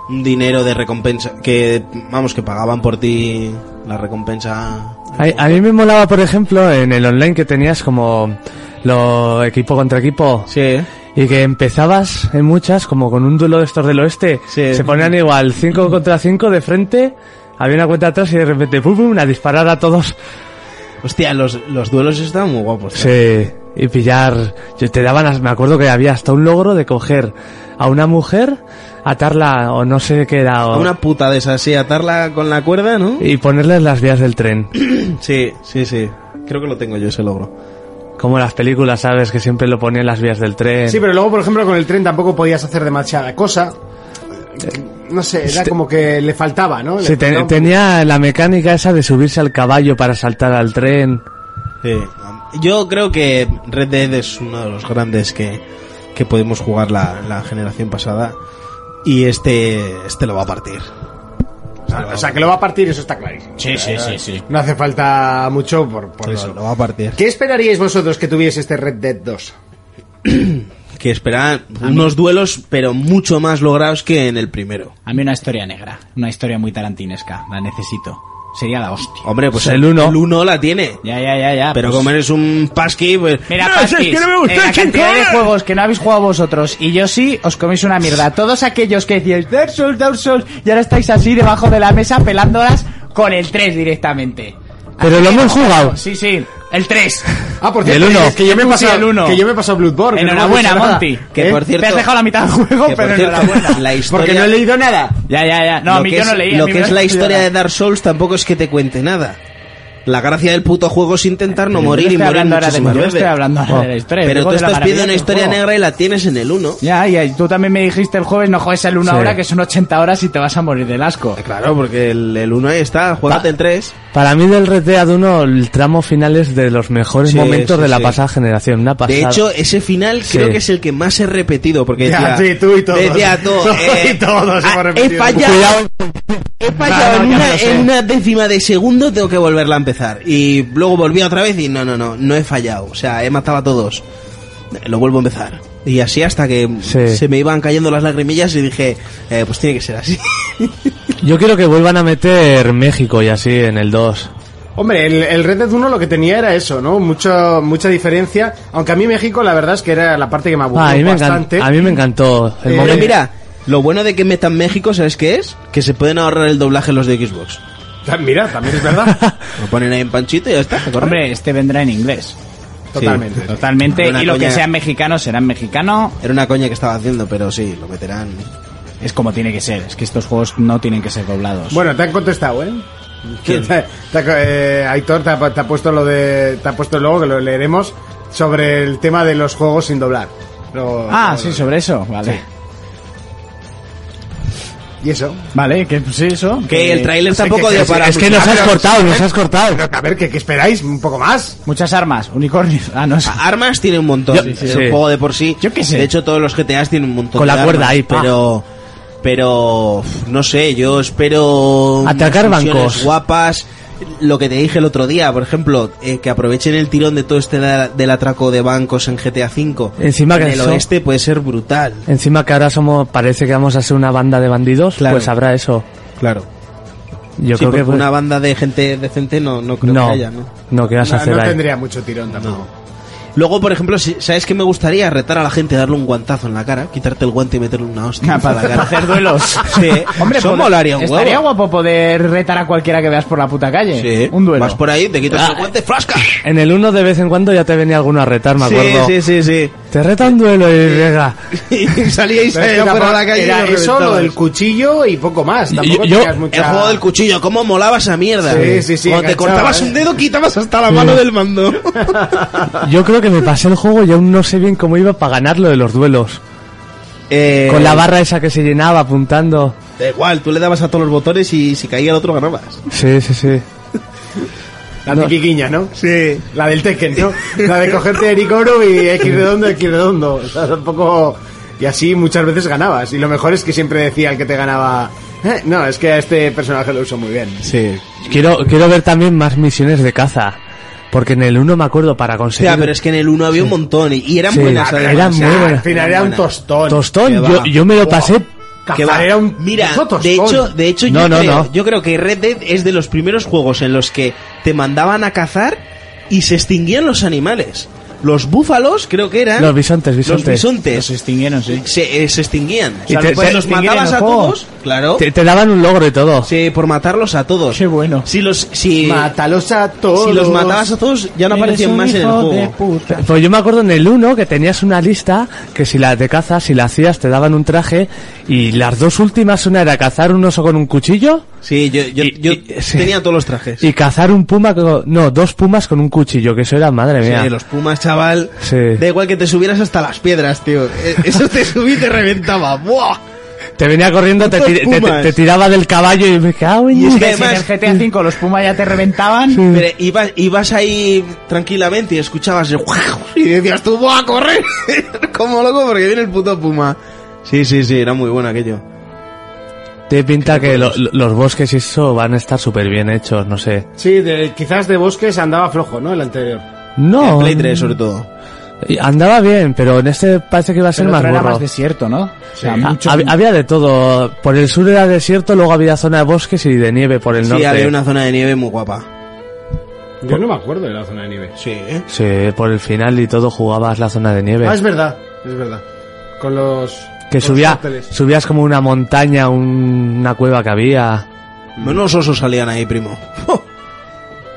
Speaker 6: un dinero de recompensa. Que, vamos, que pagaban por ti la recompensa.
Speaker 7: A, a mí me molaba, por ejemplo, en el online que tenías como lo equipo contra equipo.
Speaker 6: Sí.
Speaker 7: Y que empezabas en muchas, como con un duelo de estos del oeste,
Speaker 6: Sí.
Speaker 7: se ponían igual 5 contra 5 de frente, había una cuenta atrás y de repente, pum, pum, a disparar a todos.
Speaker 6: Hostia, los, los duelos estaban muy guapos.
Speaker 7: Sí, y pillar. Yo te daban, as- me acuerdo que había hasta un logro de coger a una mujer, atarla, o no sé qué era,
Speaker 6: A
Speaker 7: o,
Speaker 6: una puta de esas, sí, atarla con la cuerda, ¿no?
Speaker 7: y ponerles las vías del tren.
Speaker 6: Sí, sí, sí. Creo que lo tengo yo ese logro.
Speaker 7: Como en las películas, ¿sabes? Que siempre lo ponían las vías del tren.
Speaker 4: Sí, pero luego, por ejemplo, con el tren tampoco podías hacer demasiada cosa. No sé, era como que le faltaba, ¿no? Le
Speaker 7: Sí, te-
Speaker 4: faltaba un-
Speaker 7: tenía la mecánica esa de subirse al caballo para saltar al tren.
Speaker 6: Sí. Yo creo que Red Dead es uno de los grandes que, que podemos jugar la, la generación pasada. Y este, este lo va a partir.
Speaker 4: O sea, que lo va a partir, eso está clarísimo.
Speaker 8: Sí, sí, sí, sí.
Speaker 4: No hace falta mucho por, por
Speaker 6: Lo-
Speaker 4: eso.
Speaker 6: lo va a partir.
Speaker 4: ¿Qué esperaríais vosotros que tuviese este Red Dead 2?
Speaker 6: que esperan unos duelos, pero mucho más logrados que en el primero.
Speaker 5: A mí una historia negra, una historia muy tarantinesca, la necesito. Sería la hostia.
Speaker 6: Hombre, pues
Speaker 7: Pues el uno.
Speaker 6: El uno la tiene.
Speaker 5: Ya, ya, ya, ya.
Speaker 6: Pero
Speaker 5: pues-
Speaker 6: como eres un pasqui, pues.
Speaker 5: Mira,
Speaker 6: ¡No, si
Speaker 5: Pasquis,
Speaker 6: es que no me gusta
Speaker 5: en la
Speaker 6: el
Speaker 5: cantidad de
Speaker 6: Shinkoden!
Speaker 5: juegos que no habéis jugado vosotros y yo sí, os coméis una mierda. Todos aquellos que decíais Dark Souls, Dark Souls, y ahora estáis así debajo de la mesa pelándolas con el 3 directamente.
Speaker 7: Pero lo hemos jugado.
Speaker 5: Sí, sí, el 3.
Speaker 4: Ah, por
Speaker 7: El
Speaker 4: cierto,
Speaker 7: uno.
Speaker 4: que yo me he
Speaker 5: Tú sí,
Speaker 4: pasado
Speaker 5: el uno.
Speaker 4: que yo me he pasado Bloodborne. que no hemos
Speaker 5: Enhorabuena,
Speaker 4: dicho nada.
Speaker 5: Monty.
Speaker 6: Que
Speaker 4: ¿Eh?
Speaker 6: por cierto.
Speaker 5: Me has dejado la mitad del juego,
Speaker 6: que por
Speaker 5: pero
Speaker 6: cierto,
Speaker 5: enhorabuena.
Speaker 6: la historia,
Speaker 4: Porque no he leído nada.
Speaker 5: Ya, ya, ya. No,
Speaker 6: lo
Speaker 5: a mí
Speaker 6: que
Speaker 5: yo
Speaker 6: es-
Speaker 5: no leí. a
Speaker 6: Lo
Speaker 5: mí
Speaker 6: que
Speaker 5: me
Speaker 6: es
Speaker 5: lo
Speaker 6: la
Speaker 5: escribió
Speaker 6: historia de
Speaker 5: la-
Speaker 6: Dark Souls tampoco es que te cuente nada. La gracia del puto juego es intentar no
Speaker 5: Yo
Speaker 6: morir y
Speaker 5: estoy
Speaker 6: morir
Speaker 5: hablando ahora de-
Speaker 6: muchísimas
Speaker 5: yo
Speaker 6: veces.
Speaker 5: estoy hablando ahora de la historia.
Speaker 6: Pero
Speaker 5: digo
Speaker 6: tú
Speaker 5: de la
Speaker 6: estás pidiendo
Speaker 5: maravilla
Speaker 6: una
Speaker 5: del
Speaker 6: historia
Speaker 5: juego.
Speaker 6: negra y la tienes en el 1.
Speaker 5: Ya, ya, y tú también me dijiste el jueves, no juegues el 1
Speaker 7: Sí.
Speaker 5: ahora, que son 80 horas y te vas a morir del asco.
Speaker 6: Claro, porque el 1 ahí está, juégate el 3.
Speaker 7: Para mí del Red Dead 1 el tramo final es de los mejores
Speaker 6: Sí,
Speaker 7: momentos
Speaker 6: sí,
Speaker 7: de la
Speaker 6: sí.
Speaker 7: pasada generación, una pasada.
Speaker 6: De hecho, ese final
Speaker 7: Sí.
Speaker 6: creo que es el que más he repetido. Porque
Speaker 4: Ya,
Speaker 6: decía,
Speaker 4: sí, tú y todos.
Speaker 6: decía tú,
Speaker 4: Todos
Speaker 6: eh,
Speaker 4: y todos hemos
Speaker 6: ah, he
Speaker 4: repetido.
Speaker 6: fallado,
Speaker 7: Cuidado.
Speaker 6: he fallado
Speaker 5: No, no, ya
Speaker 6: en,
Speaker 5: me
Speaker 6: una,
Speaker 5: lo sé.
Speaker 6: en una décima de segundo, tengo que volverla a empezar. Y luego volví otra vez y no, no, no, no he fallado. O sea, he matado a todos. Lo vuelvo a empezar. Y así hasta que
Speaker 7: Sí.
Speaker 6: se me iban cayendo las lagrimillas y dije, eh, pues tiene que ser así.
Speaker 7: Yo quiero que vuelvan a meter México y así en el 2.
Speaker 4: Hombre, el, el Red Dead 1 lo que tenía era eso, ¿no? Mucho, mucha diferencia. Aunque a mí México, la verdad es que era la parte que me aburrió
Speaker 7: Ah, a, mí me encan-
Speaker 4: bastante.
Speaker 7: a mí me encantó el
Speaker 4: Eh,
Speaker 6: Pero
Speaker 7: momento.
Speaker 6: mira, lo bueno de que metan México, ¿sabes qué es? Que se pueden ahorrar el doblaje los de Xbox.
Speaker 4: Ta- Mira, también es verdad.
Speaker 6: Lo ponen ahí en panchito y ya está. se corre.
Speaker 5: Hombre, este vendrá en inglés.
Speaker 4: Totalmente.
Speaker 5: Totalmente.
Speaker 6: Una
Speaker 5: y lo que
Speaker 6: coña.
Speaker 5: sea mexicano será en mexicano.
Speaker 6: Era una coña que estaba haciendo, pero sí, lo meterán en
Speaker 5: es como tiene que ser. Es que estos juegos no tienen que ser doblados.
Speaker 4: Bueno, te han contestado, ¿eh? Te- te ha- eh, Aitor te ha, te ha puesto lo de. Te ha puesto luego que lo leeremos sobre el tema de los juegos sin doblar. Lo-
Speaker 5: ah,
Speaker 4: lo-
Speaker 5: sí, sobre eso. Vale.
Speaker 4: Y eso.
Speaker 5: Vale, que sí, eso. Eh,
Speaker 6: Que el tráiler tampoco dio para
Speaker 7: Es que nos has cortado,
Speaker 6: eh,
Speaker 7: nos has cortado.
Speaker 4: Pero, a ver, ¿qué, qué esperáis? ¿Un poco más?
Speaker 5: Muchas armas, unicornios. Ah, no, es-
Speaker 6: Armas tiene un montón.
Speaker 7: Yo-
Speaker 6: el
Speaker 7: sí.
Speaker 6: juego de por sí.
Speaker 5: Yo qué sé.
Speaker 6: De hecho, todos los GTAs tienen un montón
Speaker 7: Con
Speaker 6: de
Speaker 7: la cuerda
Speaker 6: armas,
Speaker 7: ahí, pa.
Speaker 6: Pero. Pero. uf, No sé, yo espero.
Speaker 7: Atacar
Speaker 6: unas fusiones
Speaker 7: bancos.
Speaker 6: guapas. Lo que te dije el otro día, por ejemplo, eh, que aprovechen el tirón de todo este da- del atraco de bancos en GTA V.
Speaker 7: Encima que
Speaker 6: en el
Speaker 7: eso-
Speaker 6: oeste puede ser brutal.
Speaker 7: Encima que ahora somos, parece que vamos a ser una banda de bandidos,
Speaker 6: Claro.
Speaker 7: pues habrá eso.
Speaker 6: Claro.
Speaker 7: Yo creo que pues,
Speaker 6: una banda de gente decente no, no creo
Speaker 7: no,
Speaker 6: que haya, ¿no?
Speaker 7: no, ¿qué vas a
Speaker 4: No,
Speaker 7: hacer
Speaker 4: no
Speaker 7: ahí?
Speaker 4: tendría mucho tirón tampoco.
Speaker 6: Luego, por ejemplo, si- ¿sabes qué me gustaría? Retar a la gente, darle un guantazo en la cara, quitarte el guante y meterle una hostia Ah, para la cara.
Speaker 5: hacer duelos.
Speaker 6: Sí.
Speaker 5: Hombre,
Speaker 6: Eso
Speaker 5: pod-
Speaker 6: molaría un huevo.
Speaker 5: estaría guapo poder retar a cualquiera que veas por la puta calle.
Speaker 6: Sí.
Speaker 5: Un duelo.
Speaker 6: Vas por ahí, te quitas el guante, frasca.
Speaker 7: En el 1 de vez en cuando ya te venía alguno a retar, me acuerdo.
Speaker 6: Sí, sí, sí,
Speaker 7: Te reta un duelo y venga.
Speaker 6: sí. Y salíais
Speaker 4: Pero es que
Speaker 6: allá por
Speaker 4: tampoco-
Speaker 6: la calle. y
Speaker 4: era
Speaker 6: lo
Speaker 4: eso, lo
Speaker 6: reventabas.
Speaker 4: del cuchillo y poco más.
Speaker 7: Yo-
Speaker 4: Tampoco
Speaker 7: yo-
Speaker 4: tenías mucha-
Speaker 6: El juego del cuchillo, cómo molaba esa mierda.
Speaker 4: Sí, sí, sí,
Speaker 6: Cuando te
Speaker 4: enganchaba,
Speaker 6: cortabas
Speaker 4: ¿eh?
Speaker 6: un dedo, quitabas hasta la mano del mando.
Speaker 7: Yo creo que me pasé el juego y aún no sé bien cómo iba para ganar lo de los duelos.
Speaker 6: Eh,
Speaker 7: Con la barra esa que se llenaba apuntando.
Speaker 6: Da igual, tú le dabas a todos los botones y si caía el otro ganabas.
Speaker 7: Sí, sí, sí.
Speaker 4: La tiquiquiña, ¿no?
Speaker 6: Sí.
Speaker 4: La del Tekken, ¿no? La de cogerte Eric Oro y X redondo, X redondo. O sea, tampoco... Y así muchas veces ganabas. Y lo mejor es que siempre decía el que te ganaba... "Eh, no, es que a este personaje lo uso muy bien.
Speaker 6: Sí.
Speaker 7: Quiero, quiero ver también más misiones de caza. Porque en el 1 me acuerdo para
Speaker 6: O sea,
Speaker 7: conseguir.
Speaker 6: pero es que en el 1 había un montón y, y eran
Speaker 7: Sí.
Speaker 6: buenas.
Speaker 7: Ah,
Speaker 6: además.
Speaker 7: eran muy
Speaker 6: Ah,
Speaker 7: buenas.
Speaker 4: Al final era un
Speaker 6: buenas.
Speaker 4: tostón.
Speaker 7: Tostón,
Speaker 6: que
Speaker 7: yo,
Speaker 6: va.
Speaker 7: yo me lo pasé.
Speaker 6: Que va.
Speaker 4: Cazar era un
Speaker 6: Mira,
Speaker 4: puto tostón.
Speaker 6: de hecho, de hecho
Speaker 7: No,
Speaker 6: yo,
Speaker 7: no,
Speaker 6: creo,
Speaker 7: no.
Speaker 6: yo creo que Red Dead es de los primeros juegos en los que te mandaban a cazar y se extinguían los animales. Los búfalos, creo que eran.
Speaker 7: Los bisontes, bisontes.
Speaker 6: Los bisontes.
Speaker 5: Los extinguieron, sí.
Speaker 6: Se, eh, se extinguían. O
Speaker 7: Y
Speaker 6: sea,
Speaker 7: te-
Speaker 6: pues
Speaker 7: te-
Speaker 6: los
Speaker 7: extinguían
Speaker 6: matabas
Speaker 7: el
Speaker 6: a
Speaker 7: juego.
Speaker 6: todos. Claro.
Speaker 7: Te, te daban un logro y todo.
Speaker 6: Sí, por matarlos a todos.
Speaker 5: Qué bueno.
Speaker 6: Si los, si,
Speaker 4: Mátalos a todos.
Speaker 6: si los matabas a todos, ya no aparecían más en el juego.
Speaker 7: Pues yo me acuerdo en el 1 que tenías una lista que si la de caza, si la hacías, te daban un traje. Y las dos últimas, una era cazar un oso con un cuchillo
Speaker 6: Sí, yo, yo,
Speaker 7: Y-
Speaker 6: yo
Speaker 7: y- sí.
Speaker 6: tenía todos los trajes.
Speaker 7: y cazar un puma con, No, dos pumas con un cuchillo, que eso era madre mía.
Speaker 6: Sí, los Pumas, chaval.
Speaker 7: Sí.
Speaker 6: Da igual que te subieras hasta las piedras, tío. Eh, Eso te subí y te reventaba. ¡Buah!
Speaker 7: Te venía corriendo, te,
Speaker 6: Dos
Speaker 7: ti- te-
Speaker 6: pumas.
Speaker 7: te tiraba del caballo y me "Ah, cago en
Speaker 6: Y es
Speaker 7: Dios.
Speaker 6: que
Speaker 5: Si en el
Speaker 6: además-
Speaker 5: GTA V los Puma ya te reventaban.
Speaker 6: Pero ibas, ibas ahí tranquilamente y escuchabas el guau y decías tú, ¡buah, correr! Como loco porque viene el puto Puma. Sí, sí, sí, era muy bueno aquello.
Speaker 7: Te pinta que lo- lo- los bosques y eso van a estar súper bien hechos, no sé.
Speaker 4: Sí, de- quizás de bosques andaba flojo, ¿no? El anterior.
Speaker 7: No.
Speaker 6: El Play 3, sobre todo.
Speaker 7: Y Andaba bien, pero en este parece que va a ser
Speaker 5: Pero
Speaker 7: más
Speaker 5: otro era
Speaker 7: burro.
Speaker 5: más desierto, ¿no? O sea,
Speaker 7: Ah,
Speaker 5: mucho-
Speaker 7: hab- Había de todo. Por el sur era desierto, luego había zona de bosques y de nieve por el
Speaker 6: Sí,
Speaker 7: norte.
Speaker 6: había una zona de nieve muy guapa.
Speaker 4: Yo no me acuerdo de la zona de nieve.
Speaker 6: Sí,
Speaker 7: Sí, por el final y todo jugabas la zona de nieve.
Speaker 4: Ah, es verdad, es verdad. Con los...
Speaker 7: que
Speaker 4: con los
Speaker 7: subía,
Speaker 4: cárteles.
Speaker 7: subías como una montaña, un- una cueva que había.
Speaker 6: Menos osos salían ahí, primo.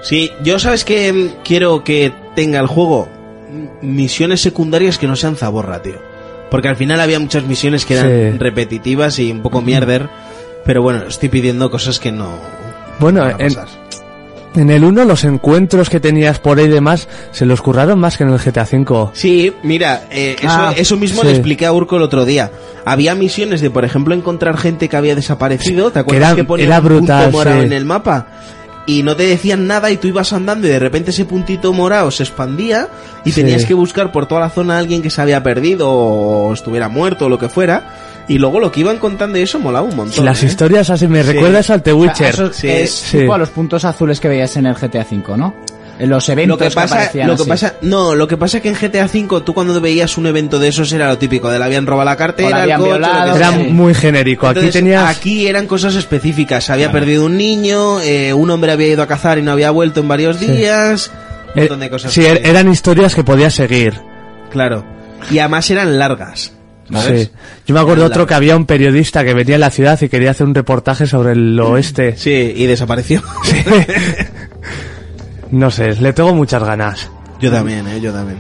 Speaker 6: Sí, yo sabes que em, quiero que tenga el juego mm, misiones secundarias que no sean zaborra, tío. Porque al final había muchas misiones que eran
Speaker 7: Sí.
Speaker 6: repetitivas y un poco mierder. Pero bueno, estoy pidiendo cosas que no.
Speaker 7: Bueno,
Speaker 6: no van a
Speaker 7: en,
Speaker 6: pasar.
Speaker 7: en el 1 los encuentros que tenías por ahí y demás se los curraron más que en el GTA V.
Speaker 6: Sí, mira, eh, eso,
Speaker 5: Ah,
Speaker 6: eso mismo
Speaker 7: sí.
Speaker 6: le expliqué a Urco el otro día. Había misiones de, por ejemplo, encontrar gente que había desaparecido. ¿Te acuerdas
Speaker 7: era-
Speaker 6: que ponía
Speaker 7: era
Speaker 6: un
Speaker 7: brutal,
Speaker 6: punto morado
Speaker 7: sí.
Speaker 6: en el mapa? Y no te decían nada y tú ibas andando y de repente ese puntito morado se expandía y
Speaker 7: Sí.
Speaker 6: tenías que buscar por toda la zona a alguien que se había perdido o estuviera muerto o lo que fuera. Y luego lo que iban contando y eso molaba un montón.
Speaker 7: Las
Speaker 6: ¿eh?
Speaker 7: historias así me recuerdas al The
Speaker 5: o sea,
Speaker 7: Witcher.
Speaker 5: eso
Speaker 6: Sí.
Speaker 5: es
Speaker 7: Sí.
Speaker 5: tipo a los puntos azules que veías en el GTA V, ¿no? En los
Speaker 6: lo
Speaker 5: eventos
Speaker 6: que pasa,
Speaker 5: aparecían
Speaker 6: lo que
Speaker 5: así.
Speaker 6: pasa, no, lo que pasa que en GTA V tú cuando veías un evento de esos era lo típico, de la habían robado la cartera,
Speaker 5: O la
Speaker 6: el
Speaker 5: habían
Speaker 6: coche, lo que
Speaker 5: violado,
Speaker 6: sea.
Speaker 7: Era
Speaker 5: Sí.
Speaker 7: muy genérico. aquí
Speaker 6: Entonces,
Speaker 7: tenías.
Speaker 6: aquí eran cosas específicas. Había perdido un niño, eh, un hombre había ido a cazar y no había vuelto en varios días. Un
Speaker 7: eh,
Speaker 6: montón de cosas.
Speaker 7: sí,
Speaker 6: así.
Speaker 7: er- eran historias que podías seguir.
Speaker 6: Claro. Y además eran largas. ¿sabes?
Speaker 7: Sí. Yo me acuerdo
Speaker 6: Eran
Speaker 7: otro que había un periodista que venía a la ciudad y quería hacer un reportaje sobre el
Speaker 6: Mm.
Speaker 7: oeste.
Speaker 6: largas. Sí, y desapareció.
Speaker 7: No sé, le tengo muchas ganas.
Speaker 6: yo también, eh, yo también.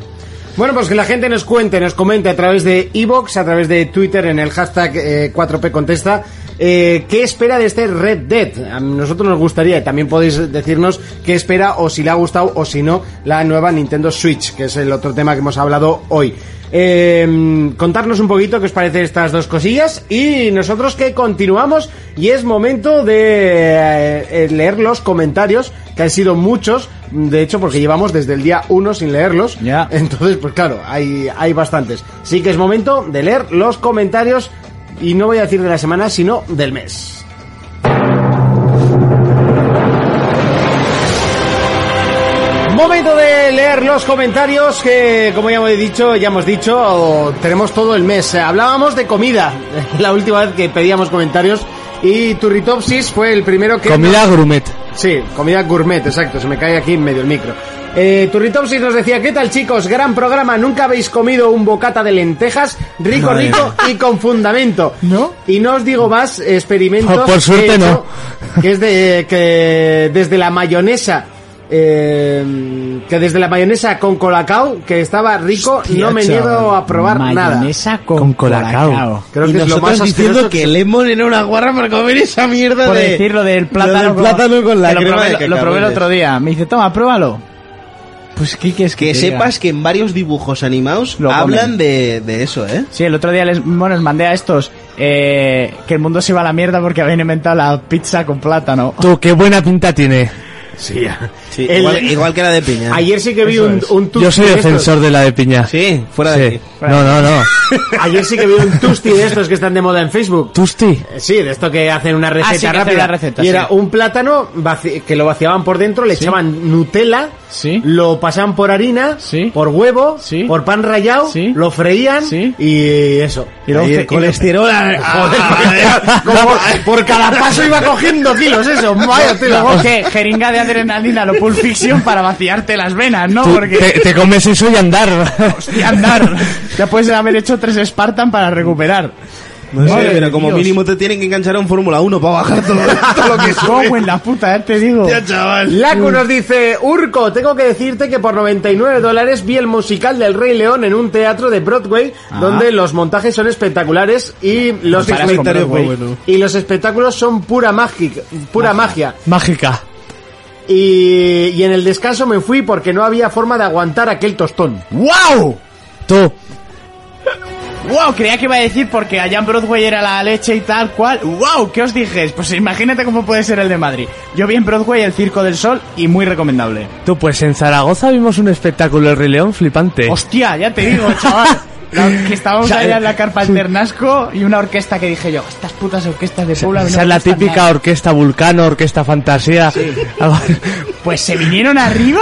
Speaker 4: Bueno, pues que la gente nos cuente, nos comente a través de Evox, a través de Twitter en el hashtag eh, 4P Contesta. eh, ¿Qué espera de este Red Dead? A nosotros nos gustaría, y también podéis decirnos qué espera o si le ha gustado o si no la nueva Nintendo Switch, que es el otro tema que hemos hablado hoy. Eh, contarnos un poquito qué os parece estas dos cosillas y nosotros que continuamos y es momento de eh, leer los comentarios, que han sido muchos, de hecho porque llevamos desde el día 1 sin leerlos.
Speaker 5: Ya.
Speaker 4: Entonces, pues claro, hay, hay bastantes. Sí que es momento de leer los comentarios, y no voy a decir de la semana, sino del mes. Momento de leer los comentarios que, como ya hemos dicho, ya hemos dicho, tenemos todo el mes. Hablábamos de comida la última vez que pedíamos comentarios y Turritopsis fue el primero que...
Speaker 7: Comida grumet.
Speaker 4: Sí, comida gourmet, exacto. Se me cae aquí en medio el micro. Eh, Turritopsis nos decía, ¿qué tal chicos? Gran programa, nunca habéis comido un bocata de lentejas, rico,
Speaker 7: Madre
Speaker 4: rico y con fundamento.
Speaker 5: ¿No?
Speaker 4: Y no os digo más experimentos.
Speaker 7: Ah, Por- por
Speaker 4: que he
Speaker 7: suerte
Speaker 4: hecho,
Speaker 7: no.
Speaker 4: Que es de, que desde la mayonesa, eh, que desde la mayonesa con colacao, que estaba rico, no me niego a probar
Speaker 5: Mayonesa con,
Speaker 7: Con colacao.
Speaker 5: colacao.
Speaker 4: nada. Creo
Speaker 6: y
Speaker 4: que es lo
Speaker 6: nosotros
Speaker 4: más asqueroso
Speaker 6: diciendo que
Speaker 4: que
Speaker 6: Lemon era una guarra para comer esa mierda
Speaker 5: Por
Speaker 6: de...
Speaker 5: decirlo del
Speaker 6: lo
Speaker 5: plátano,
Speaker 6: del
Speaker 5: con-
Speaker 6: plátano con la
Speaker 5: que lo
Speaker 6: crema
Speaker 5: probé,
Speaker 6: de
Speaker 5: lo- Lo probé el
Speaker 6: cacahuetes.
Speaker 5: otro día. Me dice, toma, pruébalo. Pues, ¿qué quieres
Speaker 6: Que
Speaker 5: te diga?
Speaker 6: sepas que en varios dibujos animados
Speaker 5: Lo
Speaker 6: hablan
Speaker 5: comen.
Speaker 6: de, de eso, ¿eh?
Speaker 5: Sí, el otro día les, bueno, les mandé a estos eh, que el mundo se iba a la mierda porque habían inventado la pizza con plátano.
Speaker 7: Tú, qué buena pinta tiene.
Speaker 6: Sí,
Speaker 4: El-
Speaker 6: igual, igual que la de piña.
Speaker 4: Ayer sí que vi un, un
Speaker 7: Yo soy
Speaker 4: de estos.
Speaker 7: defensor de la de piña.
Speaker 6: Sí, fuera de
Speaker 7: Sí.
Speaker 6: aquí.
Speaker 7: No, no, no.
Speaker 4: Ayer sí que vi un tusti de estos que están de moda en Facebook.
Speaker 7: Tusti.
Speaker 4: Eh, Sí, de esto que hacen una receta
Speaker 5: Ah, sí, que hacen
Speaker 4: rápida.
Speaker 5: la receta,
Speaker 4: y
Speaker 5: sí.
Speaker 4: era un plátano vaci- que lo vaciaban por dentro, le echaban Nutella,
Speaker 5: Sí.
Speaker 4: lo pasaban por harina,
Speaker 5: Sí.
Speaker 4: por huevo,
Speaker 5: Sí.
Speaker 4: por pan rallado,
Speaker 5: Sí.
Speaker 4: lo freían
Speaker 5: Sí.
Speaker 4: y eso.
Speaker 5: Y luego este-
Speaker 4: Ahí el
Speaker 5: ce- y lo-
Speaker 4: colesterol.
Speaker 5: Ah,
Speaker 4: joder, como por, por cada paso iba cogiendo kilos eso. Vaya, tío.
Speaker 5: Luego, ¿qué? Jeringa de adrenalina, lo Pulp Fiction para vaciarte las venas, ¿no?
Speaker 7: Tú,
Speaker 5: Porque...
Speaker 7: te, te comes eso y andar.
Speaker 5: Y andar. Ya puedes haber hecho tres Spartan para recuperar.
Speaker 6: No sé,
Speaker 5: Madre
Speaker 6: pero
Speaker 5: de
Speaker 6: como
Speaker 5: Dios.
Speaker 6: mínimo te tienen que enganchar a un Fórmula 1 para bajar todo, todo lo que
Speaker 5: Como
Speaker 6: sube.
Speaker 5: en la puta, ya te digo.
Speaker 6: Ya, chaval.
Speaker 5: Mm.
Speaker 4: Laku nos dice, Urco, tengo que decirte que por 99 dólares vi el musical del Rey León en un teatro de Broadway, donde los montajes son espectaculares y los,
Speaker 5: Ah. Comparas con
Speaker 4: espectáculos-
Speaker 5: Broadway.
Speaker 4: y los espectáculos son pura, mágica, pura magia.
Speaker 7: Mágica.
Speaker 4: Y, y en el descanso me fui porque no había forma de aguantar aquel tostón.
Speaker 5: ¡Wow!
Speaker 7: Tú.
Speaker 5: ¡Wow! Creía que iba a decir porque allá en Broadway era la leche y tal cual. ¡Wow! ¿Qué os dije? Pues imagínate cómo puede ser el de Madrid. Yo vi en Broadway el Circo del Sol y muy recomendable.
Speaker 7: Tú, pues en Zaragoza vimos un espectáculo del Rey León flipante.
Speaker 5: Hostia, ya te digo, chaval. La- que estábamos allá en la carpa del Ternasco y una orquesta que dije yo, estas putas orquestas de Puebla. no
Speaker 7: Esa
Speaker 5: me
Speaker 7: es la
Speaker 5: gustan
Speaker 7: típica
Speaker 5: nada".
Speaker 7: orquesta vulcano, orquesta fantasía. Algo-
Speaker 5: Pues se vinieron arriba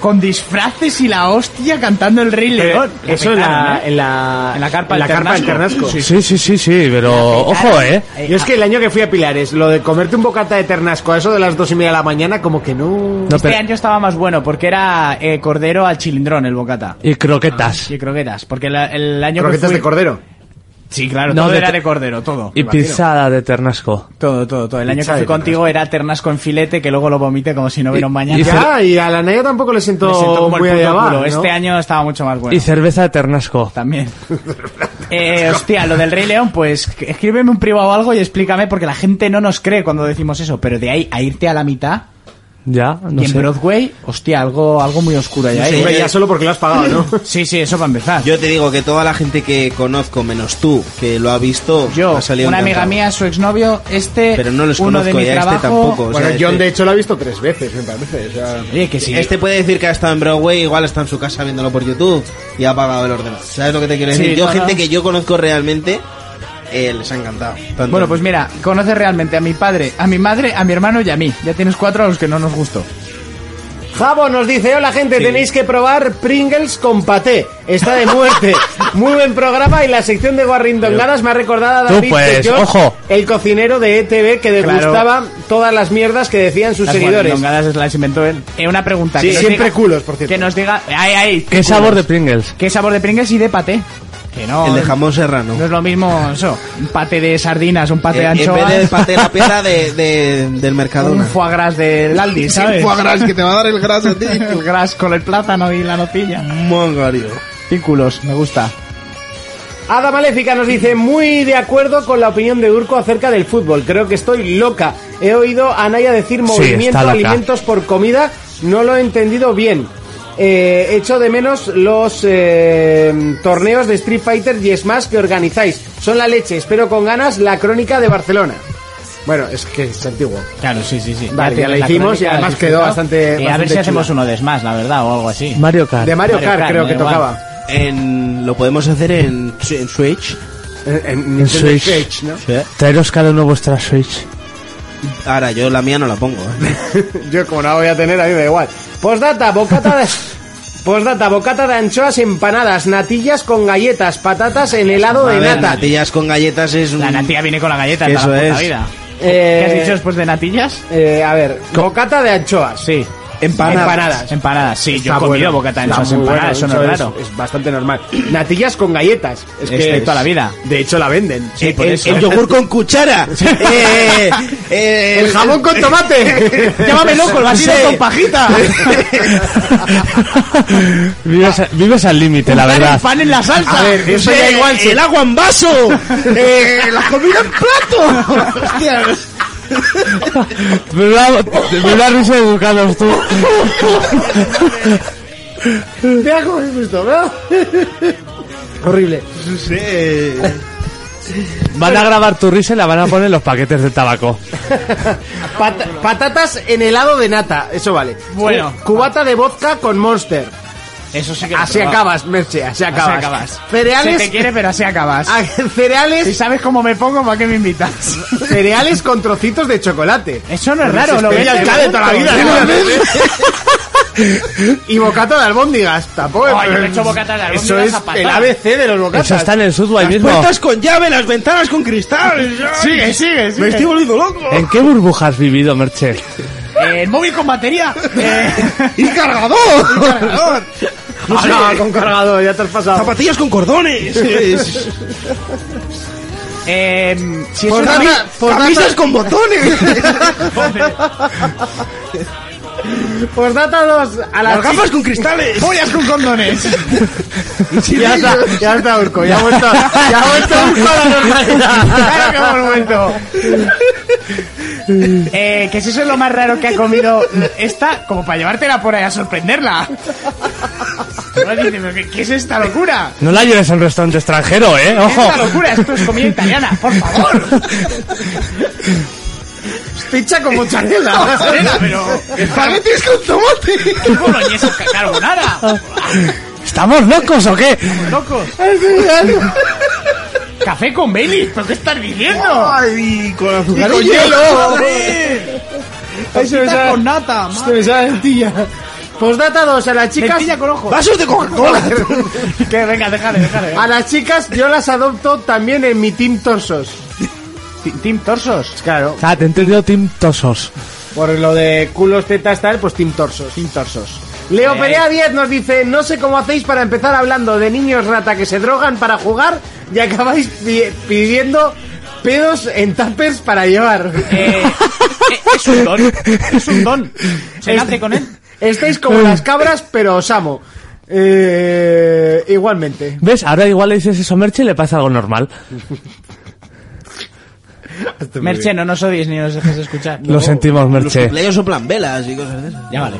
Speaker 5: con disfraces y la hostia cantando el Rey León. La
Speaker 4: Eh, Eso en la,
Speaker 5: petaron, ¿eh?
Speaker 4: en la,
Speaker 5: En la carpa
Speaker 4: en
Speaker 5: del
Speaker 4: carpa del
Speaker 5: Ternasco.
Speaker 4: Ternasco.
Speaker 7: Sí, sí, sí, sí, pero ojo, eh.
Speaker 4: Yo es
Speaker 5: ah,
Speaker 4: que el año que fui a Pilares, lo de comerte un bocata de Ternasco a eso de las dos y media de la mañana, como que no...
Speaker 7: No,
Speaker 5: Este
Speaker 7: pero-
Speaker 5: año estaba más bueno porque era eh, cordero al chilindrón, el bocata.
Speaker 7: Y croquetas.
Speaker 5: Y croquetas, porque la- el año que
Speaker 4: Croquetas
Speaker 5: fui...
Speaker 4: de cordero.
Speaker 5: Sí, claro,
Speaker 7: No,
Speaker 5: todo
Speaker 7: de
Speaker 5: era
Speaker 7: te-
Speaker 5: de cordero, todo.
Speaker 7: Y pisada de Ternasco.
Speaker 5: Todo, todo, todo. El año que
Speaker 4: Pizza
Speaker 5: fui
Speaker 4: de
Speaker 5: contigo era ternasco en filete que luego lo vomité como si no hubiera un mañana.
Speaker 7: y
Speaker 5: Me
Speaker 4: Ya, y a la Naya tampoco le siento,
Speaker 5: sentó como el
Speaker 4: muy
Speaker 5: puto
Speaker 4: allá va,
Speaker 5: culo.
Speaker 4: ¿no?
Speaker 5: Este año estaba mucho más bueno.
Speaker 7: Y cerveza de Ternasco.
Speaker 5: También. Eh, hostia, lo del Rey León, pues escríbeme un privado o algo y explícame porque la gente no nos cree cuando decimos eso, pero de ahí a irte a la mitad
Speaker 7: Ya, no
Speaker 5: y en
Speaker 7: sé.
Speaker 5: Broadway, hostia, algo, algo muy oscuro allá.
Speaker 6: No sé,
Speaker 5: ¿eh?
Speaker 4: Hombre, ya solo porque lo has pagado, ¿no?
Speaker 5: Sí, sí, eso para empezar.
Speaker 6: Yo te digo que toda la gente que conozco, menos tú, que lo ha visto,
Speaker 5: Yo,
Speaker 6: ha salido
Speaker 5: una amiga
Speaker 6: encantado.
Speaker 5: mía, su exnovio, este,
Speaker 6: Pero no los
Speaker 5: uno de
Speaker 6: conozco,
Speaker 5: mi
Speaker 6: ya este
Speaker 5: trabajo.
Speaker 6: tampoco. O sea,
Speaker 4: bueno, John
Speaker 6: este-
Speaker 4: de hecho lo ha visto tres veces, me parece. O sea...
Speaker 5: Oye, que sí.
Speaker 6: Este puede decir que ha estado en Broadway, igual está en su casa viéndolo por YouTube y ha apagado el ordenador. ¿Sabes lo que te quiero
Speaker 5: Sí,
Speaker 6: decir? yo,
Speaker 5: no,
Speaker 6: gente
Speaker 5: no.
Speaker 6: que yo conozco realmente, eh, les ha encantado. Tanto-
Speaker 5: Bueno, pues mira, conoces realmente a mi padre, a mi madre, a mi hermano y a mí. Ya tienes cuatro a los que no nos gustó.
Speaker 4: Javo nos dice, hola gente, tenéis que probar Pringles con paté. Está de muerte. Muy buen programa y la sección de guarrindongadas me ha recordado a
Speaker 7: Tú,
Speaker 4: David
Speaker 7: pues,
Speaker 4: Tellón,
Speaker 7: ojo.
Speaker 4: el cocinero de ETV que
Speaker 5: Claro.
Speaker 4: degustaba todas las mierdas que decían sus
Speaker 5: Las
Speaker 4: seguidores.
Speaker 5: guarindongadas las inventó él. Eh, una pregunta.
Speaker 4: Sí,
Speaker 5: que nos
Speaker 4: siempre
Speaker 5: diga-
Speaker 4: culos, por cierto.
Speaker 5: Que nos diga... ¡Ay, ay!
Speaker 7: ¿Qué sabor de Pringles?
Speaker 5: ¿Qué sabor de Pringles y de paté? Que no,
Speaker 6: El de jamón serrano.
Speaker 5: No es lo mismo eso, un pate de sardinas, un pate de
Speaker 6: Eh, en
Speaker 5: anchoas.
Speaker 6: vez del paté de la piedra de, de- del
Speaker 5: un
Speaker 6: Mercadona.
Speaker 5: foie gras del Aldi, ¿sabes?
Speaker 6: Foie gras, que te va a dar el gras a ti.
Speaker 5: el gras con el plátano y la nocilla.
Speaker 6: Mongario.
Speaker 5: Círculos, me gusta.
Speaker 4: Ada Maléfica nos dice, muy de acuerdo con la opinión de Urco acerca del fútbol. Creo que estoy loca. He oído a Naya decir movimiento,
Speaker 7: está loca.
Speaker 4: alimentos por comida. No lo he entendido bien. Eh, echo de menos los eh, torneos de Street Fighter y Smash que organizáis. Son la leche. Espero con ganas la crónica de Barcelona. Bueno, es que es antiguo.
Speaker 5: Claro, sí, sí, sí.
Speaker 4: Vale, ya
Speaker 5: tienes
Speaker 4: la
Speaker 5: la
Speaker 4: hicimos
Speaker 5: crónica,
Speaker 4: y
Speaker 5: la
Speaker 4: además
Speaker 5: has
Speaker 4: quedó
Speaker 5: disfrutado.
Speaker 4: bastante.
Speaker 5: Y a ver
Speaker 4: bastante
Speaker 5: si hacemos
Speaker 4: chula.
Speaker 5: uno de Smash, la verdad, o algo así.
Speaker 7: Mario Kart.
Speaker 4: De Mario,
Speaker 5: Mario
Speaker 4: Kart,
Speaker 5: Kart,
Speaker 4: creo
Speaker 5: me
Speaker 4: que
Speaker 5: da igual.
Speaker 4: tocaba.
Speaker 6: En, lo podemos hacer en, en Switch.
Speaker 4: En, en Nintendo
Speaker 7: Switch.
Speaker 4: Switch, ¿no?
Speaker 7: Traeros cada uno vuestra Switch.
Speaker 6: Ahora, yo la mía no la pongo. ¿eh?
Speaker 4: Yo como no la voy a tener, a mí me da igual. Postdata, bocata de... Postdata, bocata de anchoas, empanadas, natillas con galletas, patatas en helado de
Speaker 6: A ver,
Speaker 4: nata.
Speaker 6: natillas con galletas es un...
Speaker 5: La natilla viene con la galleta
Speaker 6: Eso
Speaker 5: toda la puta
Speaker 6: es.
Speaker 5: vida.
Speaker 4: Eh,
Speaker 5: ¿Qué has dicho después de natillas?
Speaker 4: Eh, a ver, bocata de anchoas.
Speaker 5: Sí.
Speaker 4: Empanadas. Empanadas.
Speaker 5: Empanadas, sí.
Speaker 4: Está
Speaker 5: yo he comido
Speaker 4: bueno.
Speaker 5: bocata en
Speaker 4: Está
Speaker 5: esas
Speaker 4: muy bueno,
Speaker 5: empanadas, eso no es raro.
Speaker 4: Es bastante normal. Natillas con galletas. Es
Speaker 5: Es
Speaker 4: que
Speaker 5: de toda la vida.
Speaker 4: De hecho la venden. Eh,
Speaker 5: Sí, por
Speaker 6: el,
Speaker 5: eso.
Speaker 6: el yogur con cuchara. Eh, eh,
Speaker 4: El jamón con tomate.
Speaker 5: Llámame loco, el vasito
Speaker 6: Sí.
Speaker 5: con pajita.
Speaker 7: vives, vives al límite, la
Speaker 5: El
Speaker 7: verdad.
Speaker 5: pan en la salsa.
Speaker 4: A ver, eso ya
Speaker 6: eh,
Speaker 4: igual. sí.
Speaker 6: El agua en vaso. Eh, la comida en plato. Hostia.
Speaker 7: Me da- me da risa educados tú.
Speaker 4: Mira cómo es esto, ¿no? Horrible.
Speaker 7: Van a grabar tu risa y la van a poner en los paquetes de tabaco.
Speaker 4: Pat- patatas en helado de nata, eso vale.
Speaker 5: Bueno.
Speaker 4: Cu- Cubata de vodka con Monster.
Speaker 5: Eso sí que lo he
Speaker 4: Así
Speaker 5: probado.
Speaker 4: acabas, Merche, así acabas.
Speaker 5: Así acabas.
Speaker 4: Cereales.
Speaker 5: Se te quiere, pero así acabas.
Speaker 4: Ah,
Speaker 5: Si
Speaker 4: cereales,
Speaker 5: sabes cómo me pongo, ¿para qué me invitas?
Speaker 4: cereales con trocitos de chocolate.
Speaker 5: Eso no es raro, lo
Speaker 4: Este
Speaker 5: veía
Speaker 4: ya está de toda la vida, ¿no? Y bocata de albóndigas, tampoco.
Speaker 5: Ay, yo le echo bocata de
Speaker 4: Eso
Speaker 5: albóndigas
Speaker 4: es
Speaker 5: a patar.
Speaker 4: el ABC de los bocatas.
Speaker 7: Eso está en el Subway mismo.
Speaker 6: Puertas con llave, las ventanas con cristal.
Speaker 5: Sigue, sigue, sigue.
Speaker 6: Me estoy volviendo loco.
Speaker 7: ¿En qué burbuja has vivido, Merche?
Speaker 5: Eh, El móvil con batería. Eh,
Speaker 6: ¡Y cargador!
Speaker 4: Ah, No, no, con cargador, ya te has pasado.
Speaker 6: Zapatillas con cordones.
Speaker 5: eh, si eso no
Speaker 6: Postdata- Camisas con botones.
Speaker 4: Pues dátalos a las
Speaker 6: Las gafas con cristales.
Speaker 5: Pollas con condones.
Speaker 4: Ya está, ya está Urco, ya ha vuelto, ya ha vuelto Urco a la normalidad. Claro que hemos vuelto.
Speaker 5: Eh, que si eso es lo más raro que ha comido esta, como para llevártela por ahí a sorprenderla. No, dice, pero ¿qué, qué es esta locura?
Speaker 7: No la lleves a un restaurante extranjero, ¿eh?
Speaker 5: ¿Qué es
Speaker 7: Ojo.
Speaker 5: esta locura? Esto es comida italiana, por favor.
Speaker 4: Pizza con mozzarella.
Speaker 5: Mozzarella, pero...
Speaker 6: Espaguetis con tomate.
Speaker 5: ¿Qué boloñesa ca- carbonara?
Speaker 7: ¿Estamos locos o qué?
Speaker 5: ¡Locos! ¡Café con Bailey! ¿Pero qué estás viviendo?
Speaker 6: Ay, con azúcar
Speaker 4: con
Speaker 6: y
Speaker 4: hielo.
Speaker 5: Ay, se me sale. con nata, madre.
Speaker 4: Postdata 2, a las chicas.
Speaker 5: Lentilla con ojos.
Speaker 6: Vasos de Coca-Cola.
Speaker 5: Que venga, déjale, déjale.
Speaker 4: A las chicas yo las adopto también en mi team torsos.
Speaker 5: Team Torsos.
Speaker 4: Claro.
Speaker 7: Ah, te he entendido Tim Tosos.
Speaker 4: Por lo de culos, tetas, tal, pues team torsos. Team torsos. Leo
Speaker 5: Eh.
Speaker 4: Perea 10 nos dice, no sé cómo hacéis para empezar hablando de niños rata que se drogan para jugar y acabáis pi- pidiendo pedos en tuppers para llevar.
Speaker 5: Eh, eh, es un don. Es un don. Se nace con él.
Speaker 4: Estáis como las cabras, pero os amo. Eh, igualmente.
Speaker 7: ¿Ves? Ahora igual le dices eso a Merche y le pasa algo normal.
Speaker 5: Merche, no nos odies ni nos dejes de escuchar.
Speaker 7: Lo sentimos, Merche.
Speaker 6: Ellos soplan velas y cosas de esas.
Speaker 5: Ya vale.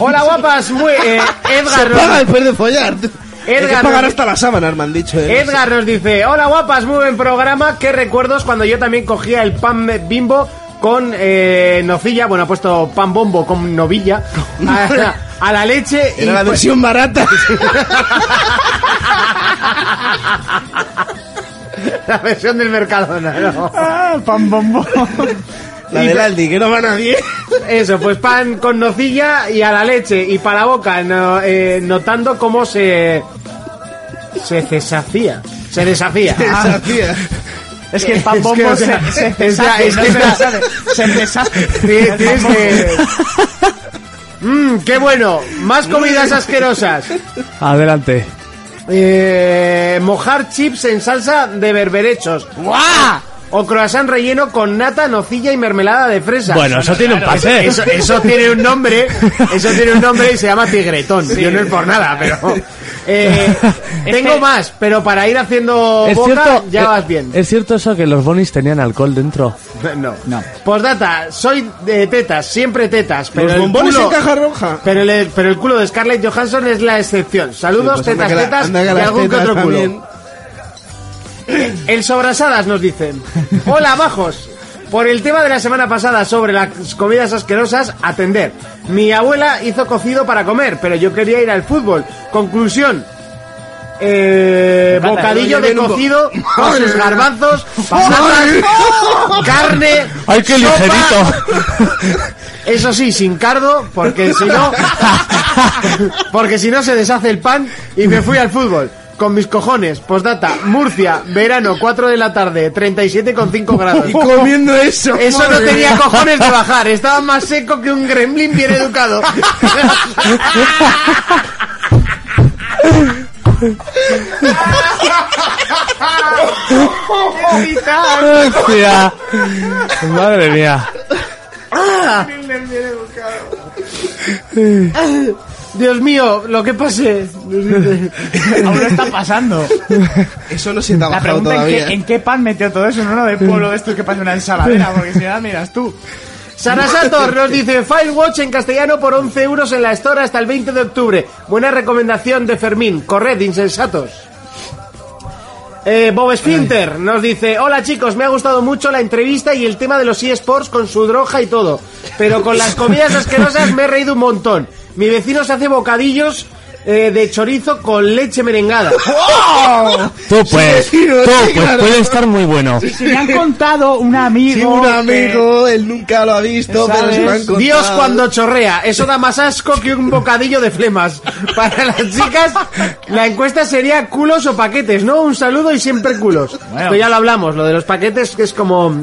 Speaker 4: Hola guapas, muy, eh, Edgar, nos-
Speaker 6: Paga después de follar. Hay que
Speaker 4: Edgar,
Speaker 6: pagar
Speaker 4: no-
Speaker 6: hasta las sábanas, me han dicho. eh.
Speaker 4: Edgar nos dice, hola guapas, muy buen programa, qué recuerdos cuando yo también cogía el pan bimbo con eh, nocilla, bueno, ha puesto pan bombo con novilla, a, a la leche y
Speaker 6: Era la
Speaker 4: pues-
Speaker 6: versión barata.
Speaker 4: la versión del Mercadona. ¿no?
Speaker 5: Ah, pan bombo.
Speaker 6: La del Aldi, que no va nadie.
Speaker 4: Eso, pues pan con nocilla y a la leche y para la boca, no- eh, notando cómo se... Se deshacía. Se deshacía.
Speaker 6: Esa tía.
Speaker 5: Es que el pan
Speaker 4: Es que,
Speaker 5: bombo
Speaker 4: o sea,
Speaker 5: se, se
Speaker 4: es ya-
Speaker 5: deshace,
Speaker 4: es
Speaker 5: no
Speaker 4: que
Speaker 5: se
Speaker 4: ya-
Speaker 5: deshace, se deshace.
Speaker 4: Tienes-
Speaker 5: El pan
Speaker 4: tienes
Speaker 5: bombo.
Speaker 4: que- Mm, Mmm, qué bueno. Más comidas asquerosas.
Speaker 7: Adelante.
Speaker 4: eh, mojar chips en salsa de berberechos.
Speaker 5: ¡Guau!
Speaker 4: O croissant relleno con nata, nocilla y mermelada de fresa.
Speaker 7: Bueno, eso tiene un pasé.
Speaker 4: Eso, eso tiene un nombre, eso tiene un nombre y se llama tigretón. Yo no es por nada, pero eh, tengo más, pero para ir haciendo
Speaker 7: Es
Speaker 4: boca
Speaker 7: cierto,
Speaker 4: ya
Speaker 7: eh,
Speaker 4: vas bien.
Speaker 7: Es cierto eso que los bonis tenían alcohol dentro.
Speaker 4: No.
Speaker 5: No.
Speaker 4: Postdata, soy de tetas, siempre tetas, pero
Speaker 6: Los
Speaker 4: el
Speaker 6: bombones
Speaker 4: culo-
Speaker 6: en caja roja.
Speaker 4: Pero el, pero el culo de Scarlett Johansson es la excepción. Saludos,
Speaker 6: Sí, pues anda
Speaker 4: tetas,
Speaker 6: que la-
Speaker 4: tetas
Speaker 6: anda que
Speaker 4: y
Speaker 6: las
Speaker 4: algún que
Speaker 6: tetas
Speaker 4: otro
Speaker 6: también.
Speaker 4: culo. El sobrasadas nos dicen. Hola, bajos. Por el tema de la semana pasada sobre las comidas asquerosas, atender. Mi abuela hizo cocido para comer, pero yo quería ir al fútbol. Conclusión. Eh,
Speaker 5: encanta,
Speaker 4: bocadillo
Speaker 6: yo
Speaker 4: de
Speaker 6: llevo un bo-
Speaker 4: cocido con sus garbanzos, patatas, carne,
Speaker 7: ¡Ay, qué
Speaker 4: sopa,
Speaker 7: ligerito!
Speaker 4: eso sí, sin cardo, porque si no, porque si no se deshace el pan y me fui al fútbol. Con mis cojones, postdata, Murcia, verano, 4 de la tarde, 37,5 grados.
Speaker 6: comiendo eso.
Speaker 4: Eso no
Speaker 6: madre
Speaker 4: tenía
Speaker 6: mía.
Speaker 4: cojones de bajar, estaba más seco que un gremlin bien educado. ¡Qué vital!
Speaker 7: Hostia. Madre mía.
Speaker 4: Dios mío, lo que pase.
Speaker 5: Aún está pasando.
Speaker 6: Eso no se te
Speaker 5: La
Speaker 6: ha bajado
Speaker 5: pregunta es
Speaker 6: todavía.
Speaker 5: que, en qué pan metió todo eso, no uno de pueblo de este. estos que pasa una ensaladera, porque si no, miras tú.
Speaker 4: Sara Sator nos dice Firewatch en castellano por 11 euros en la Store hasta el 20 de octubre. Buena recomendación de Fermín. Corred, insensatos. Eh, Bob Spinter nos dice Hola chicos, me ha gustado mucho la entrevista y el tema de los eSports con su droga y todo. Pero con las comidas asquerosas me he reído un montón. Mi vecino se hace bocadillos eh, de chorizo con leche merengada.
Speaker 6: Oh,
Speaker 7: Tú pues,
Speaker 6: sí,
Speaker 7: tú
Speaker 6: sí,
Speaker 7: pues
Speaker 6: claro.
Speaker 7: puede estar muy bueno.
Speaker 5: Si me han contado un amigo.
Speaker 6: Sí, un
Speaker 5: que-
Speaker 6: amigo, él nunca lo ha visto, pero se lo han contado.
Speaker 4: Dios cuando chorrea, eso da más asco que un bocadillo de flemas. Para las chicas, la encuesta sería culos o paquetes, ¿no? Un saludo y siempre culos.
Speaker 5: Bueno.
Speaker 4: Esto ya lo hablamos, lo de los paquetes que es como...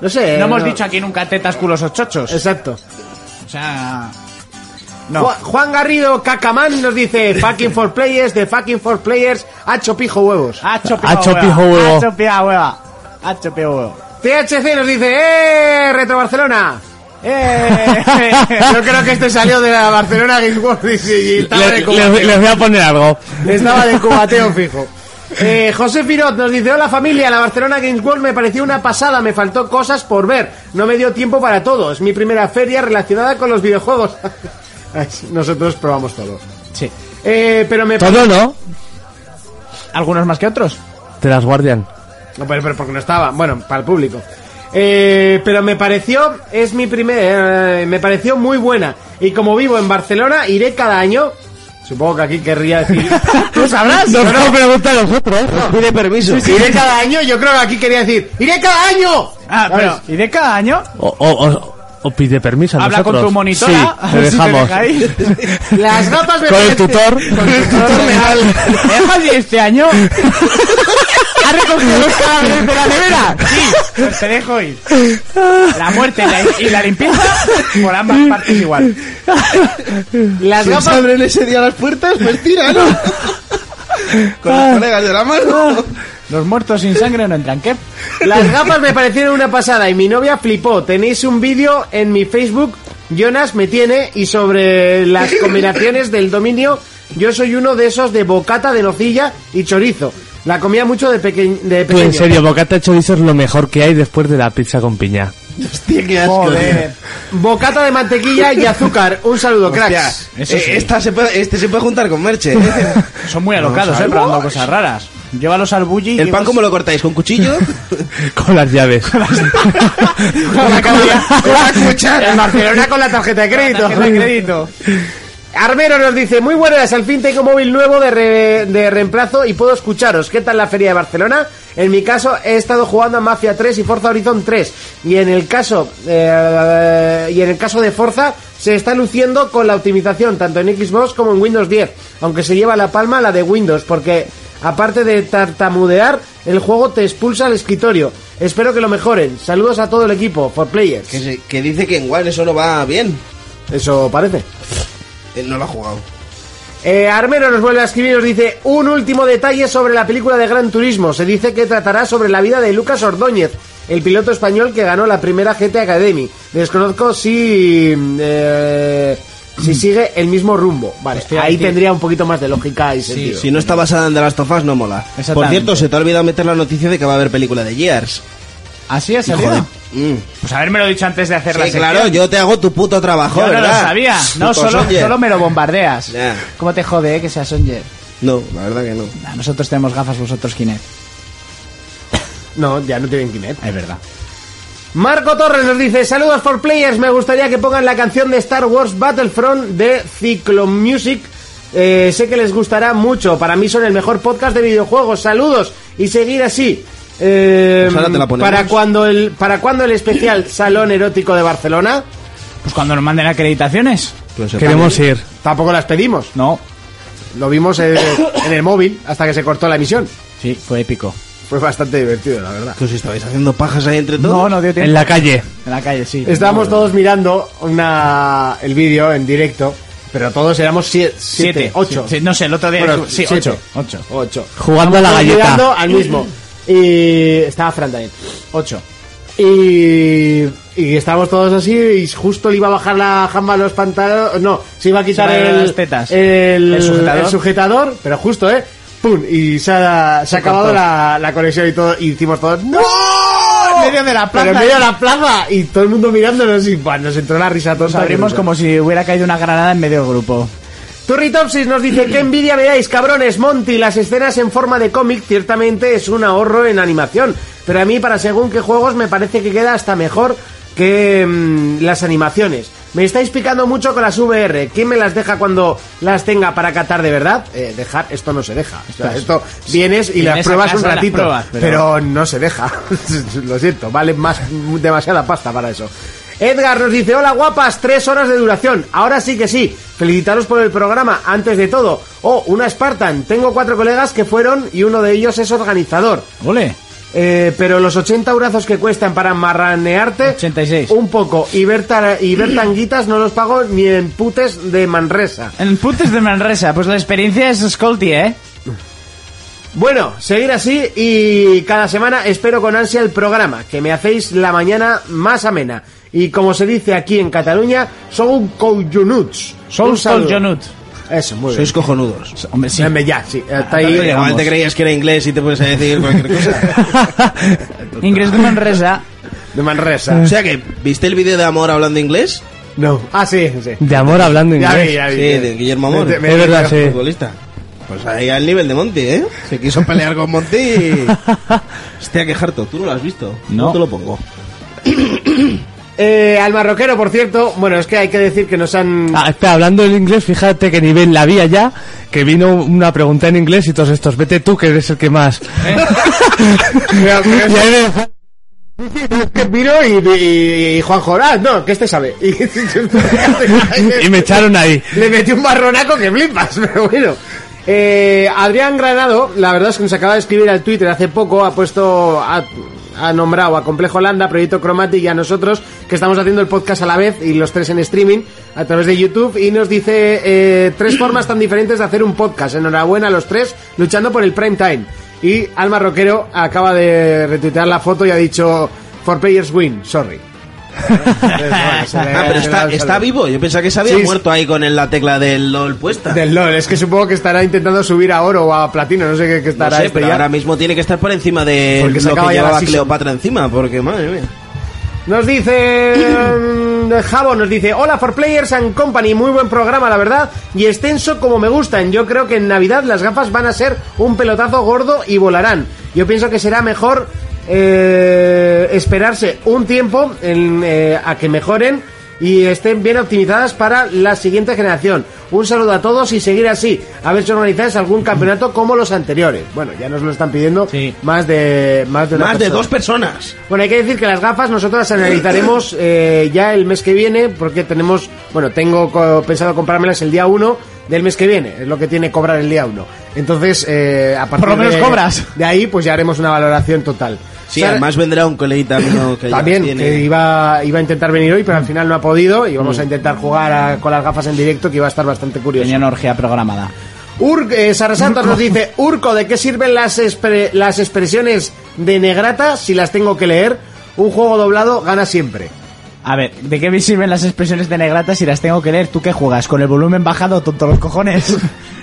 Speaker 4: No sé.
Speaker 5: No hemos dicho aquí nunca tetas, culos o chochos.
Speaker 4: Exacto.
Speaker 5: O sea.
Speaker 4: Ju- Juan, Garrido Cacamán nos dice Fucking for players, de fucking for players, hacho pijo huevos.
Speaker 5: Ha chopeado
Speaker 7: Ha chopijo huevo.
Speaker 5: Ha chopeado hueva. Ha chopeado huevo.
Speaker 4: THC nos dice ¡Eh! Retro Barcelona.
Speaker 5: Eh,
Speaker 4: Yo creo que este salió de la Barcelona Games World y- y, y estaba de
Speaker 7: Le-
Speaker 4: como-
Speaker 7: les, les voy a poner algo.
Speaker 4: Estaba de cubateo fijo. Eh, José Pirot nos dice, hola familia, la Barcelona Games World me pareció una pasada, me faltó cosas por ver, no me dio tiempo para todo, es mi primera feria relacionada con los videojuegos. Ay, Nosotros probamos todo.
Speaker 5: sí.
Speaker 4: Eh, pero me...
Speaker 7: Todo no.
Speaker 5: ¿Algunos más que otros?
Speaker 7: Te las guardian.
Speaker 4: No, pero, pero porque no estaba, bueno, para el público. Eh, pero me pareció, es mi primer, eh, me pareció muy buena. Y como vivo en Barcelona, iré cada año. Supongo que aquí querría decir... ¿Tú sabrás?
Speaker 7: No
Speaker 4: ¿o no?
Speaker 7: nos pregunta a nosotros.
Speaker 6: Pide permiso.
Speaker 4: Sí, sí. Iré cada año, yo creo que aquí quería decir, iré cada año.
Speaker 5: Ah,
Speaker 4: ¿Sabes?
Speaker 5: pero. ¿Y de cada año?
Speaker 7: O, o- o- o pide permiso a
Speaker 5: Habla
Speaker 7: nosotros.
Speaker 5: con tu monitora.
Speaker 7: Sí, te dejamos.
Speaker 4: Las gafas me
Speaker 7: con el
Speaker 4: parecen-
Speaker 7: tutor.
Speaker 5: ¿Dejas este año? ¿Has recogido los cadáveres de la nevera? Sí, pues te dejo ir. La muerte la- y la limpieza por ambas partes igual.
Speaker 4: Las
Speaker 6: Si os
Speaker 4: gafas,
Speaker 6: abren ese día las puertas, pues tira, ¿no? Con los colegas de la mano.
Speaker 5: Los muertos sin sangre no entran, ¿qué?
Speaker 4: las gafas me parecieron una pasada y mi novia flipó. Tenéis un vídeo en mi Facebook, Jonas me tiene, y sobre las combinaciones del dominio, yo soy uno de esos de bocata de nocilla y chorizo. La comía mucho de, peque- de
Speaker 7: Tú,
Speaker 4: pequeño.
Speaker 7: en serio, bocata de chorizo es lo mejor que hay después de la pizza con piña.
Speaker 6: Hostia, qué asco.
Speaker 5: Joder.
Speaker 4: Bocata de mantequilla y azúcar. Un saludo,
Speaker 6: Hostia,
Speaker 4: cracks.
Speaker 5: Eso
Speaker 6: eh,
Speaker 5: sí.
Speaker 6: esta se puede, este se puede juntar con Merche. ¿eh?
Speaker 5: Son muy alocados, ¿eh? Probando cosas raras. Llévalos al bully.
Speaker 6: ¿El pan cómo lo cortáis? ¿Con cuchillo?
Speaker 7: Con las llaves.
Speaker 4: Con la cabeza.
Speaker 6: cuchara.
Speaker 4: En Barcelona con la tarjeta de crédito.
Speaker 5: crédito.
Speaker 4: Armero nos dice, muy buenas, al fin tengo móvil nuevo de, re- de reemplazo y puedo escucharos. ¿Qué tal la feria de Barcelona? En mi caso he estado jugando a Mafia 3 y Forza Horizon 3. Y en el caso eh, y en el caso de Forza se está luciendo con la optimización tanto en Xbox como en Windows 10, aunque se lleva la palma la de Windows porque aparte de tartamudear, el juego te expulsa al escritorio. Espero que lo mejoren. Saludos a todo el equipo, for players.
Speaker 6: Que, se- que dice que en One eso no va bien.
Speaker 4: Eso parece.
Speaker 6: Él no lo ha jugado.
Speaker 4: Eh, Armero nos vuelve a escribir y nos dice un último detalle sobre la película de Gran Turismo. Se dice que tratará sobre la vida de Lucas Ordóñez, el piloto español que ganó la primera GT Academy. Desconozco si mm, eh, si sigue el mismo rumbo. Vale,
Speaker 5: Hostia,
Speaker 4: ahí
Speaker 5: tío.
Speaker 4: tendría un poquito más de lógica y sentido.
Speaker 6: Si no está basada en The Last of Us, no mola. Por
Speaker 5: Exactamente.
Speaker 6: cierto, se te ha olvidado meter la noticia de que va a haber película de Gears.
Speaker 5: ¿Así ha
Speaker 6: Hijo
Speaker 5: salido?
Speaker 6: de- Mm.
Speaker 5: Pues haberme lo dicho antes de hacer la
Speaker 6: Sí,
Speaker 5: sección.
Speaker 6: claro, yo te hago tu puto trabajo,
Speaker 5: Yo no lo
Speaker 6: ¿verdad?
Speaker 5: sabía. No,
Speaker 6: Puto
Speaker 5: solo,
Speaker 6: Songer.
Speaker 5: solo me lo bombardeas.
Speaker 6: Ya.
Speaker 5: ¿Cómo te jode eh, que sea Songer?
Speaker 6: No, la verdad que no.
Speaker 5: Nah, nosotros tenemos gafas, vosotros Kinect.
Speaker 4: No, ya no tienen Kinect.
Speaker 5: Es verdad.
Speaker 4: Marco Torres nos dice, saludos for players, me gustaría que pongan la canción de Star Wars Battlefront de Cyclone Music. Eh, sé que les gustará mucho, para mí son el mejor podcast de videojuegos, saludos y seguir así. Eh,
Speaker 6: Pues ahora te la ponemos.
Speaker 4: para cuando el para cuando el especial Salón Erótico de Barcelona,
Speaker 5: Pues cuando nos manden acreditaciones.
Speaker 6: Pues se
Speaker 7: Queremos ir.
Speaker 4: tampoco las pedimos,
Speaker 5: No.
Speaker 4: lo vimos eh, en el móvil hasta que se cortó la emisión.
Speaker 5: Sí, fue épico.
Speaker 4: Fue bastante divertido, la verdad.
Speaker 6: ¿Qué os estabais haciendo pajas ahí entre todos?
Speaker 5: No, no dio tiempo.
Speaker 7: En la calle.
Speaker 5: En la calle, sí.
Speaker 4: Estábamos todos mirando una, el vídeo en directo, pero todos éramos siete, siete, ocho.
Speaker 5: Sí, no sé, el otro día.
Speaker 4: Bueno,
Speaker 5: sí,
Speaker 4: siete.
Speaker 5: ocho. Ocho.
Speaker 4: Ocho.
Speaker 7: Jugando a la
Speaker 4: Estamos llegando
Speaker 7: galleta.
Speaker 4: al mismo. Y estaba Fran también.
Speaker 5: Ocho.
Speaker 4: Y, y estábamos todos así y justo le iba a bajar la jamba a los pantalones. No, se iba a quitar
Speaker 5: Se iba a
Speaker 4: el,
Speaker 5: las tetas.
Speaker 4: El,
Speaker 5: El sujetador.
Speaker 4: el sujetador, pero justo, ¿eh? ¡Pum! Y se ha, se ha acabado
Speaker 5: cortó.
Speaker 4: la, la conexión y todo. Y hicimos todos ¡No!
Speaker 5: En medio de la plaza.
Speaker 4: Pero en medio de la plaza. Y todo el mundo mirándonos y ¡buah! nos entró la risa a todos.
Speaker 5: Nos abrimos como si hubiera caído una granada en medio del grupo.
Speaker 4: Turritopsis nos dice que envidia me dais, cabrones, Monty, las escenas en forma de cómic ciertamente es un ahorro en animación, pero a mí para según qué juegos me parece que queda hasta mejor que mm, las animaciones. Me estáis picando mucho con las VR, ¿quién me las deja cuando las tenga para catar de verdad? Eh, dejar, esto no se deja. O sea, esto vienes y
Speaker 5: Vienes
Speaker 4: las
Speaker 5: a
Speaker 4: pruebas
Speaker 5: casa
Speaker 4: un
Speaker 5: y las
Speaker 4: ratito,
Speaker 5: pruebas,
Speaker 4: pero...
Speaker 5: pero-
Speaker 4: no se deja. Lo siento, vale más demasiada pasta para eso. Edgar nos dice, hola guapas, tres horas de duración. Ahora sí que sí. Felicitaros por el programa, antes de todo. Oh, una Spartan. Tengo cuatro colegas que fueron y uno de ellos es organizador.
Speaker 5: Ole.
Speaker 4: Eh, pero los 80 brazos que cuestan para marranearte
Speaker 5: 86.
Speaker 4: un poco y ver, tar- y ver tanguitas no los pago ni en putes de Manresa.
Speaker 5: En putes de Manresa, pues la experiencia es Scolty, ¿eh?
Speaker 4: Bueno, seguir así y cada semana espero con ansia el programa, que me hacéis la mañana más amena. Y como se dice aquí en Cataluña, son un cojonuts.
Speaker 5: Son
Speaker 4: Un saludo.
Speaker 5: cojonuts.
Speaker 4: Eso, muy bien.
Speaker 6: Sois cojonudos.
Speaker 5: Hombre, sí.
Speaker 4: Dame Ya, sí, está ahí.
Speaker 5: Ahí
Speaker 6: Igual
Speaker 5: llegamos.
Speaker 6: te creías que era inglés y te pones a decir cualquier cosa.
Speaker 5: Ingres de Manresa.
Speaker 4: De Manresa.
Speaker 6: o sea que, ¿viste el vídeo de Amor hablando inglés?
Speaker 4: No. Ah, sí, sí.
Speaker 7: De amor hablando
Speaker 4: Ya vi,
Speaker 7: inglés.
Speaker 4: ya vi.
Speaker 6: Sí, de Guillermo Amor.
Speaker 4: Me- me-
Speaker 7: Es verdad, sí.
Speaker 6: Futbolista. Pues ahí al nivel de Monty, ¿eh? Se quiso pelear con Monty y... Hostia, qué harto. ¿Tú no lo has visto?
Speaker 5: No.
Speaker 6: te lo pongo.
Speaker 4: Eh, al marroquero, por cierto, bueno, es que hay que decir que nos han...
Speaker 7: Ah, espera, hablando en inglés, fíjate que nivel la vía ya, que vino una pregunta en inglés y todos estos, vete tú que eres el que más. Y ahí me-
Speaker 4: Que Piro y, y- y Juanjo, ah, no, que este sabe. Y,
Speaker 7: y me echaron ahí.
Speaker 4: Le metí un marronaco que flipas, pero bueno. Eh, Adrián Granado, la verdad es que nos acaba de escribir al Twitter hace poco, ha puesto, ha, ha nombrado a Complejo Landa, Proyecto Chromatic y a nosotros, que estamos haciendo el podcast a la vez y los tres en streaming a través de YouTube, y nos dice eh, tres formas tan diferentes de hacer un podcast. Enhorabuena a los tres, luchando por el prime time. Y Alma Roquero acaba de retuitear la foto y ha dicho, For Players Win, sorry.
Speaker 6: Ah, pero está, está vivo. Yo pensaba que se había
Speaker 4: Sí, sí.
Speaker 6: muerto ahí con el- la tecla del LOL puesta.
Speaker 4: Del LOL, es que supongo que estará intentando subir a oro o a platino, no sé qué, qué
Speaker 6: No
Speaker 4: estará
Speaker 6: sé,
Speaker 4: este
Speaker 6: pero
Speaker 4: ya.
Speaker 6: ahora mismo tiene que estar por encima de
Speaker 4: Porque se
Speaker 6: lo
Speaker 4: acaba
Speaker 6: que
Speaker 4: ya la
Speaker 6: llevaba
Speaker 4: season.
Speaker 6: Cleopatra encima, porque madre mía.
Speaker 4: Nos dice. mm, Javo nos dice: Hola for Players and Company, muy buen programa, la verdad, y extenso como me gustan. Yo creo que en Navidad las gafas van a ser un pelotazo gordo y volarán. Yo pienso que será mejor eh, esperarse un tiempo en, eh, a que mejoren y estén bien optimizadas para la siguiente generación. Un saludo a todos y seguir así. A ver si organizáis algún campeonato como los anteriores. Bueno, ya nos lo están pidiendo
Speaker 5: Sí.
Speaker 4: más de más de una
Speaker 6: Más de
Speaker 4: persona.
Speaker 6: dos personas.
Speaker 4: Bueno, hay que decir que las gafas nosotros las analizaremos eh, ya el mes que viene, porque tenemos, bueno, tengo co- pensado comprármelas el día 1 del mes que viene, es lo que tiene cobrar el día 1. Entonces, eh, a partir
Speaker 5: lo menos
Speaker 4: de,
Speaker 5: cobras.
Speaker 4: de ahí, pues ya haremos una valoración total.
Speaker 6: Sí,
Speaker 4: ¿Sabes?
Speaker 6: además vendrá un coleguita mío que ya
Speaker 4: También,
Speaker 6: tiene- Mm.
Speaker 4: que iba, iba a intentar venir hoy, pero al final no ha podido. Y vamos a intentar jugar a- con las gafas en directo, que iba a estar bastante curioso.
Speaker 5: Tenía una orgía programada.
Speaker 4: Ur, eh, Sara Santos nos dice, Urco, ¿de qué sirven las, expre- las expresiones de Negrata si las tengo que leer? Un juego doblado gana siempre.
Speaker 5: A ver, ¿de qué me sirven las expresiones de Negrata si las tengo que leer? ¿Tú qué juegas? ¿Con el volumen bajado, tonto los cojones?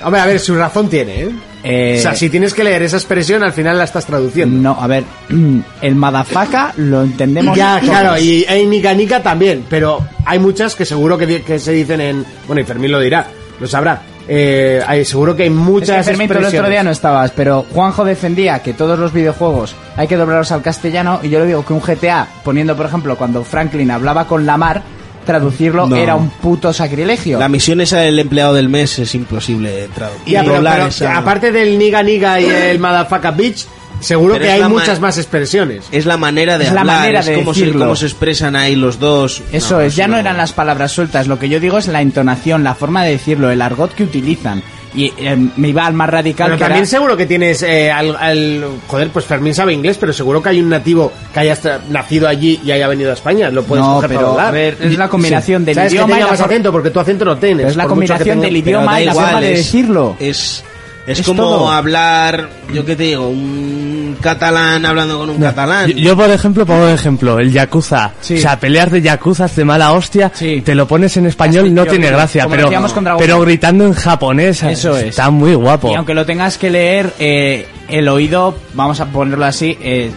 Speaker 4: Hombre, a ver, su razón tiene, ¿eh?
Speaker 5: Eh,
Speaker 4: O sea, si tienes que leer esa expresión, al final la estás traduciendo.
Speaker 5: No, a ver, el madafaca lo entendemos.
Speaker 4: Ya,
Speaker 5: todos.
Speaker 4: claro, y en Nica también, pero hay muchas que seguro que, di- que se dicen en... Bueno, y Fermín lo dirá, lo sabrá. Eh, hay- seguro que hay
Speaker 5: Es que,
Speaker 4: muchas
Speaker 5: Fermín, tú el otro
Speaker 4: expresiones.
Speaker 5: día no estabas, pero Juanjo defendía que todos los videojuegos hay que doblarlos al castellano y yo le digo que un GTA, poniendo por ejemplo cuando Franklin hablaba con Lamar, traducirlo
Speaker 6: No.
Speaker 5: era un puto sacrilegio.
Speaker 6: La misión esa del empleado del mes es imposible tradu-
Speaker 4: Ya, pero-
Speaker 6: doblar
Speaker 4: pero
Speaker 6: esa-
Speaker 4: Aparte del Niga Niga y el Madafaka Beach, seguro
Speaker 6: Pero
Speaker 4: que
Speaker 6: es
Speaker 4: hay
Speaker 6: la ma-
Speaker 4: muchas más expresiones.
Speaker 6: Es la manera de
Speaker 5: Es la
Speaker 6: hablar,
Speaker 5: manera
Speaker 6: es
Speaker 5: de
Speaker 6: cómo se,
Speaker 5: decirlo.
Speaker 6: cómo se expresan ahí los dos.
Speaker 5: Eso es, ya no eran las palabras sueltas, lo que yo digo es la entonación, la forma de decirlo, el argot que utilizan. Y eh, me iba al más radical
Speaker 4: Pero
Speaker 5: que
Speaker 4: también
Speaker 5: era-
Speaker 4: seguro que tienes eh, al, al- Joder, pues Fermín sabe inglés, pero seguro que hay un nativo que haya estra- nacido allí y haya venido a España. Lo puedes
Speaker 5: No,
Speaker 4: coger para
Speaker 5: pero,
Speaker 4: hablar.
Speaker 5: a ver, es la combinación del
Speaker 4: ¿Sabes
Speaker 5: idioma
Speaker 4: Que
Speaker 5: y
Speaker 4: tenga
Speaker 5: la
Speaker 4: más
Speaker 5: for-
Speaker 4: acento, porque tu acento no tienes.
Speaker 5: Pero es la
Speaker 4: por mucho que
Speaker 5: combinación
Speaker 4: tenga-
Speaker 5: del
Speaker 4: pero
Speaker 5: idioma
Speaker 4: da
Speaker 5: y la
Speaker 4: igual.
Speaker 5: forma de
Speaker 6: es-
Speaker 5: decirlo.
Speaker 6: Es, es,
Speaker 5: Es
Speaker 6: como
Speaker 5: todo.
Speaker 6: hablar, yo qué te digo, un catalán hablando con un catalán.
Speaker 7: Yo, yo, por ejemplo, pongo un ejemplo, el Yakuza.
Speaker 5: Sí.
Speaker 7: O sea, pelear de Yakuza de mala hostia,
Speaker 5: Sí.
Speaker 7: te lo pones en español, no
Speaker 5: Como
Speaker 7: tiene gracia,
Speaker 5: decíamos
Speaker 7: pero,
Speaker 5: con Dragon
Speaker 7: pero
Speaker 5: Ball.
Speaker 7: gritando en japonés
Speaker 5: Eso es.
Speaker 7: está muy guapo.
Speaker 5: Y aunque lo tengas que leer, eh, el oído, vamos a ponerlo así, eh,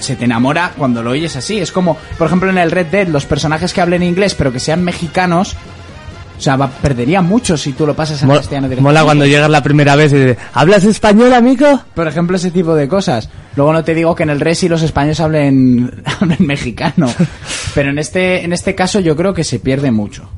Speaker 5: se te enamora cuando lo oyes así. Es como, por ejemplo, en el Red Dead, los personajes que hablen inglés pero que sean mexicanos, o sea, va- perdería mucho si tú lo pasas a
Speaker 7: Mo-
Speaker 5: castellano directamente.
Speaker 7: mola cuando llegas la primera vez y dices, ¿hablas español, amigo?
Speaker 5: Por ejemplo, ese tipo de cosas. Luego no te digo que en el Resi los españoles hablen, hablen mexicano. Pero en este, en este caso yo creo que se pierde mucho.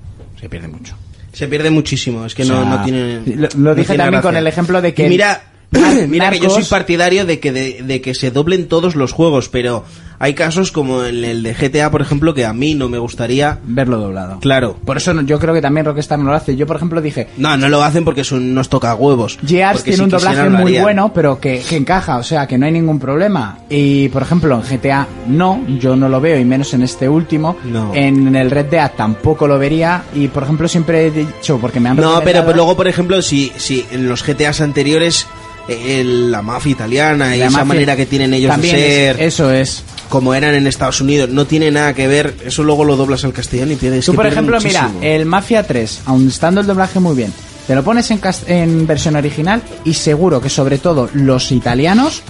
Speaker 5: Se pierde mucho.
Speaker 6: Se pierde muchísimo, es que
Speaker 5: O
Speaker 6: no,
Speaker 5: sea,
Speaker 6: no tiene.
Speaker 5: lo- lo
Speaker 6: no
Speaker 5: dije
Speaker 6: tiene
Speaker 5: también con el ejemplo de que
Speaker 6: Y Mira,
Speaker 5: Nar-
Speaker 6: mira que yo soy
Speaker 5: Narcos-
Speaker 6: partidario de que, de, de que se doblen todos los juegos, pero hay casos como el, el de GTA, por ejemplo, que a mí no me gustaría.
Speaker 5: Verlo doblado.
Speaker 6: Claro.
Speaker 5: Por eso no- yo creo que también Rockstar no lo hace. Yo, por ejemplo, dije,
Speaker 6: No, no lo hacen porque son nos toca huevos.
Speaker 5: Gears
Speaker 6: Porque
Speaker 5: tiene
Speaker 6: si
Speaker 5: un
Speaker 6: quisieran,
Speaker 5: doblaje
Speaker 6: lo
Speaker 5: muy
Speaker 6: harían.
Speaker 5: bueno, pero que, que encaja, o sea, que no hay ningún problema. Y, por ejemplo, en GTA no, yo no lo veo, y menos en este último.
Speaker 6: No.
Speaker 5: En el Red Dead tampoco lo vería, y, por ejemplo, siempre he dicho, porque me han
Speaker 6: No, pero
Speaker 5: recomendado-
Speaker 6: pues, luego, por ejemplo, si, si en los GTAs anteriores, eh, el- la mafia italiana y
Speaker 5: La
Speaker 6: esa
Speaker 5: mafia-
Speaker 6: manera que tienen ellos
Speaker 5: También
Speaker 6: de
Speaker 5: es-
Speaker 6: ser,
Speaker 5: eso es.
Speaker 6: como eran en Estados Unidos, no tiene nada que ver. Eso luego lo doblas al castellano y pierdes.
Speaker 5: Tú,
Speaker 6: que
Speaker 5: por
Speaker 6: pierden
Speaker 5: ejemplo, mira,
Speaker 6: muchísimo.
Speaker 5: el Mafia 3, aun estando el doblaje muy bien, te lo pones en, cas- en versión original y seguro que sobre todo los italianos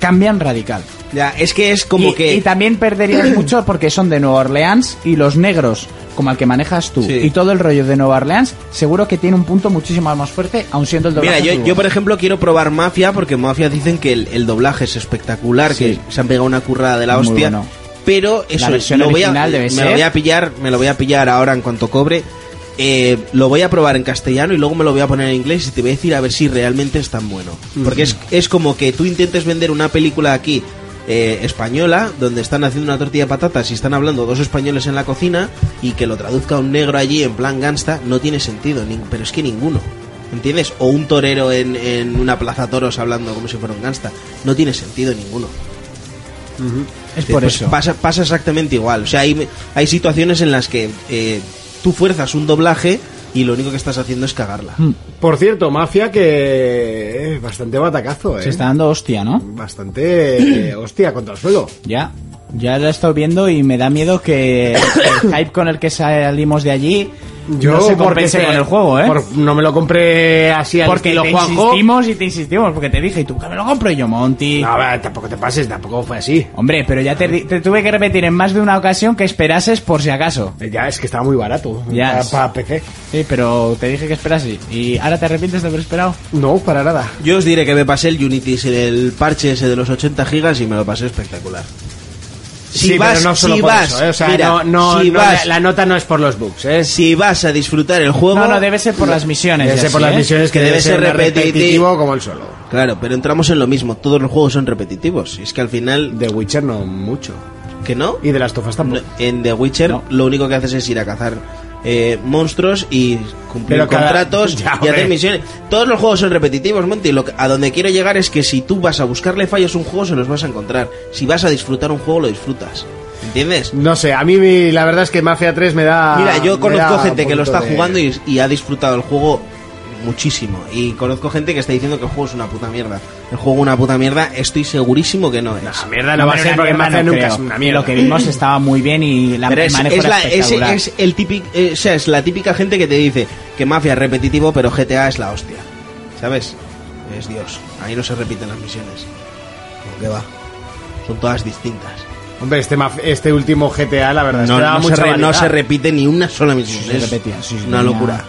Speaker 5: cambian radical.
Speaker 6: Ya, es que es como
Speaker 5: y,
Speaker 6: que.
Speaker 5: y también perderías mucho porque son de Nueva Orleans y los negros, como el que manejas tú,
Speaker 6: Sí.
Speaker 5: y todo el rollo de Nueva Orleans, seguro que tiene un punto muchísimo más fuerte, aun siendo el
Speaker 6: Mira,
Speaker 5: doblaje.
Speaker 6: yo,
Speaker 5: turbo.
Speaker 6: yo por ejemplo quiero probar Mafia porque Mafia dicen que el, el doblaje es espectacular,
Speaker 5: Sí.
Speaker 6: que se han pegado una currada de la
Speaker 5: Muy
Speaker 6: hostia.
Speaker 5: bueno.
Speaker 6: Pero eso, es,
Speaker 5: versión
Speaker 6: lo voy a,
Speaker 5: original debe
Speaker 6: me
Speaker 5: ser.
Speaker 6: lo voy a pillar, me lo voy a pillar ahora en cuanto cobre. Eh, lo voy a probar en castellano y luego me lo voy a poner en inglés y te voy a decir a ver si realmente es tan bueno. Porque es, es como que tú intentes vender una película aquí eh, española donde están haciendo una tortilla de patatas y están hablando dos españoles en la cocina y que lo traduzca un negro allí en plan gangsta no tiene sentido, nin- pero es que ninguno. ¿Entiendes? O un torero en, en una plaza toros hablando como si fuera un gangsta. No tiene sentido ninguno.
Speaker 5: es por
Speaker 6: Pues
Speaker 5: eso.
Speaker 6: Pasa, pasa exactamente igual. O sea, hay, hay situaciones en las que eh, tú fuerzas un doblaje y lo único que estás haciendo es cagarla.
Speaker 4: Mm. Por cierto, Mafia que... eh, Bastante batacazo, ¿eh?
Speaker 5: Se está dando hostia, ¿no?
Speaker 4: Bastante... eh, hostia, contra el suelo.
Speaker 5: Ya. Ya lo he estado viendo y me da miedo que el hype con el que salimos de allí no se
Speaker 4: porque
Speaker 5: compense
Speaker 4: se-
Speaker 5: con el juego, ¿eh?
Speaker 4: por- no me lo compré así al
Speaker 5: porque
Speaker 4: estilo
Speaker 5: te
Speaker 4: Juanjo.
Speaker 5: insistimos y te insistimos, porque te dije, y tú que me lo compro Y yo, Monty.
Speaker 4: No, a ver, tampoco te pases, tampoco fue así.
Speaker 5: Hombre, pero ya te, di- te tuve que repetir en más de una ocasión que esperases por si acaso.
Speaker 4: Eh, Ya, es que estaba muy barato.
Speaker 5: Ya,
Speaker 4: Para,
Speaker 5: es-
Speaker 4: para PC.
Speaker 5: Sí, pero te dije que esperases. ¿Y ahora te arrepientes de haber esperado?
Speaker 4: No, para nada.
Speaker 6: Yo os diré que me pasé el Unity, el parche ese de los 80 gigas y me lo pasé espectacular. Si
Speaker 4: sí,
Speaker 6: vas,
Speaker 4: pero no solo
Speaker 6: si
Speaker 4: por
Speaker 6: vas,
Speaker 4: eso, ¿eh? O sea,
Speaker 6: mira,
Speaker 4: no, no,
Speaker 6: si
Speaker 4: no,
Speaker 6: vas,
Speaker 4: la, la nota no es por los bugs, ¿eh?
Speaker 6: si vas a disfrutar el juego,
Speaker 5: No, no, debe ser por las misiones.
Speaker 4: Debe
Speaker 5: y
Speaker 4: ser
Speaker 5: así,
Speaker 4: por las
Speaker 5: ¿eh?
Speaker 4: misiones que
Speaker 6: Que
Speaker 4: debe
Speaker 6: debe
Speaker 4: ser
Speaker 6: ser repetitivo.
Speaker 4: repetitivo como el solo.
Speaker 6: claro, pero entramos en lo mismo. Todos los juegos son repetitivos. Es que al final,
Speaker 4: De Witcher no mucho.
Speaker 6: que no.
Speaker 4: Y de las tofas
Speaker 6: No,
Speaker 4: tampoco.
Speaker 6: En The Witcher
Speaker 5: No.
Speaker 6: lo único que haces es ir a cazar eh, monstruos y cumplir
Speaker 8: Pero cada-
Speaker 6: contratos
Speaker 8: Ya,
Speaker 6: y hacer
Speaker 8: hombre.
Speaker 6: misiones. Todos los juegos son repetitivos, Monty. Lo que- a donde quiero llegar es que si tú vas a buscarle fallos a un juego, se los vas a encontrar. Si vas a disfrutar un juego, lo disfrutas. ¿Entiendes?
Speaker 4: No sé, a mí mi- la verdad es que Mafia 3 me
Speaker 8: Ah,
Speaker 4: da.
Speaker 6: Mira, yo
Speaker 4: me
Speaker 6: conozco
Speaker 4: da
Speaker 6: gente
Speaker 4: un
Speaker 6: que lo
Speaker 4: poquito
Speaker 6: está
Speaker 4: de-
Speaker 6: jugando y, y ha disfrutado el juego muchísimo. Y conozco gente que está diciendo que el juego es una puta mierda. El juego una puta mierda, estoy segurísimo que no es.
Speaker 4: La mierda no va a
Speaker 5: Hombre,
Speaker 4: ser
Speaker 5: una
Speaker 4: porque
Speaker 5: mierda
Speaker 4: Mafia
Speaker 5: no
Speaker 4: nunca
Speaker 5: creo.
Speaker 4: es una mierda.
Speaker 5: Lo que vimos estaba muy bien y la
Speaker 6: Pero es,
Speaker 5: manejo
Speaker 6: es
Speaker 5: era
Speaker 6: la, es,
Speaker 5: espectacular.
Speaker 6: es el típico, eh, o sea, es la típica gente que te dice que Mafia es repetitivo, pero GTA es la hostia. ¿Sabes? Es Dios. Ahí no se repiten las misiones. Como que va. Son todas distintas.
Speaker 4: Hombre, este, maf- este último GTA, la verdad, es
Speaker 6: No,
Speaker 4: que daba
Speaker 6: no se,
Speaker 4: mucha
Speaker 6: re- no
Speaker 4: variedad.
Speaker 6: se repite ni una sola misión.
Speaker 5: Sí, se
Speaker 6: es
Speaker 5: repetía, sí, sí,
Speaker 6: una
Speaker 5: tenía-
Speaker 6: locura. Es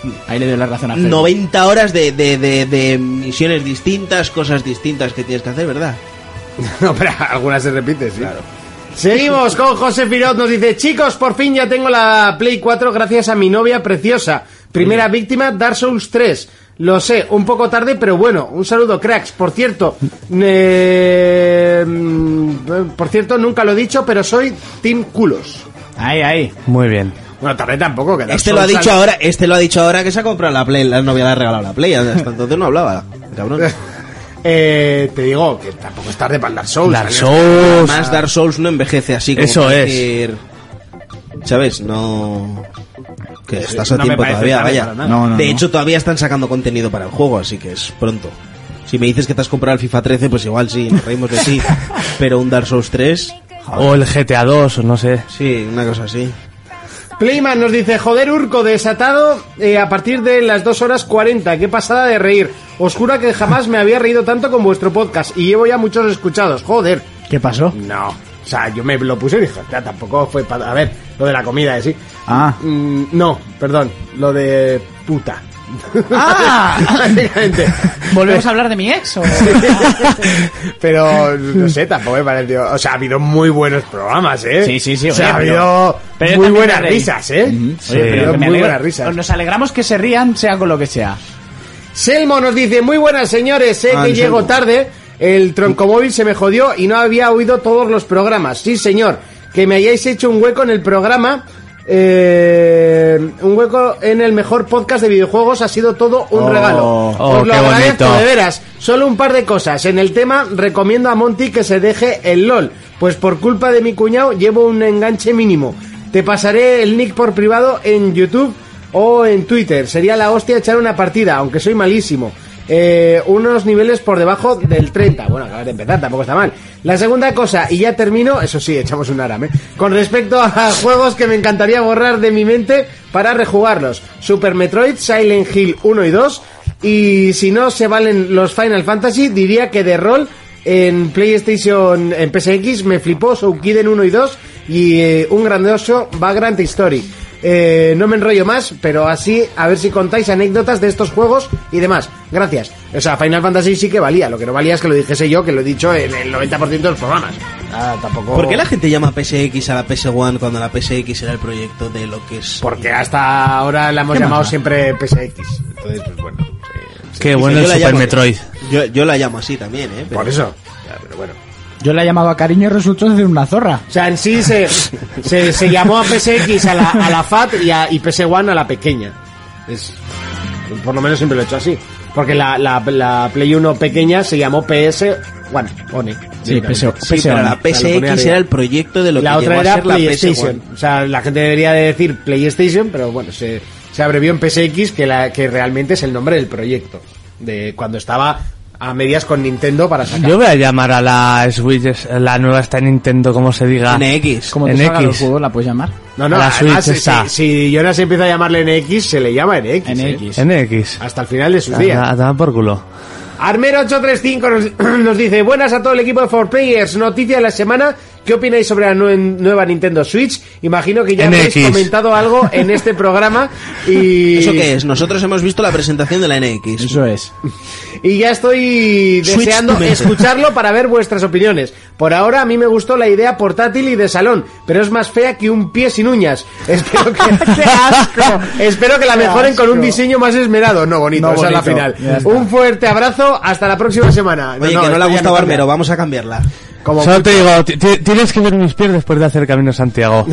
Speaker 5: Pues, Ahí le doy la razón a Fer.
Speaker 6: 90 horas de, de- de- de misiones distintas, cosas distintas que tienes que hacer, ¿verdad?
Speaker 4: No, pero algunas se repite, sí. Seguimos con José Firot, nos dice, chicos, por fin ya tengo la Play 4 gracias a mi novia preciosa. Primera víctima, Dark Souls 3. Lo sé, un poco tarde, pero bueno, un saludo, cracks. Por cierto, mm, eh, mm, por cierto, nunca lo he dicho, pero soy Team Culos.
Speaker 5: Ahí, ahí.
Speaker 7: Muy bien.
Speaker 4: Bueno, tarde tampoco, que Dark
Speaker 6: Este lo ha
Speaker 4: Souls
Speaker 6: dicho
Speaker 4: sale-
Speaker 6: ahora, este lo ha dicho ahora que se ha comprado la Play, la novia le ha regalado la Play, hasta entonces no hablaba, cabrón.
Speaker 4: Eh, te digo que tampoco es tarde para el Dark Souls.
Speaker 7: Dark
Speaker 4: ¿vale?
Speaker 7: Souls.
Speaker 6: Más Dark Souls no envejece así como
Speaker 7: Eso
Speaker 6: para
Speaker 7: es.
Speaker 6: decir, ¿Sabes? No que estás a
Speaker 4: Eh, no me
Speaker 6: tiempo
Speaker 4: parece
Speaker 6: todavía,
Speaker 4: tarde
Speaker 6: vaya.
Speaker 4: para nada.
Speaker 5: No, no,
Speaker 6: de
Speaker 5: no.
Speaker 6: hecho todavía están sacando contenido para el juego, así que es pronto. Si me dices que te has comprado el FIFA 13, pues igual sí, nos reímos de ti, pero un Dark Souls 3,
Speaker 7: O el GTA 2, o no sé.
Speaker 6: sí, una cosa así.
Speaker 4: Playman nos dice, joder, Urco, desatado eh, a partir de las 2 horas 40. Qué pasada de reír. Os juro que jamás me había reído tanto con vuestro podcast y llevo ya muchos escuchados. Joder.
Speaker 5: ¿Qué pasó?
Speaker 4: No. O sea, yo me lo puse y dije, "Hostia, tampoco fue para... A ver, lo de la comida, ¿eh? ¿sí?
Speaker 5: Ah.
Speaker 4: Mm, no, perdón, lo de puta.
Speaker 5: ¡Ah!
Speaker 4: Básicamente.
Speaker 5: ¿Volvemos a hablar de mi ex? o-
Speaker 4: Pero, no sé, tampoco me pareció... O sea, ha habido muy buenos programas, ¿eh?
Speaker 5: Sí, sí, sí,
Speaker 4: O sea, ha
Speaker 5: oye, pero-
Speaker 4: habido
Speaker 5: pero yo
Speaker 4: muy
Speaker 5: también me
Speaker 4: buenas
Speaker 5: reí.
Speaker 4: risas, ¿eh?
Speaker 5: Oye, pero
Speaker 4: Ha habido
Speaker 5: que me
Speaker 4: muy
Speaker 5: alegro-
Speaker 4: buenas risas.
Speaker 5: Nos alegramos que se rían, sea con lo que sea.
Speaker 4: Selmo nos dice, muy buenas señores, sé
Speaker 6: Ah,
Speaker 4: que
Speaker 6: el
Speaker 4: llego
Speaker 6: Selmo.
Speaker 4: tarde, el troncomóvil se me jodió y no había oído todos los programas. Sí señor, que me hayáis hecho un hueco en el programa, eh, un hueco en el mejor podcast de videojuegos ha sido todo un
Speaker 5: Oh,
Speaker 4: regalo.
Speaker 7: oh,
Speaker 4: Os lo
Speaker 7: qué
Speaker 4: agradezco
Speaker 7: bonito.
Speaker 4: de veras. Solo un par de cosas. En el tema recomiendo a Monty que se deje el LOL, pues por culpa de mi cuñado llevo un enganche mínimo. Te pasaré el nick por privado en YouTube o en Twitter. Sería la hostia echar una partida, aunque soy malísimo. Eh, unos niveles por debajo del 30. Bueno, acabas de empezar, tampoco está mal. La segunda cosa, y ya termino, eso sí, echamos un arame. Con respecto a juegos que me encantaría borrar de mi mente para rejugarlos. Super Metroid, Silent Hill 1 y 2. Y si no se valen los Final Fantasy, diría que de rol en PlayStation, en PSX, me flipó Soukiden 1 y 2 y eh, un grandioso Vagrant Story. Eh, no me enrollo más, pero así a ver si contáis anécdotas de estos juegos y demás. Gracias. O sea, Final Fantasy sí que valía. Lo que no valía es que lo dijese yo, que lo he dicho en el 90% de los programas. Ah, tampoco.
Speaker 6: ¿Por qué la gente llama PSX a la PS1 cuando la PSX era el proyecto de lo que es
Speaker 4: Porque hasta ahora la hemos llamado siempre PSX. Entonces, pues bueno. sí,
Speaker 7: Qué
Speaker 6: Dice,
Speaker 7: bueno el
Speaker 6: yo la
Speaker 7: Super
Speaker 6: llamo-
Speaker 7: Metroid.
Speaker 6: Yo, yo la llamo así también, ¿eh?
Speaker 4: sí.
Speaker 6: Pero-
Speaker 4: Por eso. Ya, pero bueno.
Speaker 5: Yo la he llamado a cariño y resultó ser una zorra.
Speaker 4: O sea, en sí se, se, se llamó a PSX a la, a la FAT y, a, y PS1 a la pequeña. Es, por lo menos siempre lo he hecho así. Porque la, la, la Play 1 pequeña se llamó PS1. One, ¿eh?
Speaker 5: Sí, PS1.
Speaker 6: Sí, pero la PSX era el proyecto de lo
Speaker 4: La
Speaker 6: que
Speaker 4: otra
Speaker 6: llegó a
Speaker 4: era
Speaker 6: ser la
Speaker 4: PlayStation.
Speaker 6: PS1.
Speaker 4: O sea, la gente debería de decir PlayStation, pero bueno, se, se abrevió en PSX, que, la, que realmente es el nombre del proyecto. De cuando estaba a medias con Nintendo para sacar.
Speaker 7: Yo voy a llamar a la Switch, la nueva está en Nintendo, como se diga.
Speaker 6: NX.
Speaker 5: Como te
Speaker 7: En
Speaker 5: salga
Speaker 7: X.
Speaker 5: los juegos, la puedes llamar.
Speaker 4: no, no,
Speaker 7: a la
Speaker 4: además,
Speaker 7: Switch
Speaker 4: si-
Speaker 7: está.
Speaker 4: Si, si Jonas empieza a llamarle NX, se le llama NX.
Speaker 5: En
Speaker 4: ¿eh?
Speaker 5: X. Ah, eh.
Speaker 7: NX.
Speaker 4: Hasta el final de sus
Speaker 7: A
Speaker 4: días.
Speaker 7: a tomar por culo.
Speaker 4: Armero835 nos, nos dice, buenas a todo el equipo de 4Players, noticia de la semana, ¿qué opináis sobre la nue- nueva Nintendo Switch? Imagino que ya habéis
Speaker 7: NX.
Speaker 4: comentado algo en este programa y...
Speaker 6: ¿Eso qué es? Nosotros hemos visto la presentación de la NX.
Speaker 5: Eso es.
Speaker 4: Y ya estoy
Speaker 6: Switch
Speaker 4: deseando
Speaker 6: Student.
Speaker 4: escucharlo para ver vuestras opiniones. Por ahora a mí me gustó la idea portátil y de salón, pero es más fea que un pie sin uñas. Espero que, Espero que la
Speaker 5: ¡Qué
Speaker 4: mejoren con un
Speaker 5: asco!
Speaker 4: diseño más esmerado. No, bonito,
Speaker 5: No,
Speaker 4: esa es la
Speaker 5: bonito.
Speaker 4: final.
Speaker 5: Ya está.
Speaker 4: Un fuerte abrazo, hasta la próxima semana.
Speaker 6: Oye, que no le ha
Speaker 4: esto ya
Speaker 6: gustado
Speaker 4: cambia.
Speaker 6: Armero, vamos a cambiarla.
Speaker 4: Como
Speaker 7: Solo te digo, ti- ti- tienes que ver mis pies después de hacer Camino Santiago.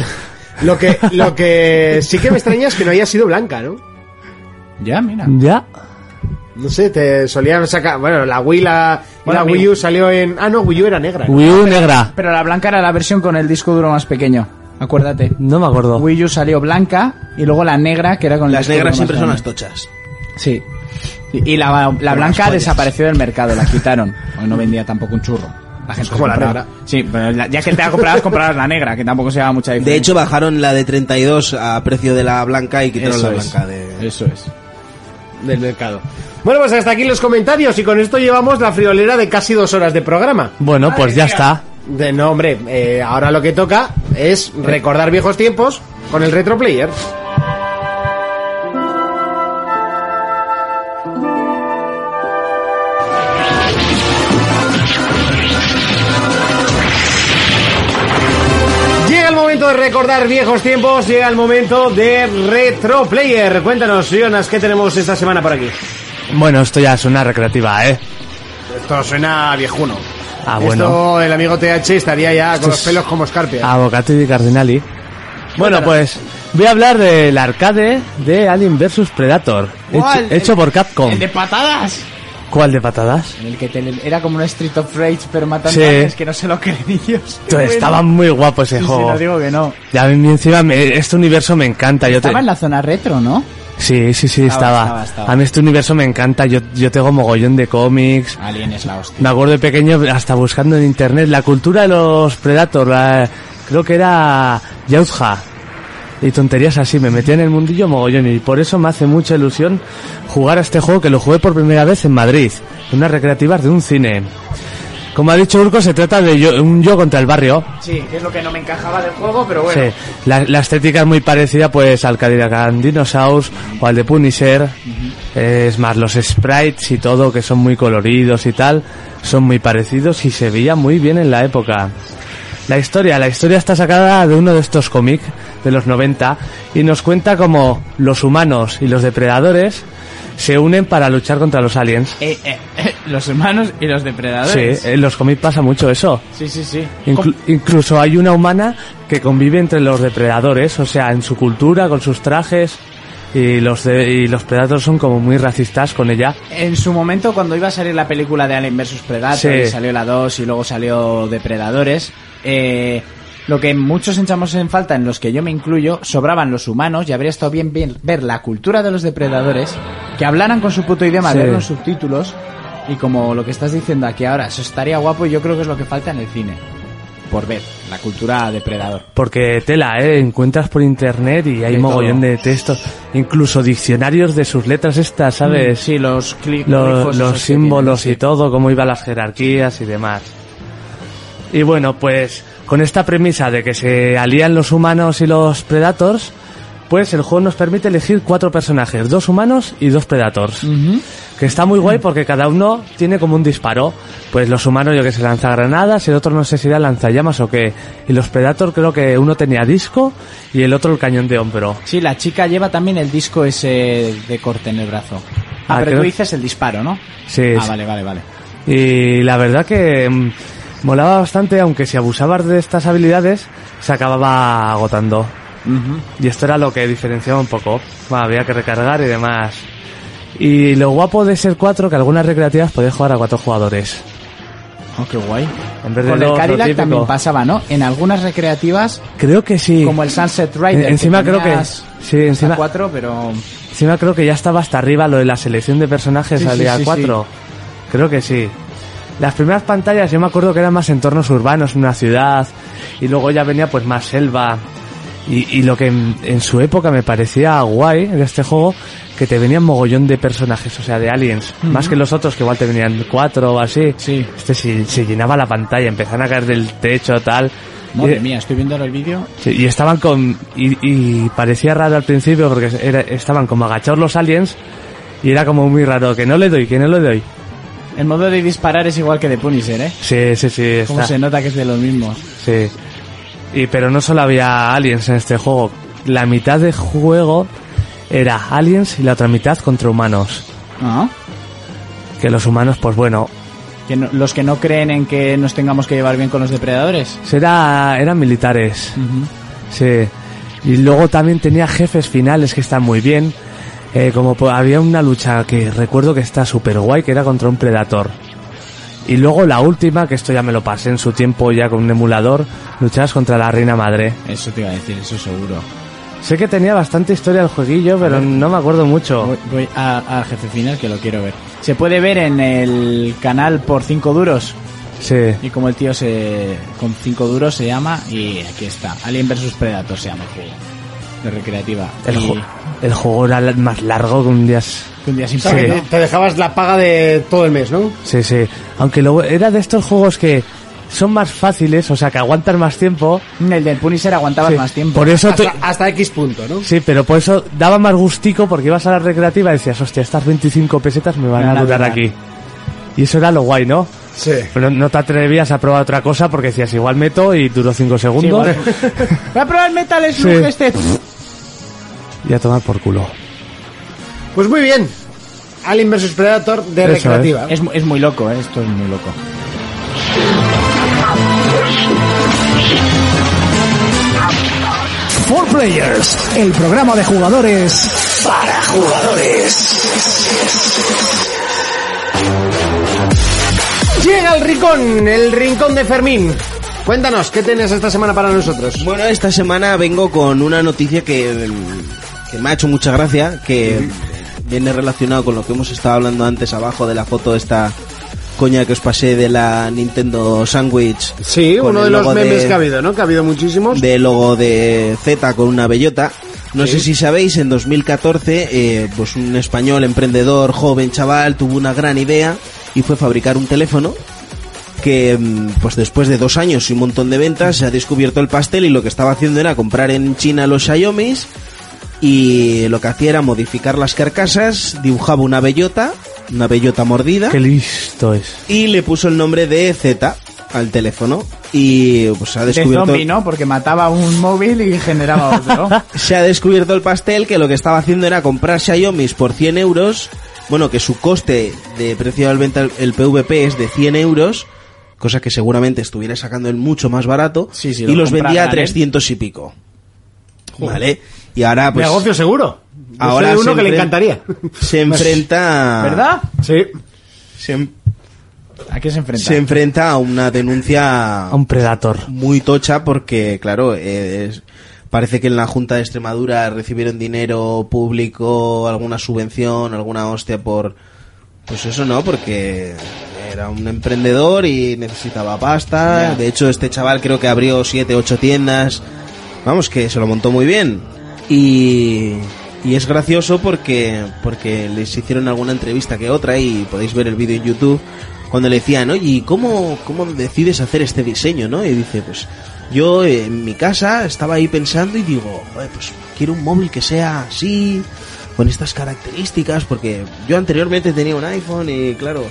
Speaker 4: Lo que, lo que sí que me extraña es que no haya sido blanca, ¿no?
Speaker 5: Ya, mira.
Speaker 7: Ya.
Speaker 4: No sé, te solían sacar. Bueno, la Wii, la,
Speaker 5: Bueno,
Speaker 4: la
Speaker 5: mi-
Speaker 4: Wii U salió en. Ah, no, Wii U era negra. ¿no?
Speaker 7: Wii U negra.
Speaker 5: Pero la blanca era la versión con el disco duro más pequeño. Acuérdate.
Speaker 7: No me acuerdo.
Speaker 5: Wii U salió blanca y luego la negra que era con el
Speaker 6: Las
Speaker 5: disco
Speaker 6: negras
Speaker 5: duro
Speaker 6: siempre
Speaker 5: más
Speaker 6: son
Speaker 5: grande.
Speaker 6: las tochas.
Speaker 5: Sí. Y y la, la blanca desapareció del mercado, la quitaron. Hoy no vendía tampoco un churro. La gente
Speaker 4: como la
Speaker 5: compraba-
Speaker 4: negra.
Speaker 5: Sí, pero la- ya que te la comprabas, comprabas la negra, que tampoco se daba mucha diferencia.
Speaker 6: De hecho, bajaron la de 32 a precio de la blanca y quitaron
Speaker 5: Eso
Speaker 6: la
Speaker 5: es.
Speaker 6: blanca de...
Speaker 5: Eso es.
Speaker 4: del mercado. Bueno, pues hasta aquí los comentarios y con esto llevamos la friolera de casi dos horas de programa.
Speaker 5: Ah,
Speaker 7: Bueno, pues ya está.
Speaker 4: De no, hombre, eh, ahora lo que toca es recordar viejos tiempos con el Retro Player. Llega el momento de recordar viejos tiempos, llega el momento de Retro Player. Cuéntanos, Jonas, ¿qué tenemos esta semana por aquí?
Speaker 7: Bueno, esto ya es una recreativa, ¿eh?
Speaker 4: Esto suena viejuno.
Speaker 7: Ah, bueno.
Speaker 4: Esto el amigo TH estaría ya con
Speaker 7: Esto es-
Speaker 4: los pelos como escarpia.
Speaker 7: Avocado y Cardinali. Bueno, pues voy a hablar del arcade de Alien vs Predator, hecho,
Speaker 5: ¿Cuál?
Speaker 7: hecho por
Speaker 6: Oh.
Speaker 7: Capcom.
Speaker 5: El de patadas.
Speaker 7: ¿Cuál de patadas?
Speaker 5: En el que te- era como un Street of Rage, pero matando
Speaker 7: Sí.
Speaker 5: aliens que no se lo creen ellos.
Speaker 7: Tú, Estaba muy guapo ese
Speaker 5: Sí, sí,
Speaker 7: juego.
Speaker 5: no digo que no.
Speaker 7: Y a mí encima me- este universo me encanta. Yo te-
Speaker 5: Estaba en la zona retro, ¿no?
Speaker 7: Sí, sí, sí,
Speaker 5: Estaba,
Speaker 7: estaba,
Speaker 5: estaba, estaba.
Speaker 7: A mí este universo me encanta. Yo, yo tengo mogollón de cómics.
Speaker 5: Alien es la hostia.
Speaker 7: Me acuerdo de pequeño hasta buscando en internet la cultura de los Predator. la- creo que era Yautja. Y tonterías así, me metía en el mundillo mogollón y por eso me hace mucha ilusión jugar a este juego que lo jugué por primera vez en Madrid, en unas recreativas de un cine. Como ha dicho Urco, se trata de yo- un yo contra el barrio,
Speaker 5: Sí, que es lo que no me encajaba del juego, pero
Speaker 7: Sí, la, la estética es muy parecida pues al Cadillac Dinosaurs o al de Punisher. Es más, los sprites y todo, que son muy coloridos y tal, son muy parecidos y se veía muy bien en la época. La historia, la historia está sacada de uno de estos cómics de los 90 y nos cuenta cómo los humanos y los depredadores se unen para luchar contra los aliens.
Speaker 5: Eh, eh, eh, los humanos y los
Speaker 7: Sí, eh.
Speaker 5: depredadores.
Speaker 7: en los cómics pasa mucho eso.
Speaker 5: sí, sí. sí.
Speaker 7: Inclu- incluso hay una humana que convive entre los depredadores, o sea, en su cultura, con sus trajes. Y los, de- y los predators son como muy racistas con ella.
Speaker 5: En su momento, cuando iba a salir la película de Alien vs Predator,
Speaker 7: Sí.
Speaker 5: y salió la 2 y luego salió Depredadores, eh, lo que muchos echamos en falta, en los que yo me incluyo, sobraban los humanos y habría estado bien, bien ver la cultura de los depredadores, que hablaran con su puto idioma,
Speaker 7: Sí.
Speaker 5: ver los subtítulos, y como lo que estás diciendo aquí ahora, eso estaría guapo y yo creo que es lo que falta en el cine, por ver la cultura depredador.
Speaker 7: Porque tela, ¿eh? Encuentras por internet y hay
Speaker 5: De
Speaker 7: mogollón
Speaker 5: todo.
Speaker 7: de textos. Incluso diccionarios de sus letras estas, ¿sabes?
Speaker 5: Mm. Sí, los clic-
Speaker 7: Lo-
Speaker 5: glifos
Speaker 7: los,
Speaker 5: esos que
Speaker 7: símbolos
Speaker 5: tienen,
Speaker 7: y todo, cómo iban las jerarquías y demás. Y bueno, pues con esta premisa de que se alían los humanos y los predators, pues el juego nos permite elegir cuatro personajes, dos humanos y dos predators. Que está muy guay porque cada uno tiene como un disparo. Pues los humanos yo que se lanza granadas, el otro no sé si era lanzallamas o qué. Y los predators creo que uno tenía disco y el otro el cañón de hombro.
Speaker 5: Sí, la chica lleva también el disco ese de corte en el brazo.
Speaker 7: Ah,
Speaker 5: Ah, pero
Speaker 7: creo-
Speaker 5: tú dices el disparo, ¿no?
Speaker 7: Sí,
Speaker 5: ah,
Speaker 7: sí.
Speaker 5: vale, vale, vale.
Speaker 7: Y la verdad que mm, molaba bastante, aunque si abusabas de estas habilidades, se acababa agotando. Y esto era lo que diferenciaba un poco. Bueno, había que recargar y demás. Y lo guapo de ser cuatro, que algunas recreativas podías jugar a cuatro jugadores.
Speaker 5: Oh, qué guay.
Speaker 7: En vez de
Speaker 5: Con el
Speaker 7: dos, lo
Speaker 5: Cadillac
Speaker 7: típico.
Speaker 5: también pasaba, ¿no? En algunas recreativas,
Speaker 7: Creo que sí.
Speaker 5: como el Sunset Rider.
Speaker 7: En- encima creo que-
Speaker 5: tenías
Speaker 7: sí,
Speaker 5: hasta
Speaker 7: encima-
Speaker 5: cuatro, pero...
Speaker 7: Encima creo que ya estaba hasta arriba lo de la selección de personajes
Speaker 5: Sí,
Speaker 7: al
Speaker 5: sí,
Speaker 7: día
Speaker 5: sí,
Speaker 7: 4. Creo que sí. Las primeras pantallas yo me acuerdo que eran más entornos urbanos, una ciudad, y luego ya venía pues más selva. Y, y lo que en, en su época me parecía guay de este juego, que te venían mogollón de personajes, o sea, de aliens. Más que los otros, que igual te venían cuatro o así.
Speaker 5: Sí.
Speaker 7: Este sí- se llenaba la pantalla, empezaban a caer del techo, tal.
Speaker 5: Madre
Speaker 7: Y-
Speaker 5: mía, estoy viendo ahora el vídeo.
Speaker 7: Sí, y estaban con. Y, y parecía raro al principio porque era- estaban como agachados los aliens y era como muy raro, que no le doy, que no le doy.
Speaker 5: El modo de disparar es igual que de Punisher, ¿eh?
Speaker 7: Sí, sí, sí,
Speaker 5: Como
Speaker 7: está.
Speaker 5: se nota que es de los mismos.
Speaker 7: Sí. Y, pero no solo había aliens en este juego, la mitad del juego era aliens y la otra mitad contra humanos.
Speaker 5: Ah,
Speaker 7: Que los humanos, pues bueno,
Speaker 5: que no- los que no creen en que nos tengamos que llevar bien con los depredadores.
Speaker 7: será, eran militares. Sí. Y luego también tenía jefes finales que están muy bien. Eh, como po- había una lucha que recuerdo que está súper guay, que era contra un Predator. Y luego la última, que esto ya me lo pasé en su tiempo ya con un emulador, luchabas contra la Reina Madre.
Speaker 5: Eso te iba a decir, eso seguro.
Speaker 7: Sé que tenía bastante historia el jueguillo, pero no me acuerdo mucho.
Speaker 5: Voy, voy a- al jefe final que lo quiero ver. Se puede ver en el canal por 5 duros.
Speaker 7: Sí.
Speaker 5: Y como el tío se con 5 duros se llama y aquí está. Alien vs Predator se llama el juego. De recreativa.
Speaker 7: El,
Speaker 5: Y
Speaker 7: ju- el juego era la- más largo que un día. es-
Speaker 5: que un día sin
Speaker 4: O sea, que te-
Speaker 5: sí.
Speaker 4: Eh, te dejabas la paga de todo el mes, ¿no?
Speaker 7: Sí, sí. Aunque luego era de estos juegos que son más fáciles, o sea, que aguantan más tiempo.
Speaker 5: El del Punisher aguantabas
Speaker 7: Sí.
Speaker 5: más tiempo.
Speaker 7: Por eso te-
Speaker 4: Hasta, hasta X punto, ¿no?
Speaker 7: Sí, pero por eso daba más gustico porque ibas a la recreativa y decías, hostia, estas 25 pesetas me van
Speaker 5: Me van
Speaker 7: a
Speaker 5: a
Speaker 7: durar
Speaker 5: durar".
Speaker 7: aquí. Y eso era lo guay, ¿no?
Speaker 4: Sí.
Speaker 7: Pero no te atrevías a probar otra cosa porque decías, igual meto y duró 5
Speaker 5: Sí,
Speaker 7: segundos
Speaker 5: igual. Voy a probar el Metal Slug
Speaker 7: Sí.
Speaker 5: este.
Speaker 7: y a tomar por culo.
Speaker 4: Pues muy bien. Alien vs Predator de
Speaker 7: Eso
Speaker 4: recreativa.
Speaker 5: Es, mu- es muy loco, eh, esto es muy loco.
Speaker 2: Four Players, el programa de jugadores para jugadores.
Speaker 4: Llega el rincón, el rincón de Fermín. Cuéntanos, ¿qué tienes esta semana para nosotros?
Speaker 6: Bueno, esta semana vengo con una noticia que, mm, que me ha hecho mucha gracia, que viene relacionado con lo que hemos estado hablando antes abajo de la foto esta coña que os pasé de la Nintendo Sandwich.
Speaker 4: Sí,
Speaker 6: con
Speaker 4: uno
Speaker 6: el
Speaker 4: de los
Speaker 6: logo
Speaker 4: memes que ha habido, ¿no? Que ha habido muchísimos.
Speaker 6: de logo de Z con una bellota. No sé si sabéis, en 2014, eh, pues un español emprendedor, joven chaval, tuvo una gran idea y fue fabricar un teléfono que, mm, pues después de dos años y un montón de ventas, se ha descubierto el pastel y lo que estaba haciendo era comprar en China los Xiaomi's y lo que hacía era modificar las carcasas, dibujaba una bellota, una bellota mordida
Speaker 7: Qué listo es.
Speaker 6: y le puso el nombre de Z al teléfono y pues ha
Speaker 5: De
Speaker 6: descubierto
Speaker 5: zombie, ¿no? Porque mataba un móvil y generaba otro.
Speaker 6: se ha descubierto el pastel que lo que estaba haciendo era comprar Xiaomi's por 100 euros. Bueno, que su coste de precio al venta el PVP es de 100 euros, cosa que seguramente estuviera sacando él mucho más barato.
Speaker 5: Sí, sí,
Speaker 6: y
Speaker 5: lo
Speaker 6: los vendía
Speaker 5: compraran,
Speaker 6: a
Speaker 5: ¿eh?
Speaker 6: 300 y pico. Vale. Y ahora pues...
Speaker 4: Negocio seguro. Yo
Speaker 6: ahora
Speaker 4: soy uno
Speaker 6: se Ah.
Speaker 4: que le
Speaker 6: enfren-
Speaker 4: encantaría.
Speaker 6: Se enfrenta...
Speaker 5: Pues, ¿Verdad?
Speaker 4: Sí.
Speaker 6: Se, em- en-
Speaker 5: ¿A qué se enfrenta?
Speaker 6: se enfrenta a una denuncia
Speaker 7: A un Predator.
Speaker 6: muy tocha porque, claro, eh, es- parece que en la Junta de Extremadura recibieron dinero público, alguna subvención, alguna hostia por... Pues eso no, porque era un emprendedor y necesitaba pasta. De hecho, este chaval creo que abrió siete, ocho tiendas. Vamos, que se lo montó muy bien. Y, y es gracioso porque, porque les hicieron alguna entrevista que otra y podéis ver el vídeo en YouTube cuando le decían, oye, ¿y cómo, cómo decides hacer este diseño? ¿no? Y dice, pues yo eh, en mi casa estaba ahí pensando y digo, "Joder, pues quiero un móvil que sea así, con estas características, porque yo anteriormente tenía un iPhone y claro,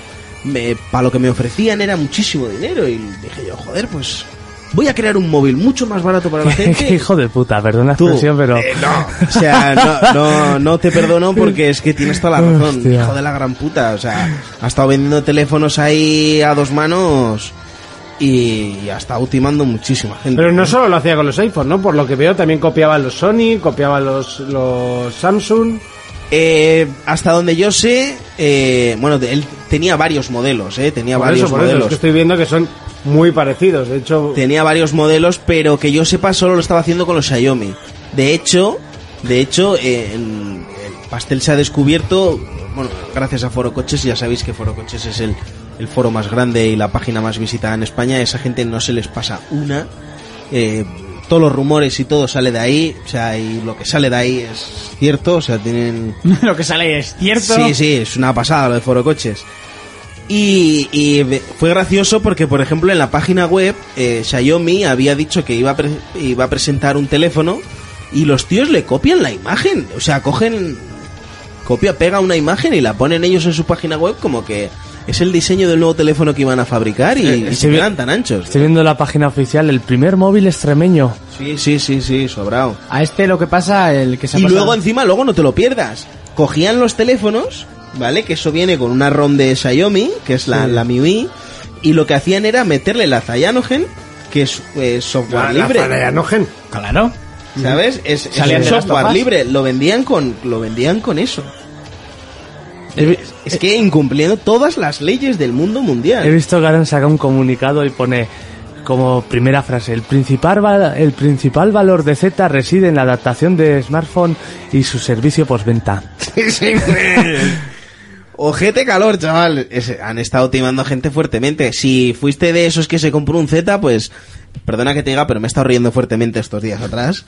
Speaker 6: me, para lo que me ofrecían era muchísimo dinero y dije yo, joder, pues voy a crear un móvil mucho más barato para la
Speaker 7: Qué
Speaker 6: gente
Speaker 7: hijo de puta, perdón la
Speaker 6: Tú.
Speaker 7: expresión, pero...
Speaker 6: Eh, no, o sea, no, no, no te perdono porque es que tienes toda la razón,
Speaker 7: Hostia.
Speaker 6: hijo de la gran puta. O sea, ha estado vendiendo teléfonos ahí a dos manos y ha estado ultimando muchísima gente.
Speaker 4: Pero no solo lo hacía con los iPhones, ¿no? Por lo que veo, también copiaba los Sony, copiaba los, los Samsung.
Speaker 6: Eh, hasta donde yo sé, eh, bueno, de- él tenía varios modelos, eh, tenía
Speaker 4: Por
Speaker 6: varios
Speaker 4: eso, por eso, es
Speaker 6: modelos.
Speaker 4: que estoy viendo que son muy parecidos. De hecho,
Speaker 6: Tenía varios modelos, pero que yo sepa solo lo estaba haciendo con los Xiaomi. De hecho, de hecho, eh, en- el pastel se ha descubierto, bueno, gracias a Foro Coches, ya sabéis que Foro Coches es el, el foro más grande y la página más visitada en España, a esa gente no se les pasa una. Eh, todos los rumores y todo sale de ahí, o sea, y lo que sale de ahí es cierto, o sea, tienen
Speaker 5: lo que sale es cierto.
Speaker 6: Sí, sí, es una pasada lo de Foro Coches. Y, y ve- fue gracioso porque, por ejemplo, en la página web, eh, Xiaomi había dicho que iba a, pre- iba a presentar un teléfono y los tíos le copian la imagen. O sea, cogen, copia, pega una imagen y la ponen ellos en su página web como que es el diseño del nuevo teléfono que iban a fabricar y, y Eh, se
Speaker 7: sí,
Speaker 6: quedan tan anchos.
Speaker 7: Estoy viendo la página oficial, el primer móvil extremeño.
Speaker 6: Sí, sí, sí, sí, sobrado.
Speaker 5: A este lo que pasa, el que se ha
Speaker 6: Y
Speaker 5: pasado-
Speaker 6: luego encima, luego no te lo pierdas. Cogían los teléfonos, ¿vale? Que eso viene con una ROM de Xiaomi, que es la, la MIUI, y lo que hacían era meterle la Cyanogen, que es eh, software
Speaker 4: la, la
Speaker 6: libre.
Speaker 4: Cyanogen.
Speaker 5: Claro.
Speaker 6: ¿Sabes? Es, es
Speaker 5: Salían
Speaker 6: un
Speaker 5: de las
Speaker 6: software
Speaker 5: tofas.
Speaker 6: libre, lo vendían con lo vendían con eso. Es, es que incumpliendo todas las leyes del mundo mundial.
Speaker 7: He visto que ahora han sacado un comunicado y pone como primera frase, el principal, va- el principal valor de Z reside en la adaptación de smartphone y su servicio postventa.
Speaker 6: Sí, sí, güey. Ojete calor, chaval. Es- han estado timando a gente fuertemente. Si fuiste de esos que se compró un Z, pues perdona que te diga, pero me he estado riendo fuertemente estos días atrás.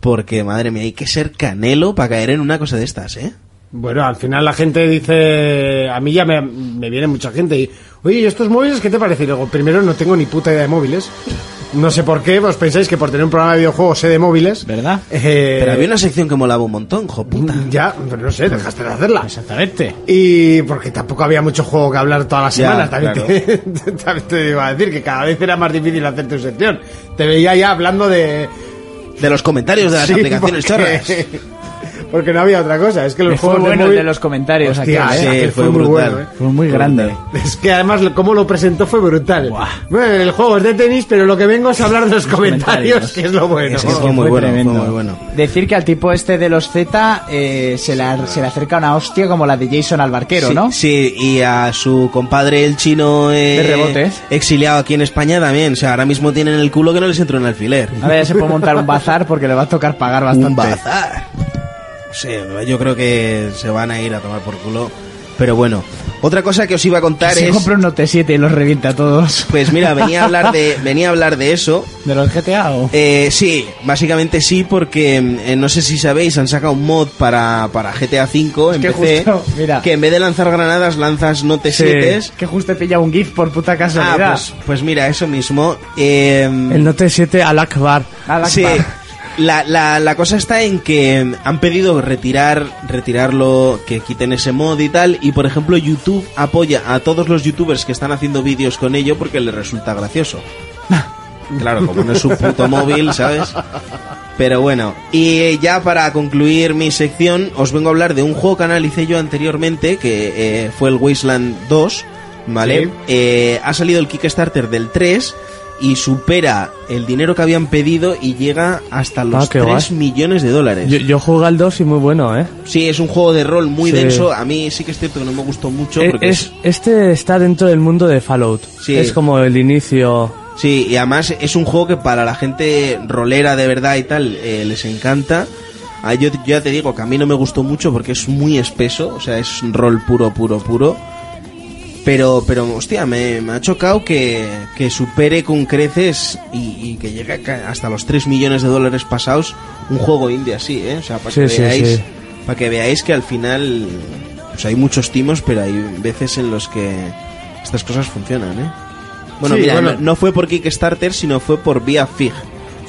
Speaker 6: Porque, madre mía, hay que ser canelo para caer en una cosa de estas, ¿eh?
Speaker 4: Bueno, al final la gente dice, a mí ya me, me viene mucha gente y, oye, ¿y estos móviles qué te parece? Y luego, primero no tengo ni puta idea de móviles. No sé por qué, vos pensáis que por tener un programa de videojuegos sé de móviles.
Speaker 5: ¿Verdad?
Speaker 4: Eh,
Speaker 6: Pero había una sección que molaba un montón, jo puta. Pues
Speaker 4: Ya, pero no sé, dejaste de hacerla.
Speaker 5: Exactamente.
Speaker 4: Y porque tampoco había mucho juego que hablar todas las
Speaker 6: Ya,
Speaker 4: semanas, también, te, también te iba a decir que cada vez era más difícil hacer tu sección. Te veía ya hablando de...
Speaker 6: De los comentarios de las
Speaker 4: Sí,
Speaker 6: aplicaciones
Speaker 4: porque-
Speaker 6: chorras.
Speaker 4: Porque no había otra cosa, es que los
Speaker 5: Fue
Speaker 4: juegos de
Speaker 5: bueno el
Speaker 4: móvil...
Speaker 5: de los comentarios
Speaker 4: Hostia,
Speaker 5: aquel, ¿eh?
Speaker 4: sí,
Speaker 6: Sí,
Speaker 4: fue,
Speaker 6: fue
Speaker 4: muy
Speaker 6: brutal.
Speaker 4: bueno, ¿eh?
Speaker 5: Fue muy grande.
Speaker 4: Es que además lo- cómo lo presentó fue brutal.
Speaker 5: Buah.
Speaker 4: Bueno, el juego es de tenis, pero lo que vengo es hablar de los comentarios,
Speaker 5: comentarios.
Speaker 4: que es lo bueno.
Speaker 6: Es que fue muy bueno, fue
Speaker 5: tremendo.
Speaker 6: muy bueno.
Speaker 5: Decir que al tipo este de los Z eh, se, la- se le acerca una hostia como la de Jason al barquero,
Speaker 6: sí,
Speaker 5: ¿no?
Speaker 6: Sí, y a su compadre el chino eh,
Speaker 5: De rebotes.
Speaker 6: exiliado aquí en España también. O sea, ahora mismo tienen el culo que no les entra un alfiler.
Speaker 5: Ahora ya se puede montar un bazar porque le va a tocar pagar bastante.
Speaker 6: Un bazar. No sé, yo creo que se van a ir a tomar por culo. Pero bueno, otra cosa que os iba a contar
Speaker 5: Se
Speaker 6: es...
Speaker 5: compra un Note 7 y los revienta a todos.
Speaker 6: Pues mira, venía a hablar de, venía a hablar de eso.
Speaker 5: ¿De los GTA o?
Speaker 6: Eh, sí, básicamente sí, porque eh, no sé si sabéis, han sacado un mod para, para GTA V en
Speaker 5: que
Speaker 6: PC,
Speaker 5: justo, mira.
Speaker 6: que en vez de lanzar granadas lanzas note
Speaker 7: Sí.
Speaker 6: 7
Speaker 5: Es que justo he pillado un GIF por puta
Speaker 6: Ah,
Speaker 5: casualidad.
Speaker 6: pues, pues mira, eso mismo. Eh,
Speaker 7: El Note 7 al Akbar.
Speaker 5: Al
Speaker 6: sí,
Speaker 5: Akbar.
Speaker 6: la, la- la cosa está en que mm, han pedido retirar, retirarlo, que quiten ese mod y tal. Y por ejemplo, YouTube apoya a todos los youtubers que están haciendo vídeos con ello porque les resulta gracioso. Claro, como no es un puto móvil, ¿sabes? Pero bueno, y eh, ya para concluir mi sección, os vengo a hablar de un juego que analicé yo anteriormente, que eh, fue el Wasteland 2, ¿vale?
Speaker 4: Sí.
Speaker 6: Eh, ha salido el Kickstarter del 3 y supera el dinero que habían pedido y llega hasta los
Speaker 7: Ah, qué
Speaker 6: 3
Speaker 7: guay.
Speaker 6: millones de dólares.
Speaker 7: Yo, yo jugué al 2 y muy bueno, ¿eh?
Speaker 6: Sí, es un juego de rol muy
Speaker 7: Sí.
Speaker 6: denso, a mí sí que es cierto que no me gustó mucho
Speaker 7: Eh,
Speaker 6: porque
Speaker 7: Es, este está dentro del mundo de Fallout.
Speaker 6: Sí.
Speaker 7: Es como el inicio.
Speaker 6: Sí, y además es un juego que para la gente rolera de verdad y tal eh, les encanta. Ah, yo, yo ya te digo que a mí no me gustó mucho porque es muy espeso, o sea, es un rol puro, puro, puro. Pero, pero hostia, me, me ha chocado que, que supere con creces y, y que llegue a ca- hasta los 3 millones de dólares pasados un juego indie así, ¿eh? O sea, para que,
Speaker 7: Sí, sí,
Speaker 6: veáis,
Speaker 7: sí.
Speaker 6: para que veáis que al final pues hay muchos timos, pero hay veces en los que estas cosas funcionan, ¿eh? Bueno,
Speaker 4: Sí,
Speaker 6: mira,
Speaker 4: bueno.
Speaker 6: No, no fue por Kickstarter, sino fue por vía FIG.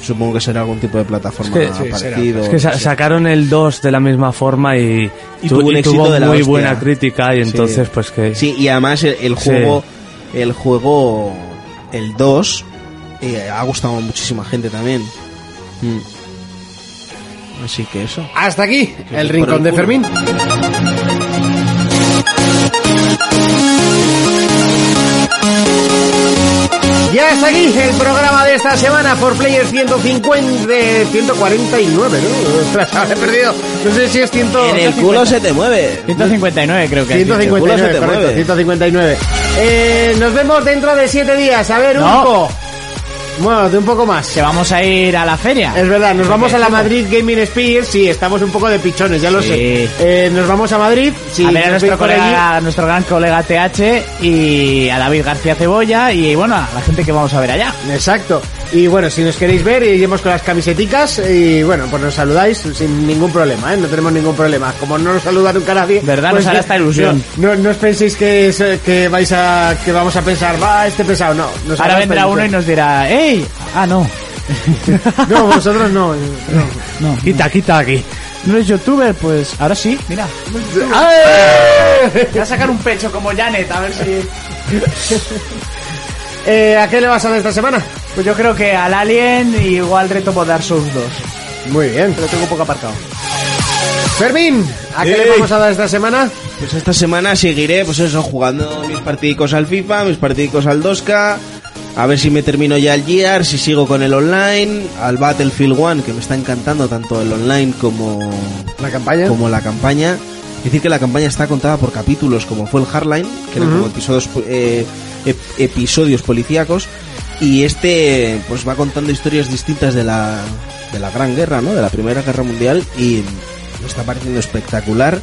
Speaker 6: Supongo que será algún tipo de plataforma
Speaker 7: Es que- sí,
Speaker 6: parecido.
Speaker 7: Es que sa- sacaron el 2 de la misma forma y,
Speaker 6: Y
Speaker 7: tu-
Speaker 6: tuvo un
Speaker 7: y
Speaker 6: éxito de la
Speaker 7: muy
Speaker 6: hostia.
Speaker 7: buena crítica y entonces pues que...
Speaker 6: Sí, y además el, el
Speaker 7: Sí.
Speaker 6: juego, el juego, el 2, eh, ha gustado a muchísima gente también. Mm. Así que eso.
Speaker 4: Hasta aquí, el
Speaker 6: por
Speaker 4: rincón
Speaker 6: el
Speaker 4: de
Speaker 6: culo.
Speaker 4: Fermín. Ya está aquí el programa de esta semana por Players 150, de 149, ¿no? Ostras, ahora he perdido. No sé si es 100.
Speaker 6: En el culo se te mueve.
Speaker 5: 159 creo que. has dicho.
Speaker 4: 159,
Speaker 6: El culo se te
Speaker 4: correcto,
Speaker 6: mueve.
Speaker 4: 159. Eh, nos vemos dentro de 7 días. A ver, un
Speaker 5: No.
Speaker 4: poco. Bueno, de un poco más.
Speaker 5: Que vamos a ir a la feria.
Speaker 4: Es verdad, nos vamos a la Madrid Gaming Spear. Sí, estamos un poco de pichones, ya lo
Speaker 5: Sí.
Speaker 4: sé. Eh, nos vamos a Madrid. Sí,
Speaker 5: a ver
Speaker 4: nos
Speaker 5: a nuestro,
Speaker 4: veis por allí.
Speaker 5: colega, a nuestro gran colega TH y a David García Cebolla y bueno, a la gente que vamos a ver allá.
Speaker 4: Exacto. Y bueno, si nos queréis ver, iremos con las camiseticas y bueno, pues nos saludáis sin ningún problema, ¿eh? No tenemos ningún problema. Como no nos saluda nunca nadie...
Speaker 5: ¿Verdad?
Speaker 4: pues
Speaker 5: Nos hará
Speaker 4: no-
Speaker 5: esta ilusión.
Speaker 4: No, no os penséis que, es, eh, que vais a... que vamos a pensar, va, este pesado, no.
Speaker 7: Pues
Speaker 4: nos
Speaker 5: Ahora
Speaker 4: hará esta
Speaker 5: vendrá uno y
Speaker 4: ilusión.
Speaker 5: nos dirá, ¡Ey! Ah, no.
Speaker 4: No, vosotros no. eh, no.
Speaker 5: No,
Speaker 7: Quita, quita aquí.
Speaker 5: no es youtuber, pues ahora sí, mira.
Speaker 4: ¡Ay!
Speaker 5: Voy a sacar un pecho como Janet, a ver si...
Speaker 4: Eh, ¿A qué le vas a dar esta semana?
Speaker 5: Pues yo creo que al Alien igual retomo Dark Souls 2.
Speaker 4: Muy bien.
Speaker 5: Lo tengo un poco aparcado.
Speaker 4: Fermín, ¿a qué le
Speaker 6: Ey.
Speaker 4: vamos a dar esta semana?
Speaker 6: Pues esta semana seguiré, pues eso, jugando mis partidicos al FIFA, mis partidicos al 2K, A ver si me termino ya el Gear, si sigo con el online, al Battlefield 1, que me está encantando tanto el online como,
Speaker 4: La campaña.
Speaker 6: como la campaña. Decir que la campaña está contada por capítulos, como fue el Hardline, que eran como episodios, eh, ep- episodios policíacos. Y este, pues va contando historias distintas de la, de la Gran Guerra, ¿no? De la Primera Guerra Mundial. Y me está pareciendo espectacular.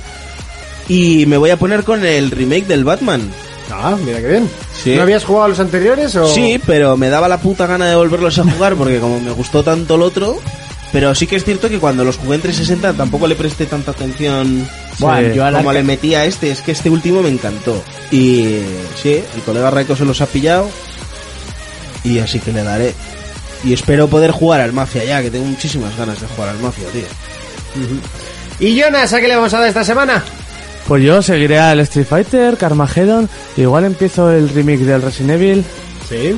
Speaker 6: Y me voy a poner con el remake del Batman.
Speaker 4: Ah, mira qué bien.
Speaker 6: Sí.
Speaker 4: ¿No habías jugado a los anteriores o...?
Speaker 6: Sí, pero me daba la puta gana de volverlos a jugar porque como me gustó tanto el otro. Pero sí que es cierto que cuando los jugué en 360 tampoco le presté tanta atención
Speaker 5: Buah, yo al
Speaker 6: como
Speaker 5: arca-
Speaker 6: le metí a este. Es que este último me encantó. Y sí, el colega Raiko se los ha pillado. Y así que le daré. Y espero poder jugar al Mafia ya, que tengo muchísimas ganas de jugar al Mafia, tío.
Speaker 4: ¿Y Jonas, a qué le vamos a dar esta semana?
Speaker 7: Pues yo seguiré al Street Fighter, Carmageddon, igual empiezo el remake del Resident Evil,
Speaker 4: Sí.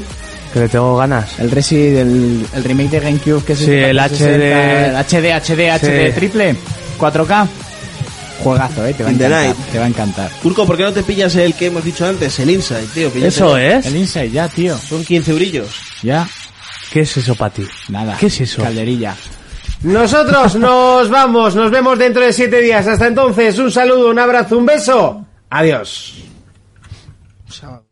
Speaker 7: que le tengo ganas.
Speaker 5: El Resi, el, el remake de GameCube que es
Speaker 7: Sí, el HD.
Speaker 5: el HD, HD, HD
Speaker 7: Sí.
Speaker 5: triple, 4K. Juegazo, eh, te va a
Speaker 6: In the
Speaker 5: encantar.
Speaker 6: night.
Speaker 5: Te va a encantar.
Speaker 6: Turco, ¿por qué no te pillas el que hemos dicho antes? El Inside, tío. que ya
Speaker 7: ¿Eso
Speaker 6: te-
Speaker 7: es?
Speaker 5: El Inside ya, tío.
Speaker 6: Son 15 brillos.
Speaker 5: Ya,
Speaker 7: ¿Qué es eso para ti?
Speaker 5: nada.
Speaker 7: ¿Qué es eso?
Speaker 5: Calderilla.
Speaker 4: Nosotros nos vamos, nos vemos dentro de siete días. Hasta entonces, un saludo, un abrazo, un beso. Adiós.
Speaker 6: Sábado.